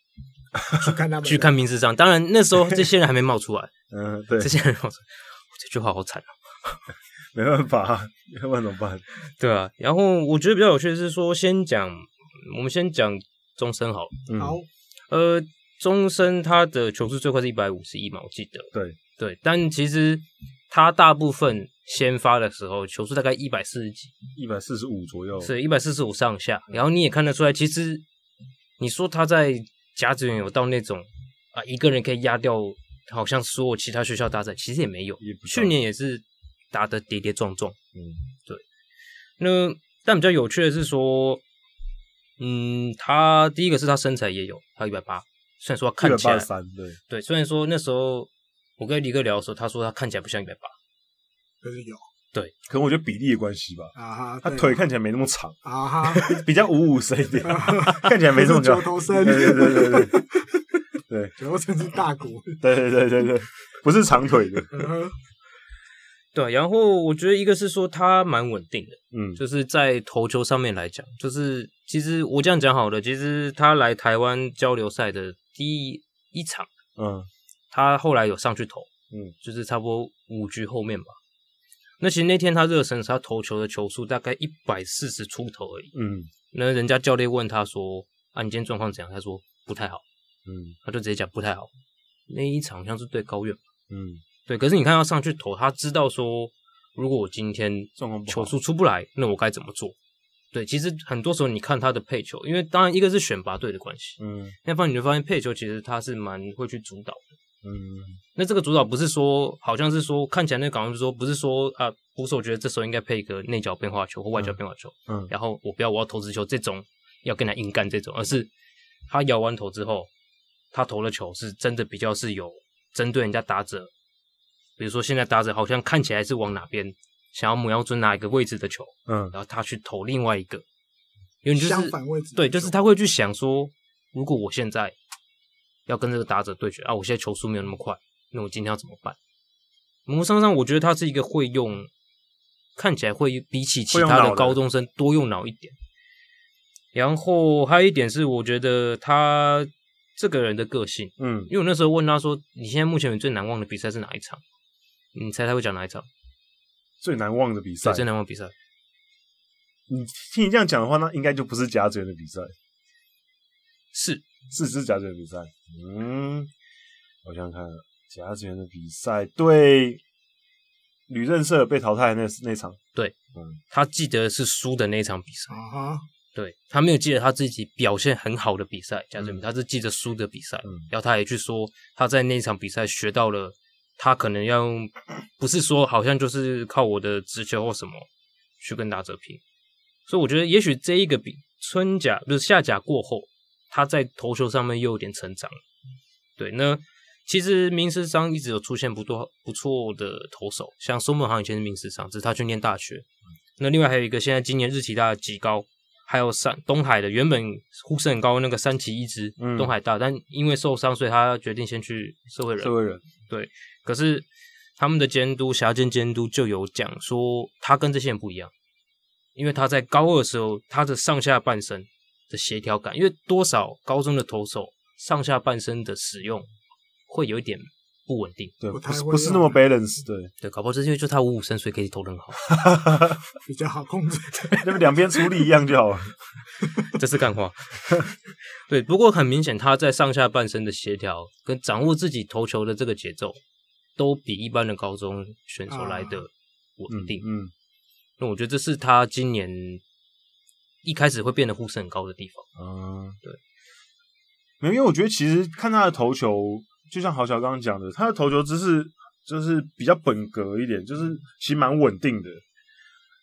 Speaker 2: 去看他们
Speaker 3: 去看名字上。当然那时候这些人还没冒出 来，
Speaker 1: 嗯，对
Speaker 3: 这，些人还没冒出来，这句话好惨啊。
Speaker 1: 没办法， 要不然怎么办？
Speaker 3: 对啊，然后我觉得比较有趣的是说，先讲我们先讲终身好了，
Speaker 1: 嗯
Speaker 2: 好，
Speaker 3: 呃，终身他的球速最快是一百五十一嘛，我记得。
Speaker 1: 对
Speaker 3: 对，但其实他大部分先发的时候球速大概一百四十几，
Speaker 1: 一百四十五左右，
Speaker 3: 是一百四十五上下。然后你也看得出来，其实你说他在甲子园有到那种啊，一个人可以压掉好像所有其他学校大赛，其实也没有
Speaker 1: 也不。到
Speaker 3: 去年也是打得跌跌撞撞。
Speaker 1: 嗯，
Speaker 3: 那但比较有趣的是说，嗯，他第一个是他身材也有，他一百八，虽然说他
Speaker 1: 一
Speaker 3: 看
Speaker 1: 百
Speaker 3: 起来
Speaker 1: 八十三，对，
Speaker 3: 对，虽然说那时候我跟李哥聊的时候，他说他看起来不像一百八，
Speaker 2: 就是有
Speaker 1: 可能我觉得比例的关系吧，
Speaker 2: 啊哈，
Speaker 1: 他
Speaker 2: 对
Speaker 1: 腿看起来没那么长，
Speaker 2: 啊哈，
Speaker 1: 比较五五身一点，看起来没这么
Speaker 2: 九
Speaker 1: 高。
Speaker 2: 头
Speaker 1: 对
Speaker 2: 身，
Speaker 1: 对对对对对对
Speaker 2: 九头身是 大骨，
Speaker 1: 对对对对，不是长腿的，
Speaker 2: 嗯哼
Speaker 3: 对。然后我觉得一个是说他蛮稳定的，
Speaker 1: 嗯，
Speaker 3: 就是在投球上面来讲，就是其实我这样讲好了，其实他来台湾交流赛的第一场，
Speaker 1: 嗯
Speaker 3: 他后来有上去投，
Speaker 1: 嗯，
Speaker 3: 就是差不多五局后面吧。那其实那天他热身时，他投球的球速大概一百四十出头而已。
Speaker 1: 嗯
Speaker 3: 那人家教练问他说：“啊，你今天状况怎样？”他说：“不太好。”
Speaker 1: 嗯
Speaker 3: 他就直接讲不太好。那一场好像是对高院吧，
Speaker 1: 嗯，
Speaker 3: 对，可是你看他上去投，他知道说，如果我今天
Speaker 1: 状况不好
Speaker 3: 球速出不来，那我该怎么做？对，其实很多时候你看他的配球，因为当然一个是选拔队的关系，
Speaker 1: 嗯
Speaker 3: 那方你就发现配球其实他是蛮会去主导的。
Speaker 1: 嗯
Speaker 3: 那这个主导不是说，好像是说看起来那个港是说不是说啊，捕手觉得这时候应该配一个内角变化球或外角变化球，
Speaker 1: 嗯
Speaker 3: 然后我不要我要投直球这种要跟他硬干这种，而是他摇完头之后，他投的球是真的比较是有针对人家打者，比如说现在打者好像看起来是往哪边想要母要准哪一个位置的球，
Speaker 1: 嗯，
Speaker 3: 然后他去投另外一个，因为就是
Speaker 2: 相反位置的
Speaker 3: 对，就是
Speaker 2: 球
Speaker 3: 他会去想说，如果我现在要跟这个打者对决啊，我现在球速没有那么快，那我今天要怎么办？某种上我觉得他是一个会用，看起来会比起其
Speaker 1: 会用
Speaker 3: 他
Speaker 1: 脑
Speaker 3: 的
Speaker 1: 的
Speaker 3: 高中生多用脑一点。然后还有一点是，我觉得他这个人的个性，
Speaker 1: 嗯，
Speaker 3: 因为我那时候问他说：“你现在目前你最难忘的比赛是哪一场？”你猜他会讲哪一场？
Speaker 1: 最难忘的比赛
Speaker 3: 对，，最难忘比赛。
Speaker 1: 你听你这样讲的话，那应该就不是甲子园的比赛，
Speaker 3: 是
Speaker 1: 是是甲子园比赛。嗯，我想想看，甲子园的比赛对吕正社被淘汰的那那场，
Speaker 3: 他记得是输的那一场比赛，
Speaker 2: 啊哈，
Speaker 3: 对他没有记得他自己表现很好的比赛，贾志
Speaker 1: 嗯
Speaker 3: 明他是记得输的比赛，
Speaker 1: 嗯
Speaker 3: 然后他也去说他在那一场比赛学到了，他可能要用不是说好像就是靠我的直球或什么去跟打者拼，所以我觉得也许这一个比春甲就是下甲过后，他在投球上面又有点成长了，对，那其实明石商一直有出现不多不错的投手，像松本航以前是明石商，只是他去念大学。那另外还有一个，现在今年日崎大的极高，还有山东海的原本呼声很高的那个山崎一之，
Speaker 1: 嗯
Speaker 3: 东海大，但因为受伤，所以他决定先去社会人。
Speaker 1: 社会人，
Speaker 3: 可是他们的监督辖间监督就有讲说，他跟这些人不一样，因为他在高二的时候，他的上下半身的协调感，因为多少高中的投手上下半身的使用会有一点不稳定，
Speaker 1: 对，不
Speaker 2: 不太
Speaker 1: 是
Speaker 2: 会
Speaker 1: 不是那么 balance，对，
Speaker 3: 对，搞不好就是因为就他五五身，所以可以投得很好，
Speaker 2: 比较好控制。
Speaker 1: 那么两边处理一样就好了。
Speaker 3: 这是干话。 对，不过很明显他在上下半身的协调跟掌握自己投球的这个节奏，都比一般的高中选手来的
Speaker 1: 嗯
Speaker 3: 稳定。
Speaker 1: 嗯，
Speaker 3: 那我觉得这是他今年一开始会变得呼声很高的地方。
Speaker 1: 嗯，对，没有，因为我觉得其实看他的投球，就像郝小刚刚讲的，他的投球姿势就是比较本格一点，就是其实蛮稳定的。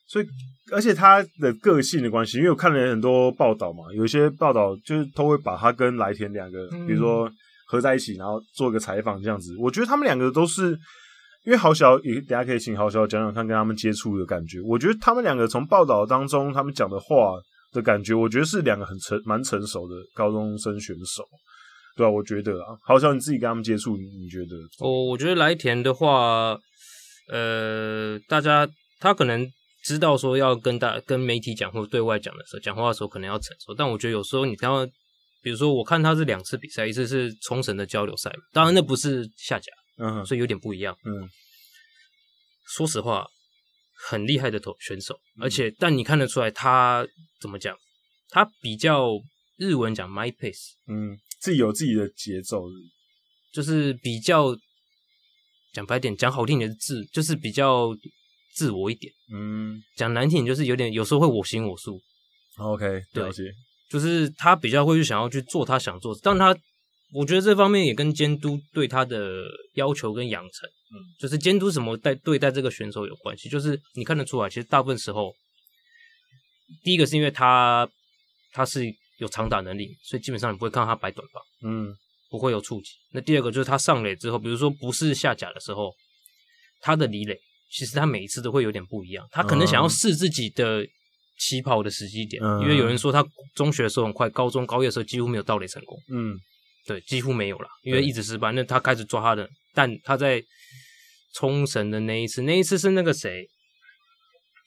Speaker 1: 所以，而且他的个性的关系，因为我看了很多报道嘛，有一些报道就是都会把他跟来田两个，
Speaker 2: 嗯
Speaker 1: 比如说合在一起，然后做个采访这样子。我觉得他们两个都是，因为郝小也等一下可以请郝小讲讲看跟他们接触的感觉。我觉得他们两个从报道当中他们讲的话的感觉，我觉得是两个很成蛮成熟的高中生选手，对啊，我觉得啊，郝小你自己跟他们接触，你你觉得？
Speaker 3: 哦，我觉得来田的话，呃，大家他可能知道说要跟大跟媒体讲或对外讲的时候，讲话的时候可能要成熟，但我觉得有时候你看到，比如说我看他是两次比赛，一次是冲绳的交流赛，当然那不是下甲，
Speaker 1: 嗯哼
Speaker 3: 所以有点不一样。
Speaker 1: 嗯，
Speaker 3: 说实话，很厉害的投选手，而且但你看得出来他怎么讲，他比较日文讲 my pace。
Speaker 1: 嗯，自己有自己的节奏，
Speaker 3: 就是比较讲白点，讲好听点是自，就是比较自我一点；
Speaker 1: 嗯
Speaker 3: 讲难听点，就是有点有时候会我行我素，
Speaker 1: ，OK，
Speaker 3: 对
Speaker 1: 了解，
Speaker 3: 就是他比较会去想要去做他想做的，但他我觉得这方面也跟监督对他的要求跟养成，嗯，就是监督怎么待对待这个选手有关系。就是你看得出来，其实大部分时候，第一个是因为他他是有长打能力，所以基本上你不会看到他摆短发。
Speaker 1: 嗯
Speaker 3: 不会有触及。那第二个就是他上垒之后，比如说不是下甲的时候，他的离垒其实他每一次都会有点不一样，他可能想要试自己的起跑的时机点，
Speaker 1: 嗯
Speaker 3: 因为有人说他中学的时候很快，高中高一的时候几乎没有盗垒成功，
Speaker 1: 嗯
Speaker 3: 对，几乎没有啦，因为一直失败。那他开始抓他的，但他在冲绳的那一次，那一次是那个谁，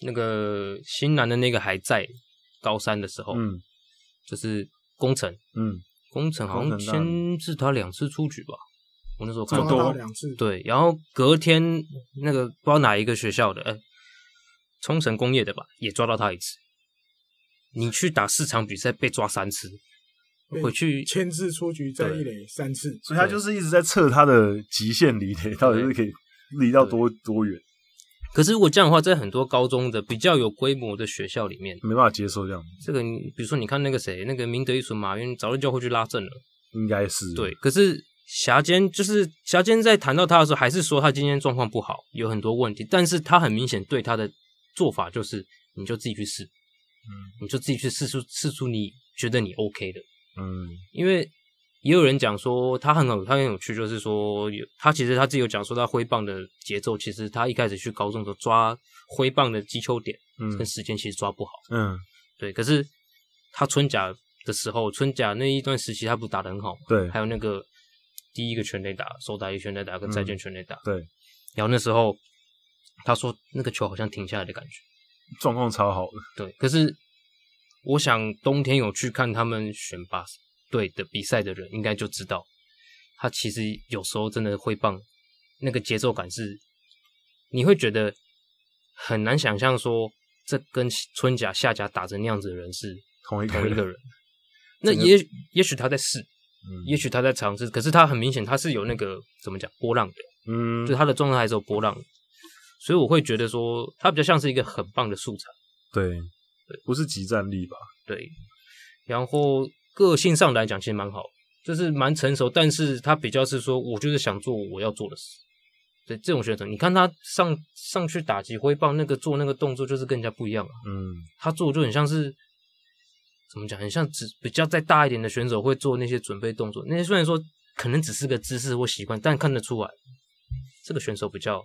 Speaker 3: 那个新南的那个还在高三的时候，
Speaker 1: 嗯
Speaker 3: 就是工程，
Speaker 1: 嗯，
Speaker 3: 工程好像
Speaker 1: 工程大人
Speaker 3: 牵制他两次出局吧，我那时候看
Speaker 1: 这么
Speaker 3: 到
Speaker 1: 多
Speaker 2: 抓到两次，
Speaker 3: 对，然后隔天那个不知道哪一个学校的，哎，冲绳工业的吧，也抓到他一次。你去打四场比赛被抓三次，
Speaker 2: 被
Speaker 3: 回去
Speaker 2: 牵制出局在一垒三次，
Speaker 1: 所以他就是一直在测他的极限离垒到底是可以离到多多远，
Speaker 3: 可是如果这样的话，在很多高中的比较有规模的学校里面，
Speaker 1: 没办法接受这样，
Speaker 3: 这个你比如说你看那个谁，那个明德一纯马云早就叫回去拉正了。
Speaker 1: 应该是
Speaker 3: 对，，嗯可是霞间就是霞间在谈到他的时候，还是说他今天状况不好，有很多问题，但是他很明显对他的做法就是，你就自己去试，你就自己去试出试出你觉得你 OK 的，
Speaker 1: 嗯
Speaker 3: 因为也有人讲说他很有他很有趣，就是说有他其实他自己有讲说他挥棒的节奏，其实他一开始去高中的时候抓挥棒的击球点
Speaker 1: 嗯
Speaker 3: 跟时间其实抓不好，
Speaker 1: 嗯，
Speaker 3: 对，可是他春甲的时候，春甲那一段时期他不是打得很好吗？
Speaker 1: 对嗯
Speaker 3: 还有那个第一个全垒打，手打一全垒打跟再见全垒打、
Speaker 1: 对，
Speaker 3: 然后那时候他说那个球好像停下来的感觉。
Speaker 1: 状况超好的，
Speaker 3: 对，可是我想冬天有去看他们选拔队的比赛的人，应该就知道，他其实有时候真的会棒，那个节奏感是，你会觉得很难想象说这跟春甲、夏甲打成那样子的人是
Speaker 1: 同一个
Speaker 3: 同一个
Speaker 1: 人，
Speaker 3: 人。那也也许他在试，
Speaker 1: 嗯
Speaker 3: 也许他在尝试，可是他很明显他是有那个怎么讲波浪的，
Speaker 1: 嗯
Speaker 3: 就他的状态还是有波浪的，所以我会觉得说他比较像是一个很棒的素材，
Speaker 1: 对，不是集战力吧？
Speaker 3: 对。然后个性上来讲其实蛮好，就是蛮成熟，但是他比较是说我就是想做我要做的事，对这种选手，你看他上上去打击挥棒那个做那个动作就是跟人家不一样啊，
Speaker 1: 嗯
Speaker 3: 他做就很像是怎么讲，很像只比较再大一点的选手会做那些准备动作。那些虽然说可能只是个姿势或习惯，但看得出来这个选手比较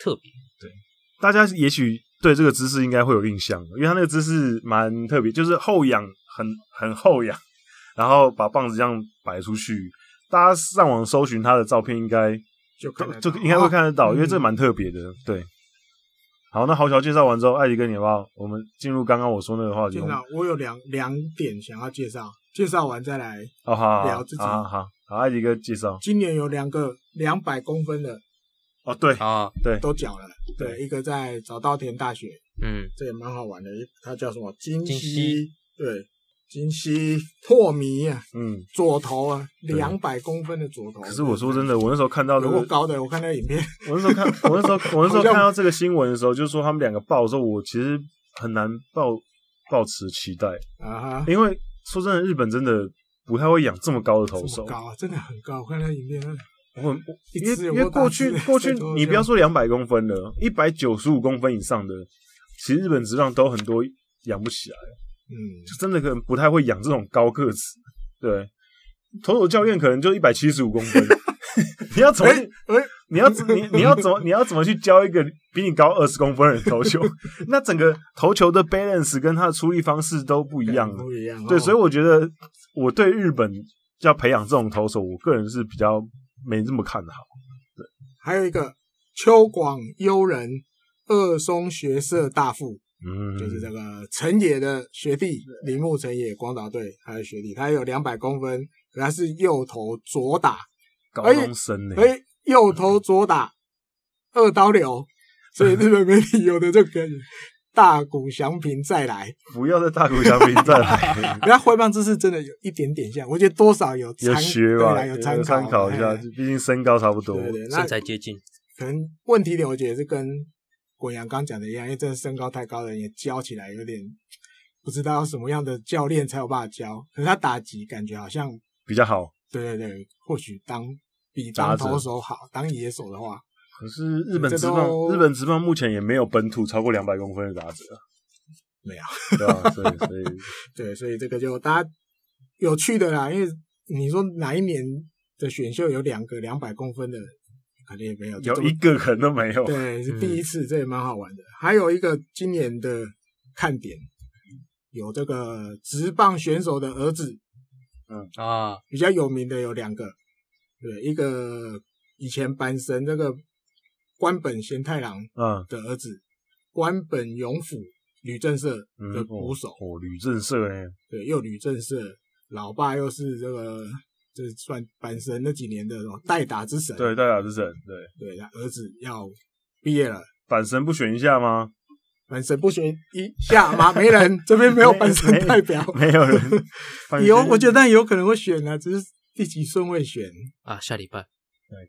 Speaker 3: 特别。
Speaker 1: 大家也许对这个姿势应该会有印象，因为他那个姿势蛮特别，就是后仰很很后仰，然后把棒子这样摆出去。大家上网搜寻他的照片，应该
Speaker 2: 就看得
Speaker 1: 就
Speaker 2: 到
Speaker 1: 应该会看得到，
Speaker 2: 啊
Speaker 1: 因为这
Speaker 2: 嗯
Speaker 1: 蛮特别的。对，好，那豪乔介绍完之后，艾迪哥你好不好？我们进入刚刚我说那个话题。
Speaker 2: 介绍我有两两点想要介绍，介绍完再来。
Speaker 1: 哦，好好
Speaker 2: 聊
Speaker 1: 好
Speaker 2: 自己
Speaker 1: 好好好，好艾迪哥介绍。
Speaker 2: 今年有两个两百公分的
Speaker 1: 哦，对，
Speaker 3: 啊，
Speaker 1: 对，
Speaker 2: 都缴了，
Speaker 1: 嗯
Speaker 2: 对，一个在早稻田大学，
Speaker 3: 嗯，
Speaker 2: 这也蛮好玩的，它叫什么？金
Speaker 3: 金
Speaker 2: 溪
Speaker 3: 溪，
Speaker 2: 对，金溪破迷啊，
Speaker 1: 嗯。
Speaker 2: 左投啊，两百公分的左投。
Speaker 1: 可是我说真的，我那时候看到这
Speaker 2: 有
Speaker 1: 个
Speaker 2: 够，高的，我看那 个影片，
Speaker 1: 我那时候看，我那时候我那时候
Speaker 2: 好像
Speaker 1: 看到这个新闻的时候，就说他们两个抱的时候，我其实很难抱抱持期待，
Speaker 2: 啊哈，
Speaker 1: 因为说真的，日本真的不太会养这么高的
Speaker 2: 这
Speaker 1: 投手
Speaker 2: 么。高啊，真的很高，我看那个影片，
Speaker 1: 我我
Speaker 2: 一
Speaker 1: 因为
Speaker 2: 只有
Speaker 1: 因
Speaker 2: 够
Speaker 1: 为
Speaker 2: 大
Speaker 1: 过去
Speaker 2: 只的
Speaker 1: 过去
Speaker 2: 在桌，
Speaker 1: 你
Speaker 2: 上
Speaker 1: 不要说两百公分了，一百九十五公分以上的，其实日本职棒都很多养不起来，
Speaker 2: 嗯，
Speaker 1: 就真的可能不太会养这种高个子。对，投手教练可能就一百七十五公 分，你要怎么去？
Speaker 2: 哎哎，
Speaker 1: 你要怎你你要怎么你要怎么去教一个比你高二十公分的人投 球？那整个投球的 balance 跟他的出力方式都不一样了。
Speaker 2: 不一样，
Speaker 1: 对，
Speaker 2: 哦
Speaker 1: 所以我觉得我对日本要培养这种投手，我个人是比较没这么看好。
Speaker 2: 还有一个秋广悠人二松学社大副，
Speaker 1: 嗯，
Speaker 2: 就是这个成野的学弟铃木成野广岛队他的学弟，他有两百公分，可他是右投左打，
Speaker 1: 高中生呢、
Speaker 2: 所以右投左打二刀流，所以日本媒体有的就跟大谷翔平再来，
Speaker 1: 不要再大谷翔平 再来，
Speaker 2: 人家挥棒姿势真的有一点点像，我觉得多少有
Speaker 1: 有
Speaker 2: 参
Speaker 1: 学
Speaker 2: 对
Speaker 1: 吧，
Speaker 2: 啦有参
Speaker 1: 参考一下
Speaker 2: 哎，
Speaker 1: 毕竟身高差不多。
Speaker 2: 对对，那
Speaker 3: 身材接近，
Speaker 2: 可能问题点，我觉得是跟国阳刚讲的一样，因为真的身高太高的人也教起来有点不知道什么样的教练才有办法教。可是他打击感觉好像，
Speaker 1: 比较好。
Speaker 2: 对对对，或许当比
Speaker 1: 打
Speaker 2: 当
Speaker 1: 者
Speaker 2: 投手好，当野手的话，
Speaker 1: 可是日本
Speaker 2: 这
Speaker 1: 职棒，
Speaker 2: 都
Speaker 1: 日本职棒目前也没有本土超过两百公分的打者，
Speaker 2: 没有
Speaker 1: 对吧、所以所以
Speaker 2: 对，所以这个就大家有趣的啦。因为你说哪一年的选秀有两个两百公分的，肯定也 没有，就
Speaker 1: 有
Speaker 2: 这么
Speaker 1: 一个可能都没有。
Speaker 2: 对，是
Speaker 1: 嗯
Speaker 2: 第一次，这也蛮好玩的。还有一个今年的看点，有这个职棒选手的儿子，
Speaker 3: 啊，
Speaker 2: 比较有名的有两个，对，一个以前阪神那个关本贤太郎
Speaker 1: 嗯
Speaker 2: 的儿子关本勇辅，吕正社
Speaker 1: 嗯，
Speaker 2: 的捕手，
Speaker 1: 哦，吕正社哎，
Speaker 2: 对，又吕正社，老爸又是这个。这算阪神那几年的什么代打之神，
Speaker 1: 对，代打之神，对，
Speaker 2: 对，他儿子要毕业了，
Speaker 1: 阪神不选一下吗？
Speaker 2: 阪神不选一下马 没人，这边没有阪神代表，，
Speaker 1: 没有人
Speaker 2: 有我觉得有可能会选啊，只是第几顺位选。
Speaker 3: 啊，下礼拜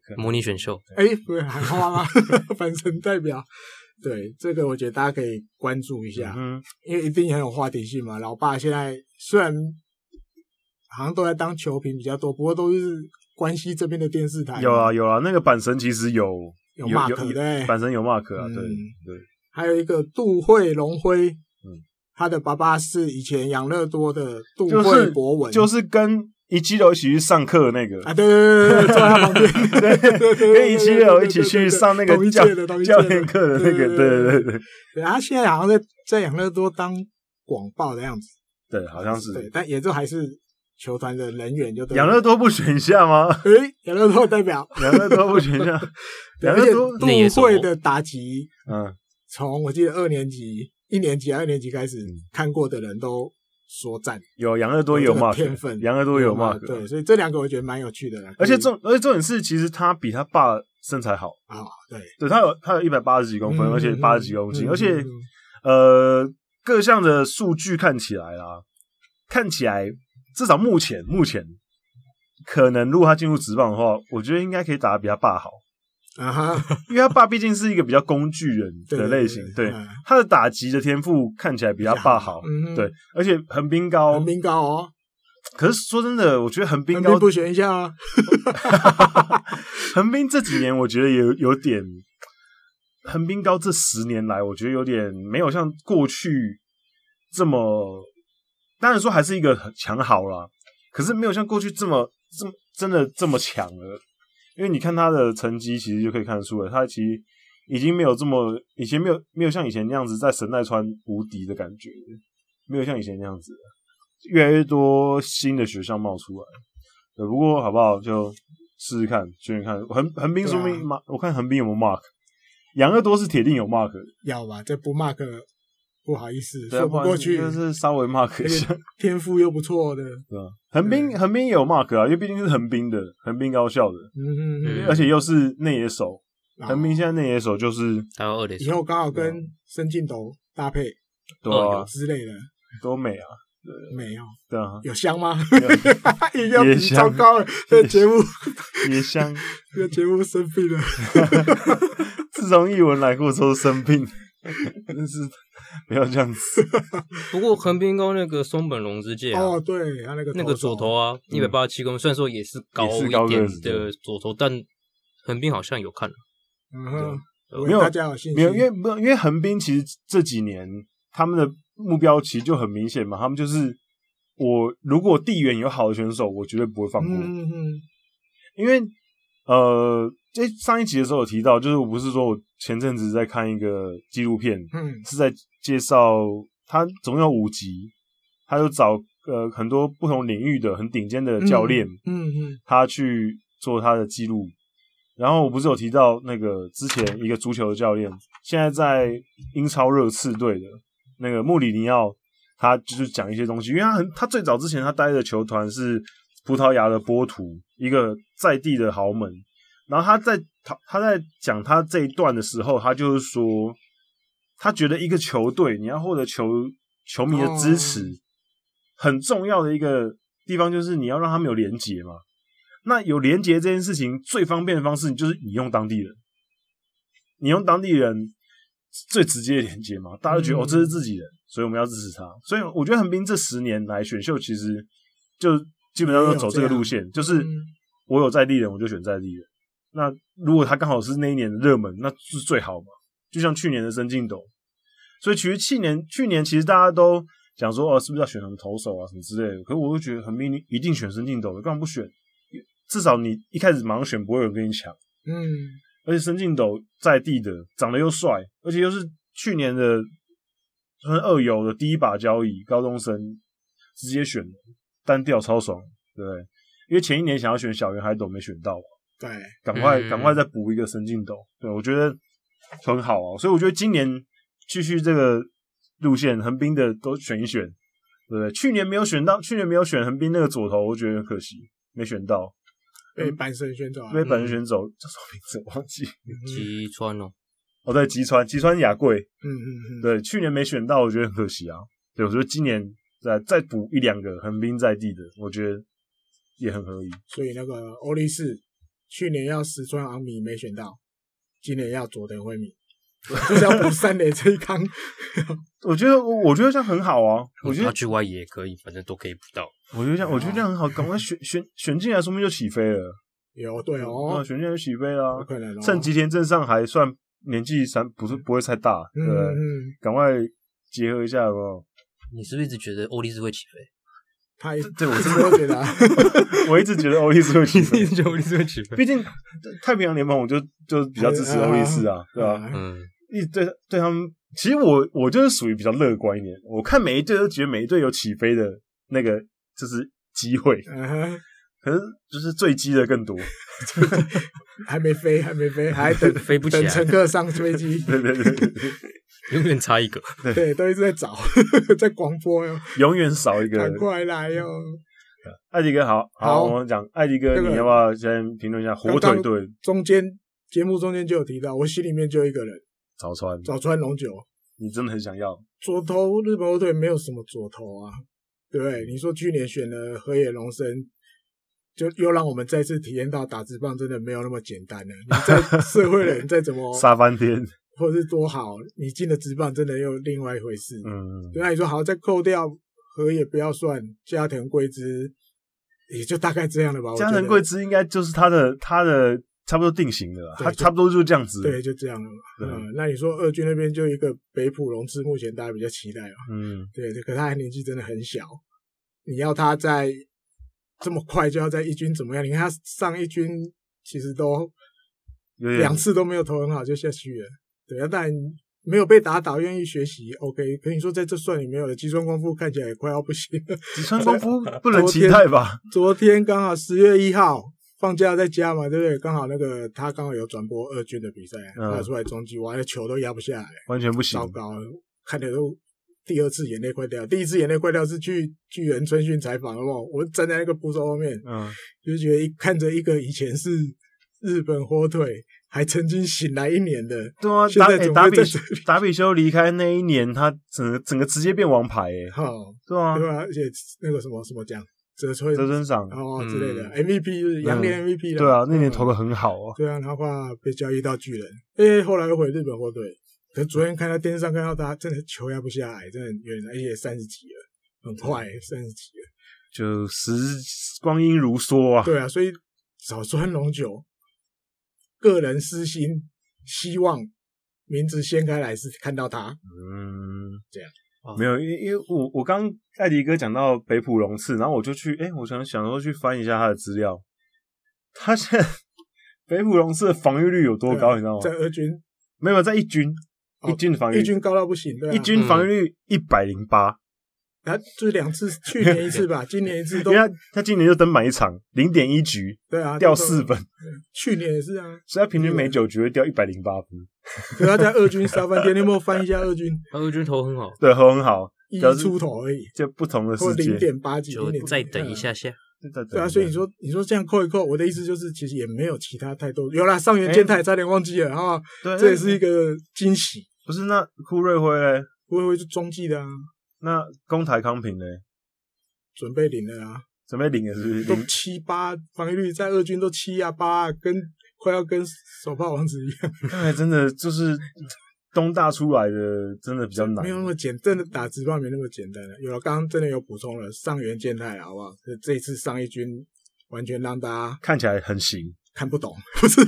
Speaker 1: 得
Speaker 3: 模拟选秀，
Speaker 2: 哎，不是喊话吗？ 阪神代表，对这个我觉得大家可以关注一下，
Speaker 1: 嗯
Speaker 2: 因为一定很有话题性嘛。老爸现在虽然好像都在当球评比较多，不过都是关西这边的电视
Speaker 1: 哼，
Speaker 2: 台嘛
Speaker 1: 有啊有啊，那个阪神其实有
Speaker 2: 有 mark 对不对
Speaker 1: 阪神有 mark 啊，
Speaker 2: 嗯
Speaker 1: 对对，
Speaker 2: 还有一个杜慧龙辉，
Speaker 1: 嗯
Speaker 2: 他的爸爸是以前养乐多的杜
Speaker 1: 就
Speaker 2: 慧
Speaker 1: 是
Speaker 2: 博文，
Speaker 1: 就是跟一七六一起去上课的那个
Speaker 2: 啊，对对对对，坐在他 旁边，对对
Speaker 1: 跟一七六一起去上那个
Speaker 2: 同一
Speaker 1: 教
Speaker 2: 届的同一届
Speaker 1: 教
Speaker 2: 的
Speaker 1: 练课的那个，对对对对
Speaker 2: 对，他现在好像在在养乐多当广报的样子，
Speaker 1: 对，好像
Speaker 2: 对，
Speaker 1: 是
Speaker 2: 但也就还是球团的人员就对了
Speaker 1: 养乐，多不选一下吗？
Speaker 2: 诶，养乐多代表，
Speaker 1: 养乐多不选一 下，
Speaker 2: 对
Speaker 1: 养
Speaker 2: 而且
Speaker 1: 乐多
Speaker 3: 那也
Speaker 2: 杜
Speaker 3: 是哦
Speaker 2: 慧
Speaker 3: 我
Speaker 2: 的打击，
Speaker 1: 嗯
Speaker 2: 从我记得二年级、一年级、二年级开始看过的人都说赞，
Speaker 1: 有养乐多嗯也有
Speaker 2: 这个天
Speaker 1: mark，
Speaker 2: 分，
Speaker 1: 养乐多也有 mark，
Speaker 2: 对，所以这两个我觉得蛮有趣的啦，
Speaker 1: 而且
Speaker 2: 可以
Speaker 1: 重而且重点是，其实他比他爸身材好，
Speaker 2: 啊，对，
Speaker 1: 对他有他有一百八十几公分，
Speaker 2: 嗯
Speaker 1: 而且
Speaker 2: 嗯
Speaker 1: 八十几公斤，
Speaker 2: 嗯
Speaker 1: 而且
Speaker 2: 嗯
Speaker 1: 呃各项的数据看起来啦，看起来至少目前目前可能如果他进入职棒的话，我觉得应该可以打得比他爸好，
Speaker 2: 啊哈，
Speaker 1: 因为他爸毕竟是一个比较工具人的类型，对
Speaker 2: 嗯
Speaker 1: 他的打击的天赋看起来比他爸好，
Speaker 2: 嗯
Speaker 1: 对，而且横滨高
Speaker 2: 横，滨高哦，
Speaker 1: 可是说真的，我觉得横滨
Speaker 2: 横
Speaker 1: 高
Speaker 2: 滨不选一下啊，
Speaker 1: 横滨这几年我觉得有有点，横滨高这十年来，我觉得有点没有像过去这么，当然说还是一个很强豪啦，可是没有像过去这么这么真的这么强了。因为你看他的成绩，其实就可以看得出来，他其实已经没有这么以前没有没有像以前那样子在神奈川无敌的感觉，没有像以前那样子了，越来越多新的学校冒出来。对，不过好不好就试试看，试试看。横横滨说明
Speaker 2: 对啊
Speaker 1: mark，、我看横滨有没有 mark，养乐多是铁定有 mark 的。
Speaker 2: 要吧，这不 mark 不好意思，
Speaker 1: 对啊
Speaker 2: 说
Speaker 1: 不然
Speaker 2: 过去，
Speaker 1: 就是稍微 mark 一下
Speaker 2: 而且天赋又不错的，
Speaker 1: 对吧？横滨横滨也有 mark 啊，因为毕竟是横滨的，横滨高校的，
Speaker 2: 嗯嗯嗯
Speaker 3: 嗯
Speaker 1: 而且又是内野手。
Speaker 2: 然后
Speaker 1: 横滨现在内野手就是
Speaker 3: 还有二垒手
Speaker 2: 以后刚好跟深进斗搭配
Speaker 1: 对
Speaker 3: 二
Speaker 1: 啊
Speaker 3: 游，
Speaker 2: 之类的，
Speaker 1: 多美啊，
Speaker 2: 没有
Speaker 1: 对啊，
Speaker 2: 有香吗？
Speaker 1: 有
Speaker 2: 一定要
Speaker 1: 也
Speaker 2: 比
Speaker 1: 香
Speaker 2: 糟糕了， 这个节目
Speaker 1: 野香。
Speaker 2: 这个节目生病了，
Speaker 1: 自从译文来过之后生病，真是不要这样子。
Speaker 3: 不过横滨高那个松本龙之介啊，
Speaker 2: 哦，对，他那个
Speaker 3: 那个左投啊，一百八十七公分，虽然说也是高
Speaker 1: 嗯也是高
Speaker 3: 一点
Speaker 1: 个子
Speaker 3: 的左投，但横滨好像有看了，
Speaker 2: 嗯哼，
Speaker 1: 没有
Speaker 2: 大家有信心，
Speaker 1: 没有，因为不，因为横滨其实这几年他们的目标其实就很明显嘛，他们就是我如果地缘有好的选手，我绝对不会放过。
Speaker 2: 嗯嗯嗯，
Speaker 1: 因为呃，这上一集的时候有提到，就是我不是说我前阵子在看一个纪录片，
Speaker 2: 嗯
Speaker 1: 是在介绍他总共有五集，他就找呃很多不同领域的很顶尖的教练，
Speaker 2: 嗯嗯
Speaker 1: 他去做他的记录。然后我不是有提到那个之前一个足球的教练，现在在英超热刺队的那个穆里尼奥，他就是讲一些东西，因为他很他最早之前他待的球团是葡萄牙的波图，一个在地的豪门。然后他在他他在讲他这一段的时候，他就是说，他觉得一个球队你要获得球球迷的支持，
Speaker 2: 哦
Speaker 1: 很重要的一个地方就是你要让他们有连结嘛。那有连结这件事情最方便的方式就是你用当地人，你用当地人最直接的连接嘛，大家都觉得、
Speaker 2: 嗯
Speaker 1: 哦这是自己人，所以我们要支持他。所以我觉得横滨这十年来选秀其实就基本上都走这个路线，就是
Speaker 2: 嗯
Speaker 1: 我有在地人我就选在地人。那如果他刚好是那一年的热门，那是最好嘛。就像去年的申进斗，所以其实去年去年其实大家都讲说哦，是不是要选什么投手啊什么之类的？可是我就觉得横滨你一定选申进斗的，干嘛不选？至少你一开始马上选，不会有人跟你抢。
Speaker 2: 嗯，
Speaker 1: 而且申进斗在地的，长得又帅，而且又是去年的算是二游的第一把交椅，高中生直接选的单调超爽，对不对？因为前一年想要选小圆海斗没选到嘛，
Speaker 2: 对，
Speaker 1: 赶快
Speaker 3: 嗯
Speaker 1: 赶快再补一个申进斗，对我觉得很好啊，所以我觉得今年继续这个路线，横滨的都选一选，对不对？去年没有选到，去年没有选横滨那个左投，我觉得很可惜，没选到，
Speaker 2: 被阪神选走啊，
Speaker 1: 嗯被
Speaker 3: 嗯
Speaker 1: 本人选走，叫什么名字我忘记。
Speaker 2: 嗯
Speaker 3: 吉川哦，
Speaker 1: 哦，对，吉川吉川雅贵，
Speaker 2: 嗯嗯，
Speaker 1: 对，去年没选到，我觉得很可惜啊。对，我觉得今年再再补一两个横滨在地的，我觉得也很合理。
Speaker 2: 所以那个欧力士去年要石川昂米没选到，今年要佐藤辉 米，就是要补三垒这一康。
Speaker 1: 我觉得我我觉得这样很好啊，我觉得
Speaker 3: 他去外野也可以，反正都可以补到。
Speaker 1: 我觉得这样我觉得这样很好，赶快选选选进来，说不定就起飞了。
Speaker 2: 有对
Speaker 1: 啊
Speaker 2: 哦，
Speaker 1: 选进来就起飞啦、
Speaker 2: 有可能哦。
Speaker 1: 趁吉田镇上还算年纪三不是不会太大，
Speaker 2: 嗯
Speaker 1: 对不对，
Speaker 2: 嗯，嗯
Speaker 1: 赶快结合一下，有没有？
Speaker 3: 你是不是一直觉得欧力士会起飞？
Speaker 2: 他一
Speaker 1: 对我
Speaker 2: 我
Speaker 1: 真
Speaker 2: 真
Speaker 1: 的
Speaker 2: 的会觉得啊，
Speaker 1: 我一直觉得欧力士 会起
Speaker 3: ，
Speaker 1: 飞
Speaker 3: 觉得欧力士会起飞？
Speaker 1: 毕竟太平洋联盟我就就比较支持欧力士啊，对吧、
Speaker 3: 嗯，
Speaker 1: 一直对对他们，其实我我就是属于比较乐观一点，我看每一队都觉得每一队有起飞的那个就是机会，
Speaker 2: 嗯哼，
Speaker 1: 可是就是坠机的更多。
Speaker 2: 还没飞，还没 飞，还等
Speaker 3: 飞不起来
Speaker 2: 等乘客上飞机。
Speaker 1: 对对对对，对
Speaker 3: 永远差一个。
Speaker 2: 对，都一直在找， 在广播哟，
Speaker 1: 永远少一个
Speaker 2: 赶。快来哟！
Speaker 1: 艾迪哥好，
Speaker 2: 好
Speaker 1: 我们讲艾迪哥，
Speaker 2: 那个
Speaker 1: 你要不要先评论一下火腿队
Speaker 2: 中间节目中间就有提到，我心里面就有一个人，
Speaker 1: 早川？
Speaker 2: 早哦川龙九，
Speaker 1: 你真的很想要，
Speaker 2: 左投日本后队没有什么左投啊，对不对？你说去年选了河野龙生，就又让我们再次体验到打直棒真的没有那么简单了。你在社 会人再怎么
Speaker 1: 杀翻天。
Speaker 2: 或者是多好，你进了直棒真的又另外一回事。
Speaker 1: 嗯，
Speaker 2: 对啊，你说好，再扣掉河野不要算，加藤贵之也就大概这样了吧。我觉
Speaker 1: 加
Speaker 2: 得
Speaker 1: 藤贵之应该就是他的他的差不多定型的啦，
Speaker 2: 对
Speaker 1: 他
Speaker 2: 就
Speaker 1: 差不多就是这样子。
Speaker 2: 对，，就这样了。
Speaker 1: 对
Speaker 2: 嗯，那你说二军那边就一个北浦龙之，目前大家比较期待嘛。
Speaker 1: 嗯，
Speaker 2: 对，可他年纪真的很小，你要他在这么快就要在一军怎么样？你看他上一军其实都
Speaker 1: 有点
Speaker 2: 两次都没有投很好就下去了，对啊，但没有被打倒，愿意学习，OK。可你说在这算里没有了，吉川光夫看起来也快要不行了。
Speaker 1: 吉川光夫不能期待吧？
Speaker 2: 昨天刚好十月一号放假在家嘛，对不对？刚好那个他刚好有转播二军的比赛，
Speaker 1: 嗯
Speaker 2: 他出来中继，哇，那球都压不下来，
Speaker 1: 完全不行
Speaker 2: 糟，糕，看的都第二次眼泪快掉。第一次眼泪快掉是去巨人春训采访，好不好？我站在那个捕手后面，
Speaker 1: 嗯，
Speaker 2: 就觉得一看着一个以前是日本火腿，还曾经醒来一年的，
Speaker 1: 对啊，
Speaker 2: 现
Speaker 1: 达
Speaker 2: 在
Speaker 1: 诶
Speaker 2: 怎么
Speaker 1: 达
Speaker 2: 会
Speaker 1: 比
Speaker 2: 在这里？
Speaker 1: 达比修离开那一年，他整个整个直接变王牌诶，
Speaker 2: 哈、
Speaker 1: 对啊
Speaker 2: 对，吧？而且那个什么什么奖，泽村
Speaker 1: 泽村赏，
Speaker 2: 哦
Speaker 3: 嗯
Speaker 2: 之类的 MVP 就是羊年 MVP 了。
Speaker 1: 对啊，那年
Speaker 2: 嗯
Speaker 1: 投的很好啊，
Speaker 2: 对啊，然后话被交易到巨人，诶，后来又回日本火腿。可是昨天看他电视上看到他真的球压不下来，真的有点，而且三十几了，很快三十几了。
Speaker 1: 就时光阴如梭啊，
Speaker 2: 对啊，所以少川龙九个人私心，希望名字掀开来是看到他。
Speaker 1: 嗯，
Speaker 2: 这样
Speaker 3: 哦
Speaker 1: 没有，因因为我我刚艾迪哥讲到北浦龙次，然后我就去，哎、我想想说去翻一下他的资料，他现在 北浦龙次的防御率有多高，
Speaker 2: 对啊
Speaker 1: 你知道
Speaker 2: 在
Speaker 1: 吗？
Speaker 2: 二军，
Speaker 1: 没有，在一军，
Speaker 2: 哦
Speaker 1: 一军的防御
Speaker 2: 一
Speaker 1: 率，
Speaker 2: 军高到不行，对啊，
Speaker 1: 一军防御率一百零八，
Speaker 2: 他啊就是两次，去年一次吧，今年一次
Speaker 1: 因
Speaker 2: 都
Speaker 1: 为他他今年就登满一场，零点一局
Speaker 2: 对啊，
Speaker 1: 掉
Speaker 2: 都
Speaker 1: 四分，
Speaker 2: 去年也是啊，
Speaker 1: 所以他平均每九局会掉一百零八分，
Speaker 2: 可他在二军杀翻天，你有没有翻一下 二军
Speaker 3: 他二军投很好，
Speaker 1: 对，很好，
Speaker 2: 一
Speaker 1: 表示
Speaker 2: 出头而已，
Speaker 1: 就不同的
Speaker 2: 或
Speaker 1: 世界
Speaker 2: 零。点八几，
Speaker 3: 就
Speaker 2: 零点
Speaker 3: 再等一。下下。
Speaker 2: 对啊，所以你说你说这样扣一扣，我的意思就是其实也没有其他太多，有啦，上
Speaker 1: 哎
Speaker 2: 元健太差点忘记了啊，
Speaker 1: 对，哎
Speaker 2: 这也是一个惊喜，
Speaker 1: 不是那库瑞辉嘞？
Speaker 2: 不会会是中继的啊，
Speaker 1: 那攻台康平嘞？
Speaker 2: 准备领了啊，
Speaker 1: 准备领了是不是？
Speaker 2: 都
Speaker 1: 领
Speaker 2: 七八防御率在二军都七啊八啊，跟快要跟手帕王子一样，
Speaker 1: 看来哎真的就是东大出来的，真的比较难
Speaker 2: 没。有那么简真的打直棒没那么简单啊了。有了，刚刚真的有补充了上元健太了，好不好？这这一次上一军完全让大家
Speaker 1: 看起来很行，
Speaker 2: 看不懂， 不是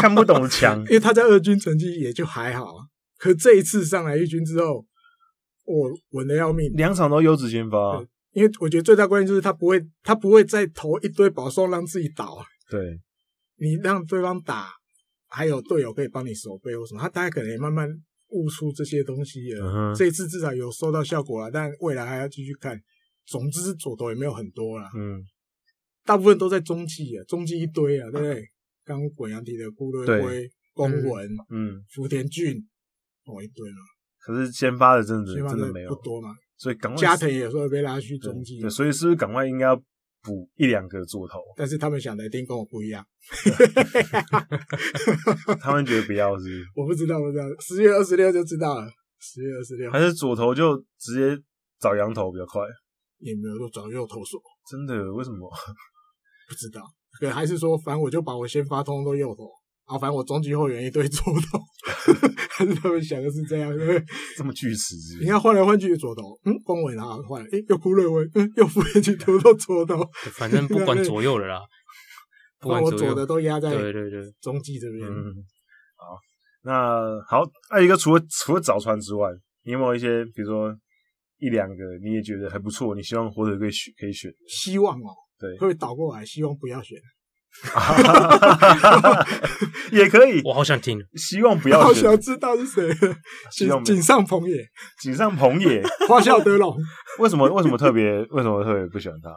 Speaker 1: 看不懂的 强
Speaker 2: 因为他在二军成绩也就还好啊，可这一次上来一军之后，我稳的要命。
Speaker 1: 两场都优质先发，
Speaker 2: 因为我觉得最大关键就是他不会，他不会再投一堆保送让自己倒啊，
Speaker 1: 对，
Speaker 2: 你让对方打，还有队友可以帮你守备或什么，他大概可能也慢慢悟出这些东西了。
Speaker 1: 嗯哼
Speaker 2: 这一次至少有收到效果了，但未来还要继续看。总之左投也没有很多啦，
Speaker 1: 嗯，
Speaker 2: 大部分都在中继啊，中继一堆啊，对不对？刚刚滚阳提的顾瑞辉、龚文、
Speaker 1: 嗯，
Speaker 2: 福田俊，哦一堆嘛，
Speaker 1: 可是先发的真的
Speaker 2: 希
Speaker 1: 嗯
Speaker 2: 望
Speaker 1: 真的没
Speaker 2: 不
Speaker 1: 有，
Speaker 2: 多嘛。
Speaker 1: 所以赶快
Speaker 2: 加藤也有时候被拉去中继
Speaker 1: 对，，所以是不是赶快应该要补一两个左投？
Speaker 2: 但是他们想的一定跟我不一样。
Speaker 1: 他们觉得不要是不是
Speaker 2: 我不知道，我不知道，十月二十六就知道了。十月二十六
Speaker 1: 还是左投就直接找羊头比较快？
Speaker 2: 也没有说找右投手，
Speaker 1: 真的？为什么？
Speaker 2: 不知道。 可还是说，反正我就把我先发通通都右投，啊，反正我中继后援一堆左投， 还是他们想的是这样，对 不对？
Speaker 1: 这么巨石是不
Speaker 2: 你
Speaker 1: 是？
Speaker 2: 看换来换去的左投，嗯，光伟啊换来，诶、又哭瑞威，嗯，又福建去投到 左投，
Speaker 3: 反正不管左右了啦，不
Speaker 2: 把
Speaker 3: 管
Speaker 2: 我
Speaker 3: 左
Speaker 2: 左的
Speaker 3: 右，
Speaker 2: 都压在
Speaker 3: 对对对，
Speaker 2: 中继这边。
Speaker 1: 嗯，好，那好，艾一个除了除了早川之外，你有没有一些比如说一两个你也觉得还不错，你希望火腿可以选可以选？
Speaker 2: 希望哦，
Speaker 1: 对
Speaker 2: 会不会倒过来？希望不要选，
Speaker 1: 也可以，
Speaker 3: 我好想听，
Speaker 1: 希望不要
Speaker 2: 好想
Speaker 1: 选
Speaker 2: 知道是谁了。
Speaker 1: 希望
Speaker 2: 井
Speaker 1: 没
Speaker 2: 井上朋也，
Speaker 1: 井上朋也。
Speaker 2: 花孝德龙，
Speaker 1: 为什么为什么特别为什么特别不喜欢 他？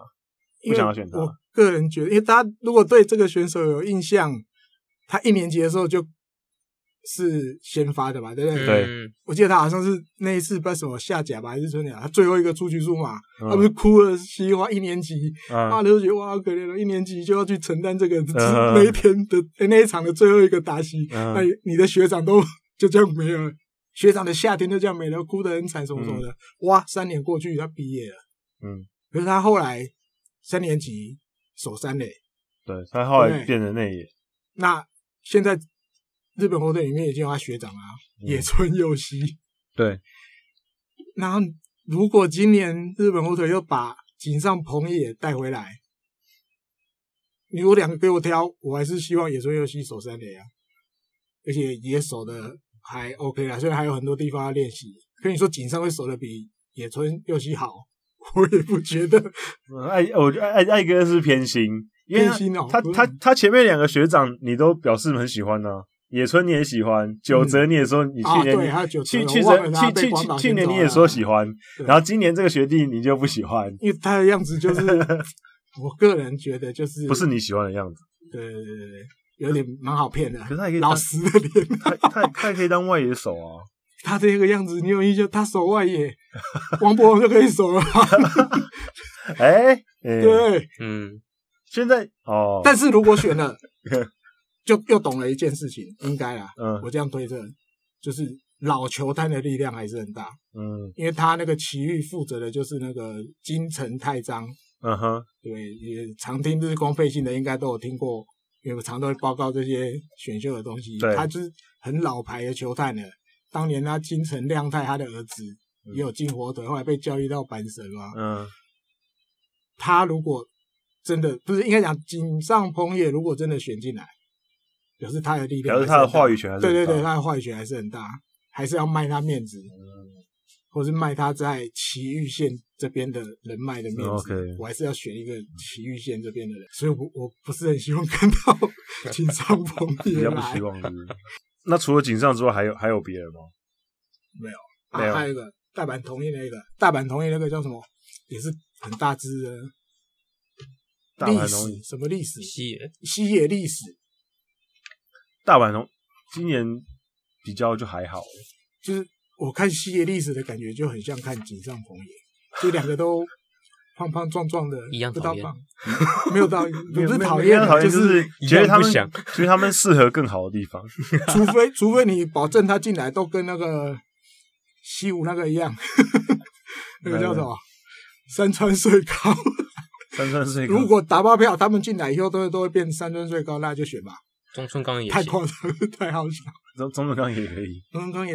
Speaker 1: 不想要选他
Speaker 2: 因为我个人觉得，因为大家如果对这个选手有印象，他一年级的时候就是先发的嘛，对不对？
Speaker 1: 对
Speaker 3: 嗯
Speaker 2: 我记得他好像是那一次不知道什么下甲吧还是春甲，他最后一个出局数嘛，
Speaker 1: 嗯
Speaker 2: 他不是哭了稀里哗啦一年级，
Speaker 1: 啊
Speaker 2: 妈，的就觉得哇好可怜了，哦一年级就要去承担这个、
Speaker 1: 嗯
Speaker 2: 那一天的、那一场的最后一个打席，
Speaker 1: 嗯
Speaker 2: 那、你的学长都就这样没了。学长的夏天就这样没了，哭得很惨，什么什么的。哇，三年过去，他毕业了。
Speaker 1: 嗯，
Speaker 2: 可是他后来三年级守三垒，
Speaker 1: 对他后来
Speaker 2: 对
Speaker 1: 变成内野，
Speaker 2: 那现在日本火腿里面已经有他学长啊，
Speaker 1: 嗯
Speaker 2: 野村佑希。
Speaker 1: 对，
Speaker 2: 然后如果今年日本火腿又把井上朋也带回来，你如果两个给我挑，我还是希望野村佑希守三垒啊，而且也守的还 OK 啦，虽然还有很多地方要练习。可你说井上会守的比野村佑希好，我也不觉得。
Speaker 1: 嗯艾，我觉得艾艾哥是偏心，因为
Speaker 2: 偏心哦
Speaker 1: 他
Speaker 2: 不是
Speaker 1: 他他他前面两个学长你都表示很喜欢呢、野村你也喜欢，九泽你也说你去
Speaker 2: 啊，
Speaker 1: 年
Speaker 2: 对，
Speaker 1: 你、
Speaker 2: 还有九成
Speaker 1: 去去
Speaker 2: 我忘了
Speaker 1: 去
Speaker 2: 他被
Speaker 1: 去
Speaker 2: 广岛
Speaker 1: 去去
Speaker 2: 先
Speaker 1: 年
Speaker 2: 走
Speaker 1: 你也
Speaker 2: 了
Speaker 1: 说喜欢，
Speaker 2: 对
Speaker 1: 然后今年这个学弟你就不喜欢，
Speaker 2: 因为他的样子 就是，我个人觉得就是
Speaker 1: 不是你喜欢的样子。
Speaker 2: 对对对对对，有点蛮好骗的
Speaker 1: 可，是他也可以当
Speaker 2: 老实的脸。
Speaker 1: 他他他也可以当外野手啊，
Speaker 2: 他这个样子，你有印象？他守外野，王博文就可以守了吧。
Speaker 1: 哎、哎，
Speaker 2: 对，
Speaker 3: 嗯，
Speaker 1: 现在哦，
Speaker 2: 但是如果选 了，就又懂了一件事情，应该啦。
Speaker 1: 嗯
Speaker 2: 我这样推测，就是老球探的力量还是很大，
Speaker 1: 嗯
Speaker 2: 因为他那个奇遇负责的就是那个金城太章，
Speaker 1: 嗯哼，
Speaker 2: 对，也常听日工费信的应该都有听过，有常都会报告这些选秀的东西。
Speaker 1: 对
Speaker 2: 他就是很老牌的球探了。当年他金城亮太他的儿子也有进火腿，后来被交易到阪神嘛。
Speaker 1: 嗯
Speaker 2: 他如果真的不是应该讲井上鹏也，如果真的选进来，表示他的力
Speaker 1: 表
Speaker 2: 量还
Speaker 1: 示
Speaker 2: 是很
Speaker 1: 他
Speaker 2: 大，
Speaker 1: 的话语权还是
Speaker 2: 对对
Speaker 1: 很大
Speaker 2: 对，他的话语权还是很大，还是要卖他面子，或是卖他在崎玉县这边的人脉的面子。
Speaker 1: 嗯，OK
Speaker 2: 我还是要选一个崎玉县这边的人，所以我我不是很希望 看到井上鹏
Speaker 1: 比
Speaker 2: 也
Speaker 1: 较不
Speaker 2: 来
Speaker 1: 希。望是不是那除了井上之外，还有还有别人吗？没有
Speaker 2: 啊，还有一个大阪同意那个，大阪同意那个叫什么，也是很大只的
Speaker 1: 大
Speaker 2: 历
Speaker 1: 阪同
Speaker 2: 史，什么历史？
Speaker 3: 吸引人
Speaker 2: 西野历史。
Speaker 1: 大阪同今年比较就还好，
Speaker 2: 就是我看西野历史的感觉就很像看井上鹏也，就两个都胖胖壮壮的，
Speaker 3: 一样
Speaker 2: 不到
Speaker 3: 讨厌
Speaker 2: 棒，没 有到不是讨
Speaker 1: 没有
Speaker 2: 厌
Speaker 1: 没有
Speaker 2: 啊，
Speaker 1: 讨厌，
Speaker 2: 就
Speaker 1: 就是
Speaker 2: 是
Speaker 1: 觉得他们
Speaker 3: 一样
Speaker 1: 觉得他们适合更好的地方。
Speaker 2: 除非除非你保证他进来都跟那个西武那个一样，那个叫什么山川穗 高。
Speaker 1: 三川是一个
Speaker 2: 如果打包票，他们进来以后都会都会变山川穗高，那就选吧，
Speaker 3: 中村刚也
Speaker 2: 太
Speaker 3: 行，
Speaker 2: 夸张，太好笑。
Speaker 1: 中中本刚也可以，
Speaker 2: 中村刚也，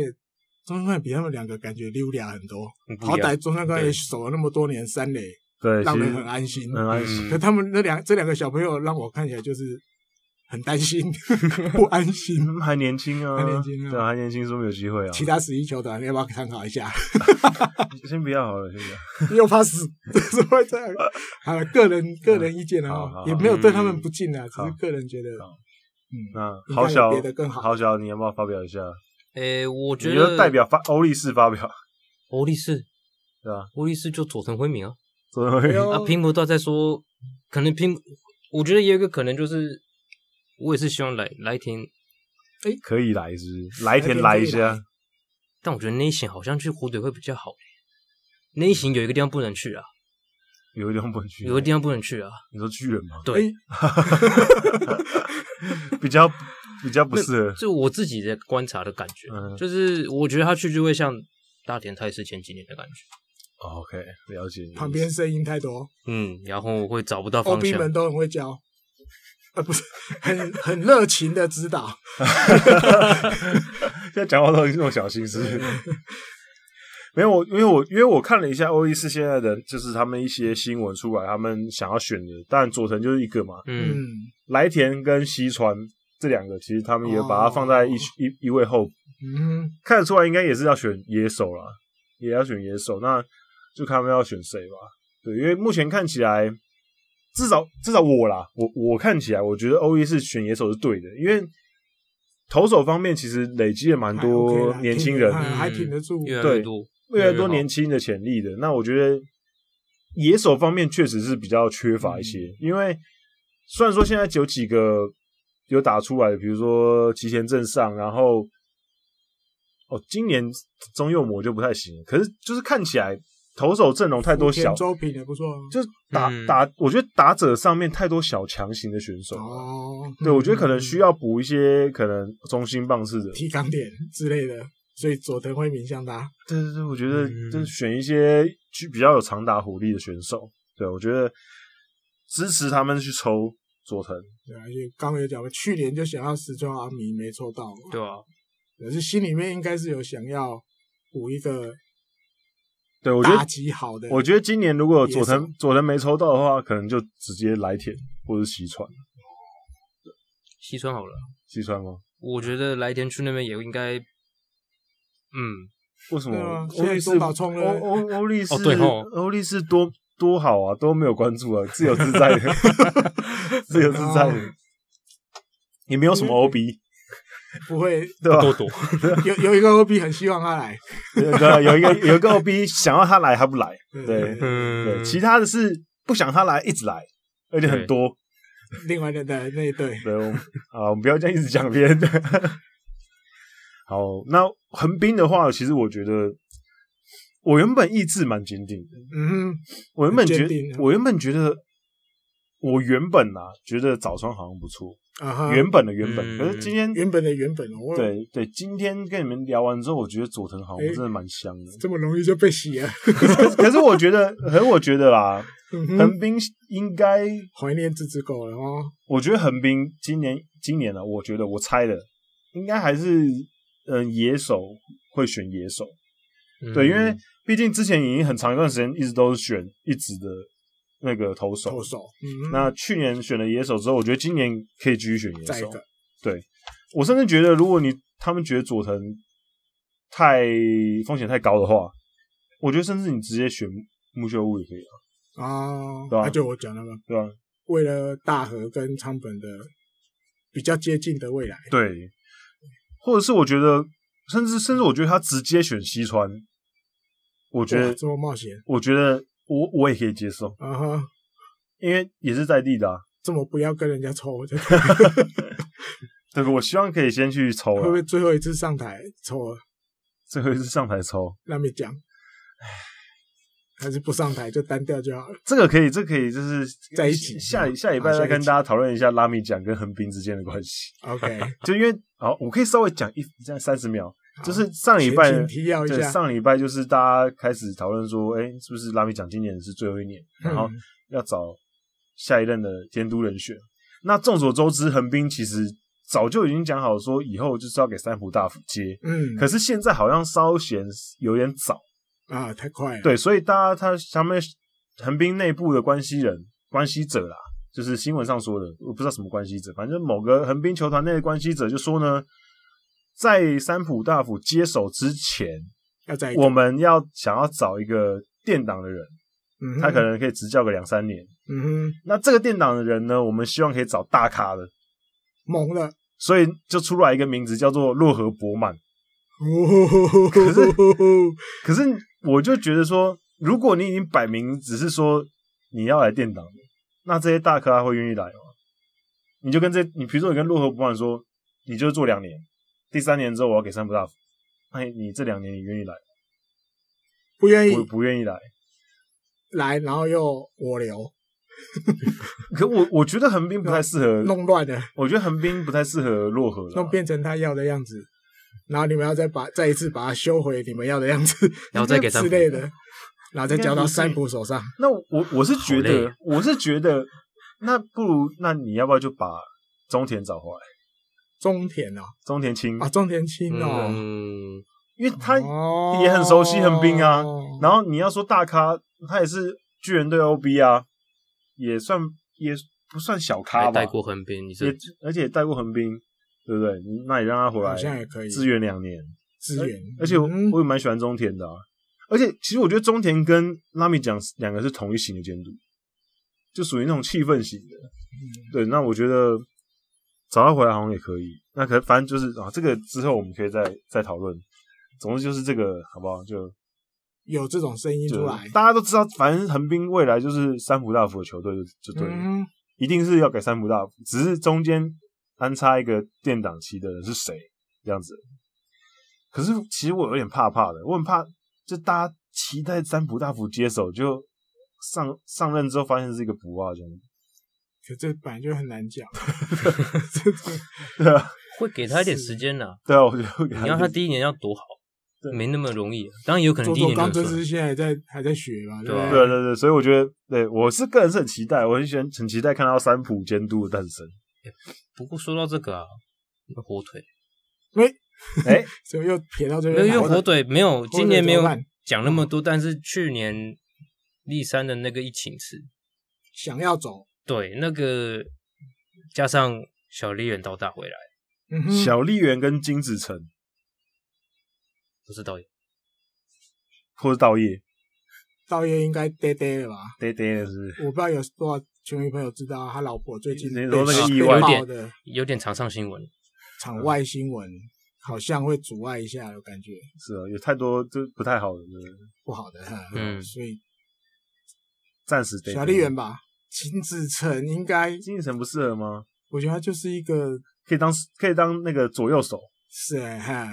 Speaker 2: 中村刚也比他们两个感觉溜达很多，
Speaker 3: 不一
Speaker 2: 好
Speaker 3: 样
Speaker 2: 歹中村刚也
Speaker 3: 对
Speaker 2: 守了那么多年三垒，
Speaker 1: 对，
Speaker 2: 让
Speaker 1: 其
Speaker 2: 人很
Speaker 1: 实
Speaker 2: 安心。
Speaker 1: 很安
Speaker 3: 嗯
Speaker 1: 心。
Speaker 2: 可他们那两这两个小朋友让我看起来就是很 担心，不安心。
Speaker 1: 他们还年轻啊，
Speaker 2: 还年轻啊
Speaker 1: 对，还年轻，说明有机会啊。
Speaker 2: 其他十一球团要不要参考一下？
Speaker 1: 先不要好了，先不要。
Speaker 2: 又怕死， 就是会这样。好了，个人个人意见
Speaker 1: 好
Speaker 2: 啊
Speaker 1: 好，
Speaker 2: 也没有对他们
Speaker 3: 嗯
Speaker 2: 不敬啊，只
Speaker 1: 好
Speaker 2: 是个人觉得，
Speaker 1: 好
Speaker 2: 嗯，
Speaker 1: 那
Speaker 2: 应
Speaker 1: 好
Speaker 2: 该有
Speaker 1: 小
Speaker 2: 别的更好。
Speaker 1: 好小，你要不要发表一下？
Speaker 3: 诶、我
Speaker 1: 你
Speaker 3: 觉
Speaker 1: 就
Speaker 3: 得
Speaker 1: 代表发欧力士发表，
Speaker 3: 欧力士，
Speaker 1: 对吧？
Speaker 3: 欧力士就佐藤辉明啊，
Speaker 1: 所以
Speaker 2: 哎呦
Speaker 3: 啊，拼不到再说，可能拼，我觉得也有一个可能就是，我也是希望来来田，
Speaker 1: 可以来是不是来田
Speaker 2: 来
Speaker 1: 来
Speaker 2: 田
Speaker 1: 一
Speaker 2: 可以来
Speaker 1: 下，
Speaker 3: 但我觉得内型好像去火腿会比较好。内型有一个地方不能去啊，
Speaker 1: 有一点不能去。
Speaker 3: 有个地方不能去啊，
Speaker 1: 你说巨人吗？
Speaker 3: 对
Speaker 2: 哎，
Speaker 1: 比较比较不适合。
Speaker 3: 就我自己的观察的感觉，
Speaker 1: 嗯
Speaker 3: 就是我觉得他去就会像大田泰是前几年的感觉，
Speaker 1: 哦 OK，了解你的意思。
Speaker 2: 旁边声音太多
Speaker 3: 嗯，然后会找不到
Speaker 2: ，O
Speaker 3: 方
Speaker 2: B
Speaker 3: 向，嗯
Speaker 2: 们都很会教，啊，不是，很很热情的指导。
Speaker 1: 现在讲话都是这种小心思。 没有我，因为我因为我看了一下欧力士现在的，就是他们一些新闻出来，他们想要选的，当然佐藤就是一个嘛，
Speaker 3: 嗯，
Speaker 2: 嗯
Speaker 1: 来田跟西川这两个，其实他们也把它放在一、
Speaker 2: 哦
Speaker 1: 一一位后，
Speaker 2: 嗯，
Speaker 1: 看得出来应该也是要选野手啦，也要选野手，那就看他们要选谁吧。对，因为目前看起来，至少至少我啦，我我看起来，我觉得欧力士选野手是对的，因为投手方面其实累积了蛮
Speaker 2: 还 OK
Speaker 1: 多
Speaker 2: 啦
Speaker 1: 年
Speaker 2: 挺
Speaker 1: 轻
Speaker 2: 得
Speaker 1: 人，
Speaker 2: 还还挺得住。
Speaker 3: 嗯越来
Speaker 1: 对
Speaker 3: 越多，
Speaker 1: 越来越多
Speaker 3: 好
Speaker 1: 年轻的潜力的。那我觉得野手方面确实是比较缺乏一些，因为虽然说现在有几个有打出来的，比如说吉田镇上，然后哦，今年中右模就不太行了，可是就是看起来投手阵容太多小，
Speaker 2: 周品也不错啊。
Speaker 1: 就是打、
Speaker 3: 嗯
Speaker 1: 打，我觉得打者上面太多小强型的选手了。
Speaker 2: 哦，
Speaker 1: 对，我觉得可能
Speaker 2: 嗯
Speaker 1: 需要补一些可能中心棒式的，
Speaker 2: 提纲点之类的，所以佐藤辉明像他，
Speaker 1: 对对对，我觉得
Speaker 3: 嗯
Speaker 1: 就是选一些去比较有长打火力的选手，对我觉得支持他们去抽佐藤，
Speaker 2: 对啊，就刚刚有讲过，去年就想要石川阿弥没抽到嘛，
Speaker 3: 对啊，
Speaker 2: 可是心里面应该是有想要补一个
Speaker 1: 对我觉
Speaker 2: 打
Speaker 1: 得
Speaker 2: 击好的，
Speaker 1: 我觉得今年如果佐
Speaker 2: 野
Speaker 1: 藤佐藤没抽到的话，可能就直接来田或者西川，
Speaker 3: 西川好了，
Speaker 1: 西川吗？
Speaker 3: 我觉得来田去那边也应该，嗯，
Speaker 1: 为什
Speaker 2: 对啊
Speaker 1: 么
Speaker 2: 现
Speaker 1: 欧
Speaker 2: 在
Speaker 1: 力士
Speaker 2: 多打冲了欸
Speaker 1: 欧欧欧力士
Speaker 3: 哦对吼
Speaker 1: 欧力士多多好啊，都没有关注啊，自由自在的， 自由自在的，也没有
Speaker 2: 嗯
Speaker 1: 什么 OB
Speaker 2: 不会
Speaker 1: 对吧？
Speaker 3: 多多，
Speaker 2: 有有一个 OB 很希望他来，
Speaker 1: 有一啊个有一个有一个 OB 想要他来他不来， 对对，
Speaker 3: 嗯，
Speaker 1: 其他的是不想他来一直来，而且很多。
Speaker 2: 另外那那那一队，
Speaker 1: 对，我们 啊，我们不要这样一直讲别人的。 好，那横滨的话，其实我觉得我原本意志蛮坚定的，
Speaker 2: 嗯哼，
Speaker 1: 我原本觉
Speaker 2: 很坚定啊
Speaker 1: 我原本觉得，我原本啊觉得早川好像不错，
Speaker 2: 啊哈，
Speaker 1: 原本的原本，
Speaker 3: 嗯
Speaker 1: 可是今天
Speaker 2: 原本的原本哦，我
Speaker 1: 对对，今天跟你们聊完之后，我觉得佐藤好像
Speaker 2: 诶
Speaker 1: 真的蛮香的。
Speaker 2: 这么容易就被洗了，
Speaker 1: 可是我 觉得，可是我觉得啦，
Speaker 2: 嗯哼，
Speaker 1: 横滨应该，
Speaker 2: 怀念这只狗了哦，
Speaker 1: 我觉得横滨今年今年呢、啊我觉得我猜的应该还是嗯野手会选野手，
Speaker 2: 嗯
Speaker 3: 嗯
Speaker 1: 对，因为毕竟之前已经很长一段时间一直都是选一直的那个投手，
Speaker 2: 投手，嗯哼，
Speaker 1: 那去年选了野手之后，我觉得今年可以继续选野
Speaker 2: 再一
Speaker 1: 手。
Speaker 2: 个，
Speaker 1: 我甚至觉得，如果你他们觉得佐藤太风险太高的话，我觉得甚至你直接选木秀屋也可以啊，
Speaker 2: 哦，
Speaker 1: 对啊
Speaker 2: 那就我讲那个，
Speaker 1: 对吧、
Speaker 2: 为了大和跟仓本的比较接近的未来，
Speaker 1: 对，或者是我觉得，甚至甚至我觉得他直接选西川，我觉
Speaker 2: 哇
Speaker 1: 得
Speaker 2: 这么冒险，
Speaker 1: 我觉得我我也可以接受，
Speaker 2: 啊哈，
Speaker 1: 因为也是在地的、啊。
Speaker 2: 这么不要跟人家抽， 真的
Speaker 1: 这个我希望可以先去抽啊
Speaker 2: 会不会
Speaker 1: 了，
Speaker 2: 最后一次上台抽了？
Speaker 1: 最后一次上台抽，
Speaker 2: 那没讲，还是不上台就单调就好了。
Speaker 1: 这个可以，这个可以，就是
Speaker 2: 在一起
Speaker 1: 下下礼
Speaker 2: 啊
Speaker 1: 拜
Speaker 2: 下
Speaker 1: 再
Speaker 2: 一
Speaker 1: 跟
Speaker 2: 集
Speaker 1: 大家讨论一下拉米奖跟横滨之间的关系。
Speaker 2: OK，
Speaker 1: 就因为好，我可以稍微讲一这样三十秒，就是上礼拜
Speaker 2: 前情提要一
Speaker 1: 对
Speaker 2: 下，
Speaker 1: 上礼拜就是大家开始讨论说，哎、是不是拉米奖今年是最后一年，
Speaker 2: 嗯
Speaker 1: 然后要找下一任的监督人选。那众所周知，横滨其实早就已经讲好说，以后就是要给三浦大辅接，
Speaker 2: 嗯
Speaker 1: 可是现在好像稍显有点早，
Speaker 2: 啊，太快了，
Speaker 1: 对，所以大家他他们横滨内部的关系人关系者啦，就是新闻上说的，我不知道什么关系者，反正某个横滨球团内的关系者就说呢，在三浦大辅接手之前，
Speaker 2: 要再一个
Speaker 1: 我们要想要找一个垫档的人，
Speaker 2: 嗯哼
Speaker 1: 他可能可以执教个两三年。
Speaker 2: 嗯哼
Speaker 1: 那这个垫档的人呢，我们希望可以找大咖的，
Speaker 2: 懵了，
Speaker 1: 所以就出来一个名字叫做洛河博满。
Speaker 2: 可
Speaker 1: 是可是我就觉得说，如果你已经摆明只是说你要来垫档的，那这些大咖会愿意来吗？你就跟这，你比如说你跟洛河博满说，你就做两年，第三年之后我要给三浦大辅，那你这两年你愿意来吗？
Speaker 2: 不愿意
Speaker 1: 我不愿意来。
Speaker 2: 来，然后又我留，
Speaker 1: 可我我觉得横滨不太适合，
Speaker 2: 弄乱了，
Speaker 1: 我觉得横滨不太适合洛河了
Speaker 2: 弄。变成他要的样子，然后你们要再把再一次把它修回你们要的样子，
Speaker 3: 然后再给他
Speaker 2: 之
Speaker 3: 们
Speaker 2: 类的，然后再
Speaker 1: 应
Speaker 2: 交
Speaker 1: 该
Speaker 2: 到
Speaker 1: 不是
Speaker 2: 三浦手上。
Speaker 1: 那我我是觉
Speaker 3: 好累
Speaker 1: 得
Speaker 3: 啊，
Speaker 1: 我是觉得，那不如那你要不要就把中田找回来？
Speaker 2: 中田哦，
Speaker 1: 中田青，
Speaker 2: 啊，中田青哦，
Speaker 3: 嗯，
Speaker 1: 因为他
Speaker 2: 哦
Speaker 1: 也很熟悉横滨啊然后你要说大咖，他也是巨人队 OB 啊，也算也不算小咖
Speaker 3: 还
Speaker 1: 吧，
Speaker 3: 带过横滨，你
Speaker 1: 也
Speaker 3: 是
Speaker 1: 而且也带过横滨，对不对？你那你让他回
Speaker 2: 好像
Speaker 1: 来
Speaker 2: 也嗯可以
Speaker 1: 支援两年，
Speaker 2: 支援，
Speaker 1: 而且我、
Speaker 2: 嗯
Speaker 1: 我也蛮喜欢中田的、啊，而且其实我觉得中田跟拉米讲两个是同一型的监督，就属于那种气氛型的。
Speaker 2: 嗯
Speaker 1: 对，那我觉得找他回来好像也可以。那可反正就是啊，这个之后我们可以再再讨论。总之就是这个，好不好？就
Speaker 2: 有这种声音
Speaker 1: 就
Speaker 2: 出来，
Speaker 1: 大家都知道，反正横滨未来就是三浦大辅的球队，就就对了，
Speaker 2: 嗯，
Speaker 1: 一定是要给三浦大辅，只是中间安插一个垫档期的人是谁这样子。可是其实我有点怕怕的，我很怕就大家期待三浦大辅接手，就上上任之后发现是一个不二这样子。
Speaker 2: 可这本来就很难讲，这这
Speaker 1: 对啊，
Speaker 3: 会给他一点时间啦。
Speaker 1: 对啊，我觉得
Speaker 3: 你让他第一年要多好
Speaker 1: 对，
Speaker 3: 没那么容易。当然也有可能
Speaker 2: 佐
Speaker 3: 第一
Speaker 2: 佐
Speaker 3: 年就
Speaker 2: 刚
Speaker 3: 很
Speaker 2: 这
Speaker 3: 顺
Speaker 2: 是现在还在还在学嘛，对
Speaker 3: 对啊
Speaker 2: 不
Speaker 1: 对对对，所以我觉得，对我是个人是很期待，我很喜欢很期待看到三浦监督的诞生。
Speaker 3: 不过说到这个啊，那火腿，
Speaker 2: 喂，
Speaker 1: 哎、
Speaker 2: 所以又撇到这
Speaker 3: 因为
Speaker 2: 边
Speaker 3: 因
Speaker 2: 来
Speaker 3: 为
Speaker 2: 了，
Speaker 3: 火腿没有
Speaker 2: 腿
Speaker 3: 今年没有
Speaker 2: 怎么办
Speaker 3: 讲那么
Speaker 2: 嗯
Speaker 3: 多，但是去年立山的那个疫情次，
Speaker 2: 想要走，
Speaker 3: 对那个加上小笠原到大回来，
Speaker 2: 嗯哼，
Speaker 1: 小笠原跟金子成，
Speaker 3: 不是导演
Speaker 1: 或是道业，
Speaker 2: 道业应该呆呆了吧？
Speaker 1: 爹爹是不是
Speaker 2: 我不知道有多少球迷朋友知道啊他老婆最近
Speaker 1: 你
Speaker 2: 被
Speaker 1: 说那个
Speaker 2: 被
Speaker 1: 意外
Speaker 2: 爆的
Speaker 3: 有点常上新闻。
Speaker 2: 嗯场外新闻，好像会阻碍一下，有感觉
Speaker 1: 是啊，有太多这不太好的，真的
Speaker 2: 不好的哈。
Speaker 3: 嗯
Speaker 2: 所以
Speaker 1: 暂时得
Speaker 2: 小丽媛吧，秦子成应该，
Speaker 1: 金城不适合吗？
Speaker 2: 我觉得他就是一个
Speaker 1: 可以当可以当那个左右手，
Speaker 2: 是哎哈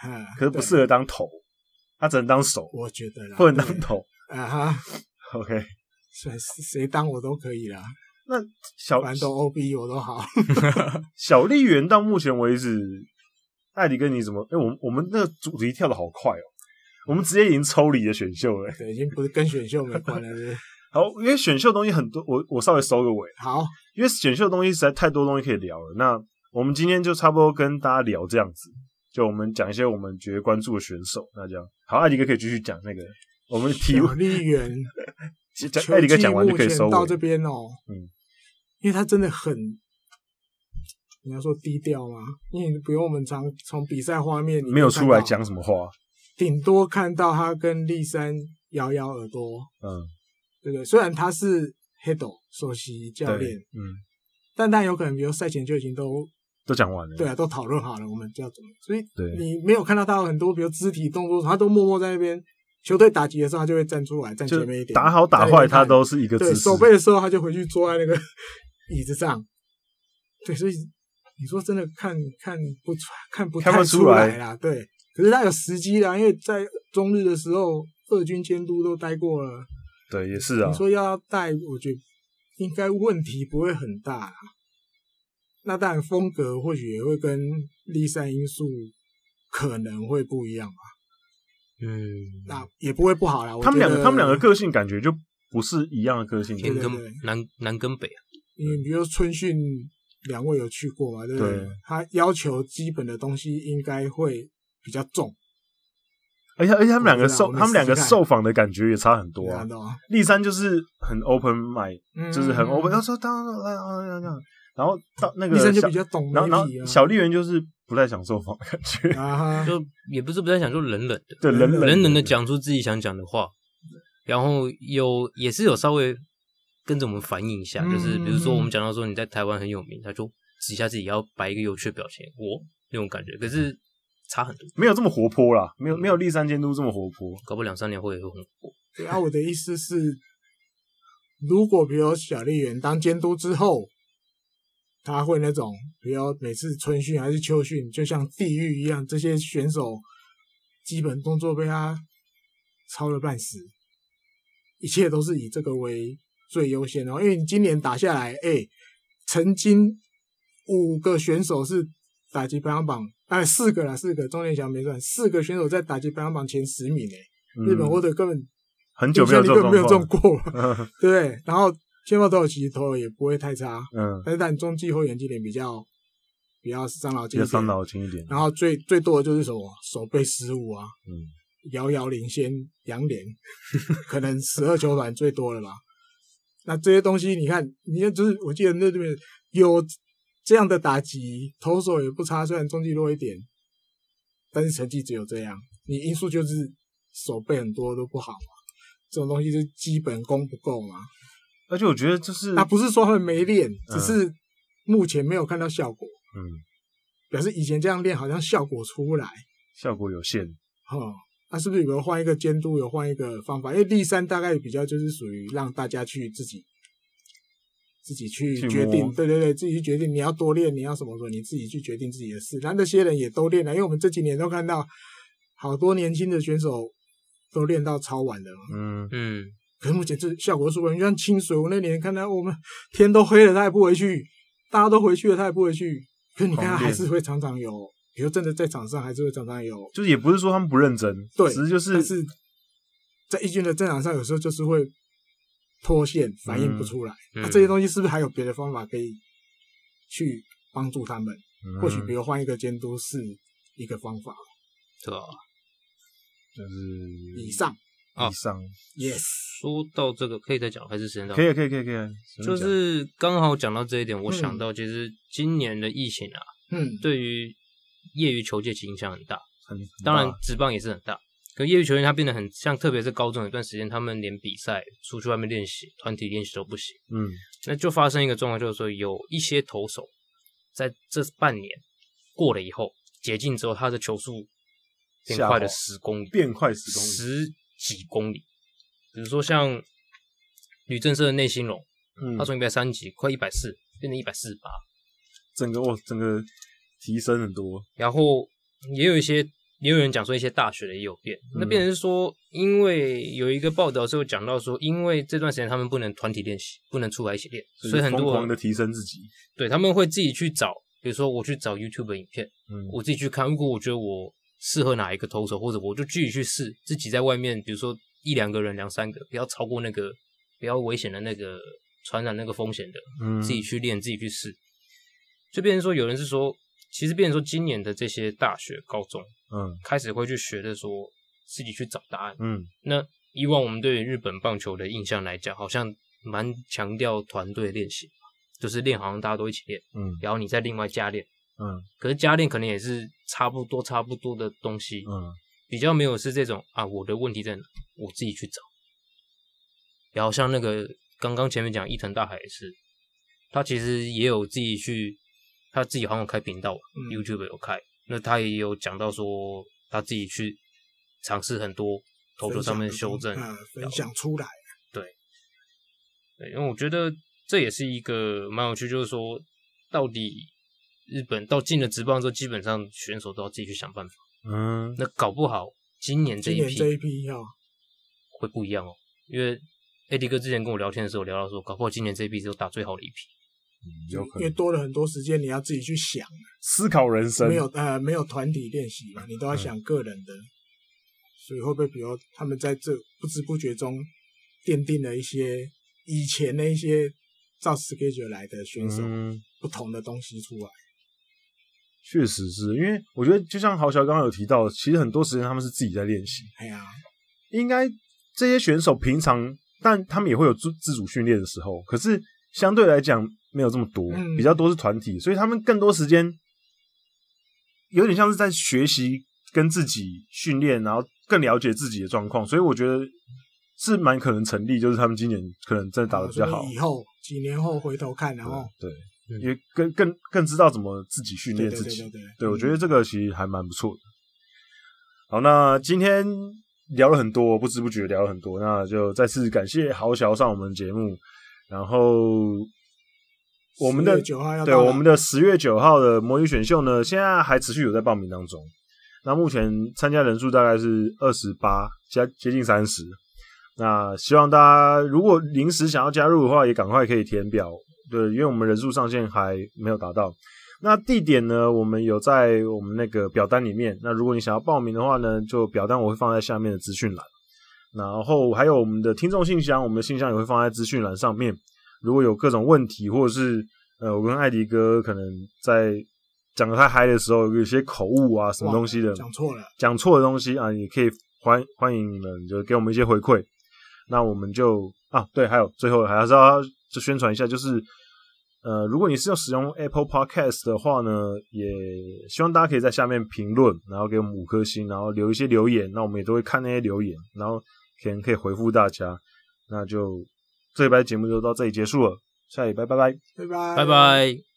Speaker 2: 哈，
Speaker 1: 可是不
Speaker 2: 对
Speaker 1: 适合当头，他只能当手，
Speaker 2: 我觉得啦，
Speaker 1: 不能当
Speaker 2: 对
Speaker 1: 头。
Speaker 2: 啊哈，
Speaker 1: OK，
Speaker 2: 谁谁当我都可以啦，
Speaker 1: 那小
Speaker 2: 反正都 OB 我都好。
Speaker 1: 小丽媛到目前为止，艾迪跟你怎么？哎、我们我们那个主题跳的好快哦，我们直接已经抽离了选秀了。
Speaker 2: 对，已经不是跟选秀没关了，是不是
Speaker 1: 好，因为选秀东西很多，我我稍微收个尾，啊
Speaker 2: 好，
Speaker 1: 因为选秀东西实在太多东西可以聊了。那我们今天就差不多跟大家聊这样子，就我们讲一些我们觉得关注的选手。那这样，好，艾迪哥可以继续讲那个我们提
Speaker 2: 小丽媛，
Speaker 1: 讲艾迪哥讲完就可以
Speaker 2: 球季
Speaker 1: 收
Speaker 2: 目前到这
Speaker 1: 尾。
Speaker 2: 边哦，
Speaker 1: 嗯，
Speaker 2: 因为他真的很，你要说低调吗？因为不用我们常从比赛画面里面
Speaker 1: 没有出来
Speaker 2: 看到，
Speaker 1: 讲什么话，
Speaker 2: 顶多看到他跟立山摇摇耳朵，
Speaker 1: 嗯，
Speaker 2: 对不对？虽然他是 Hedo 首席教
Speaker 1: 对
Speaker 2: 练，，
Speaker 1: 嗯，
Speaker 2: 但他有可能比如赛前就已经都
Speaker 1: 都讲完了，
Speaker 2: 对啊，都讨论好了，我们就要怎么，所以
Speaker 1: 对
Speaker 2: 你没有看到他有很多，比如肢体动作，他都默默在那边。球队打击的时候，他就会站出来，站
Speaker 1: 就
Speaker 2: 前面一点。
Speaker 1: 打好打
Speaker 2: 在那
Speaker 1: 坏，
Speaker 2: 边
Speaker 1: 他
Speaker 2: 看
Speaker 1: 都是一个姿
Speaker 2: 对，
Speaker 1: 势。
Speaker 2: 手背的时候他就回去坐在那个椅子上。对，所以你说真的看看不出看不
Speaker 1: 看不
Speaker 2: 太
Speaker 1: 出来
Speaker 2: 来啦，对。可是他有时机啦，因为在中日的时候，二军监督都待过了。
Speaker 1: 对，也是啊
Speaker 2: 你。说要带，我觉得应该问题不会很大啦。那当然，风格或许也会跟立山因素可能会不一样吧。
Speaker 3: 嗯，
Speaker 2: 那也不会不好啦。我
Speaker 1: 他们
Speaker 2: 觉
Speaker 1: 两个，
Speaker 2: 得
Speaker 1: 他们两个个性感觉就不是一样的个性。
Speaker 3: 天
Speaker 2: 对
Speaker 3: 跟
Speaker 2: 对
Speaker 3: 南南跟北啊，
Speaker 2: 你比如说春训，两位有去过嘛？对不对？
Speaker 1: 对
Speaker 2: 他要求基本的东西应该会比较重，
Speaker 1: 而且而且他们两个
Speaker 2: 我知道
Speaker 1: 受
Speaker 2: 我们
Speaker 1: 他们两个
Speaker 2: 试试看
Speaker 1: 受访的感觉也差很多
Speaker 2: 你
Speaker 1: 啊
Speaker 2: 看。到吗？
Speaker 1: 立山就是很 open mind，就是很 open，他
Speaker 2: 嗯
Speaker 1: 说当然来啊来来来，然后到那个
Speaker 2: 医生就
Speaker 1: 小
Speaker 2: 比较懂
Speaker 1: 然后然
Speaker 2: 媒
Speaker 1: 后
Speaker 2: 体啊。
Speaker 1: 小丽媛就是不太想受访的感觉，
Speaker 2: 啊哈，
Speaker 3: 就也不是不太想，就冷冷的，
Speaker 1: 对，冷
Speaker 3: 冷冷
Speaker 1: 冷
Speaker 3: 的，讲出自己想讲的话，然后有也是有稍微跟着我们反映一下，
Speaker 2: 嗯
Speaker 3: 就是比如说我们讲到说你在台湾很有名，他就指一下自己要摆一个有趣的表情，我那种感觉，可是差很多，
Speaker 1: 没有这么活泼啦，没有没有立山监督这么活泼。
Speaker 3: 搞不好两三年后也会很火。
Speaker 2: 对啊，我的意思是，如果比如小丽媛当监督之后，他会那种，比如每次春训还是秋训，就像地狱一样，这些选手基本动作被他超了半死，一切都是以这个为最优先哦。因为你今年打下来，哎、曾经五个选手是打击排行榜，哎，四个啦，四个，钟连祥没算，四个选手在打击排行榜前十名、诶欸
Speaker 1: 嗯
Speaker 2: 日本获得根本
Speaker 1: 很久没有这种
Speaker 2: 根本没有
Speaker 1: 状况，
Speaker 2: 中过了， 对不对？然后先发投手其实投的也不会太差，
Speaker 1: 嗯，
Speaker 2: 但是但中继后援击点比较比较伤脑
Speaker 1: 比
Speaker 2: 筋，
Speaker 1: 较伤。脑筋一点。
Speaker 2: 然后最最多的就是什么手背失误啊，
Speaker 1: 嗯，
Speaker 2: 遥遥领先杨连，可能十二球团最多了吧。那这些东西你看，你看就是我记得那边有这样的打击，投手也不差，虽然中继弱一点，但是成绩只有这样。你因素就是手背很多都不好嘛，这种东西就是基本功不够嘛。
Speaker 1: 而且我觉得就是
Speaker 2: 那不是说他们没练，只是目前没有看到效果，
Speaker 1: 嗯，
Speaker 2: 表示以前这样练好像效果出不来。
Speaker 1: 效果有限，
Speaker 2: 哦，那是不是有换一个监督，有换一个方法？因为立三大概比较就是属于让大家去自己自己去
Speaker 1: 去摸
Speaker 2: 决定，对对对，自己去决定你要多练，你要什么什么，你自己去决定自己的事。那那些人也都练了，因为我们这几年都看到好多年轻的选手都练到超晚的嘛。
Speaker 1: 嗯，
Speaker 3: 嗯，
Speaker 2: 可是目前这效果是不是？你像清水，我那年看到我们天都黑了，他也不回去；大家都回去了，他也不回去。可是你看他
Speaker 1: 狂
Speaker 2: 还
Speaker 1: 练
Speaker 2: 是会常常有，比如真的在场上还是会常常有
Speaker 1: 就是也不是说他们不认真，
Speaker 2: 对
Speaker 1: 只是就
Speaker 2: 但
Speaker 1: 是
Speaker 2: 是在一军的战场上，有时候就是会脱线，反应不出来。那、
Speaker 3: 嗯
Speaker 2: 这些东西是不是还有别的方法可以去帮助他们？
Speaker 1: 嗯
Speaker 2: 或许比如换一个监督是一个方法。
Speaker 3: 对啊吧、
Speaker 1: 就是
Speaker 2: 以上
Speaker 3: 啊
Speaker 1: 以上
Speaker 2: ，yes，
Speaker 3: 说到这个可以再讲，还是时间到？
Speaker 1: 可以啊可以可以可以啊，随便
Speaker 3: 就
Speaker 1: 讲
Speaker 3: 是刚好讲到这一点，我
Speaker 2: 嗯
Speaker 3: 想到其实今年的疫情啊，
Speaker 2: 嗯，
Speaker 3: 对于业余球界其实影响很大，
Speaker 1: 很
Speaker 3: 当然
Speaker 1: 很大
Speaker 3: 职棒也是很大，可业余球员他变得很像，特别是高中有一段时间，他们连比赛、出去外面练习、团体练习都不行。
Speaker 1: 嗯，
Speaker 3: 那就发生一个状况，就是说有一些投手在这半年过了以后，解禁之后，他的球速变快
Speaker 1: 下滑
Speaker 3: 了十公里，
Speaker 1: 变快十公里，
Speaker 3: 十几公里。比如说像吕正社的内心龙，
Speaker 1: 嗯
Speaker 3: 他从一百三级快一百四，变成一百四十八。
Speaker 1: 整个我整个提升很多，
Speaker 3: 然后也有一些也有人讲说一些大学的也有变，那
Speaker 1: 嗯
Speaker 3: 变成是说，因为有一个报道是有讲到说，因为这段时间他们不能团体练习，不能出来一起练，所以很
Speaker 1: 疯
Speaker 3: 多
Speaker 1: 狂的
Speaker 3: 人
Speaker 1: 提升自己。
Speaker 3: 对他们会自己去找，比如说我去找 YouTube 的影片，
Speaker 1: 嗯，
Speaker 3: 我自己去看，如果我觉得我适合哪一个投手，或者我就自己去试，自己在外面，比如说一两个人、两三个，不要超过那个比较危险的那个传染那个风险的，
Speaker 1: 嗯
Speaker 3: 自己去练，自己去试。就变成说，有人是说，其实变成说，今年的这些大学、高中
Speaker 1: 嗯
Speaker 3: 开始会去学的说，自己去找答案。
Speaker 1: 嗯
Speaker 3: 那以往我们对于日本棒球的印象来讲，好像蛮强调团队练习，就是练好像大家都一起练，
Speaker 1: 嗯
Speaker 3: 然后你再另外加练。
Speaker 1: 嗯
Speaker 3: 可是加练可能也是差不多差不多的东西，
Speaker 1: 嗯，
Speaker 3: 比较没有是这种啊，我的问题在哪，我自己去找。然后像那个刚刚前面讲伊藤大海也是，他其实也有自己去，他自己好像有开频道、
Speaker 2: 嗯
Speaker 3: y o u t u b e 有开，那他也有讲到说他自己去尝试很多投球上面的修正，
Speaker 2: 嗯，分享出来，
Speaker 3: 对，因为我觉得这也是一个蛮有趣，就是说到底日本到进了职棒之后，基本上选手都要自己去想办法，
Speaker 1: 嗯，
Speaker 3: 那搞不好今年这
Speaker 2: 今
Speaker 3: 一
Speaker 2: 年
Speaker 3: 批
Speaker 2: 这一批哈，
Speaker 3: 会不一样哦。因为 AD 哥之前跟我聊天的时候聊到说，搞不好今年这一批是打最好的一批。
Speaker 1: 有可
Speaker 2: 因为
Speaker 1: 能
Speaker 2: 多了很多时间，你要自己去想，
Speaker 1: 思考人生
Speaker 2: 没有呃没有团体练习嘛，你都要
Speaker 1: 嗯
Speaker 2: 想个人的，所以会不会比如他们在这不知不觉中奠定了一些以前那一些照 schedule 来的选手
Speaker 1: 嗯
Speaker 2: 不同的东西出来？
Speaker 1: 确实是因为我觉得，就像豪乔刚刚有提到，其实很多时间他们是自己在练习。
Speaker 2: 哎呀，
Speaker 1: 应该这些选手平常，但他们也会有自自主训练的时候，可是相对来讲没有这么多，
Speaker 2: 嗯
Speaker 1: 比较多是团体，所以他们更多时间有点像是在学习跟自己训练，然后更了解自己的状况。所以我觉得是蛮可能成立，就是他们今年可能真的打的比较好
Speaker 2: 所以。以后几年后回头看，然后
Speaker 1: 对，
Speaker 3: 嗯
Speaker 1: 也更更更知道怎么自己训
Speaker 2: 对
Speaker 1: 练
Speaker 2: 对
Speaker 1: 自
Speaker 2: 对
Speaker 1: 己
Speaker 2: 对。对，嗯
Speaker 1: 对，我觉得这个其实还蛮不错的。好，那今天聊了很多，不知不觉聊了很多，那就再次感谢豪乔上我们节目，然后我们的
Speaker 2: 九号要
Speaker 1: 对
Speaker 2: 到了
Speaker 1: 我们的十月九号的魔女选秀呢，现在还持续有在报名当中。那目前参加人数大概是二十八，加接近三十。那希望大家如果临时想要加入的话，也赶快可以填表。对，因为我们人数上限还没有达到。那地点呢，我们有在我们那个表单里面。那如果你想要报名的话呢，就表单我会放在下面的资讯栏。然后还有我们的听众信箱，我们的信箱也会放在资讯栏上面。如果有各种问题，或者是呃，我跟艾迪哥可能在讲的太嗨的时候，有一些口误啊，什么东西的，
Speaker 2: 讲错了，
Speaker 1: 讲错的东西啊，也可以欢欢迎你们，就给我们一些回馈。那我们就啊，对，还有最后还是要就宣传一下，就是呃，如果你是要使用 Apple Podcast 的话呢，也希望大家可以在下面评论，然后给我们五颗星，然后留一些留言，那我们也都会看那些留言，然后可能可以回复大家。那就这一拜节目就到这里结束了，下礼拜拜拜。
Speaker 2: 拜拜
Speaker 3: 拜拜。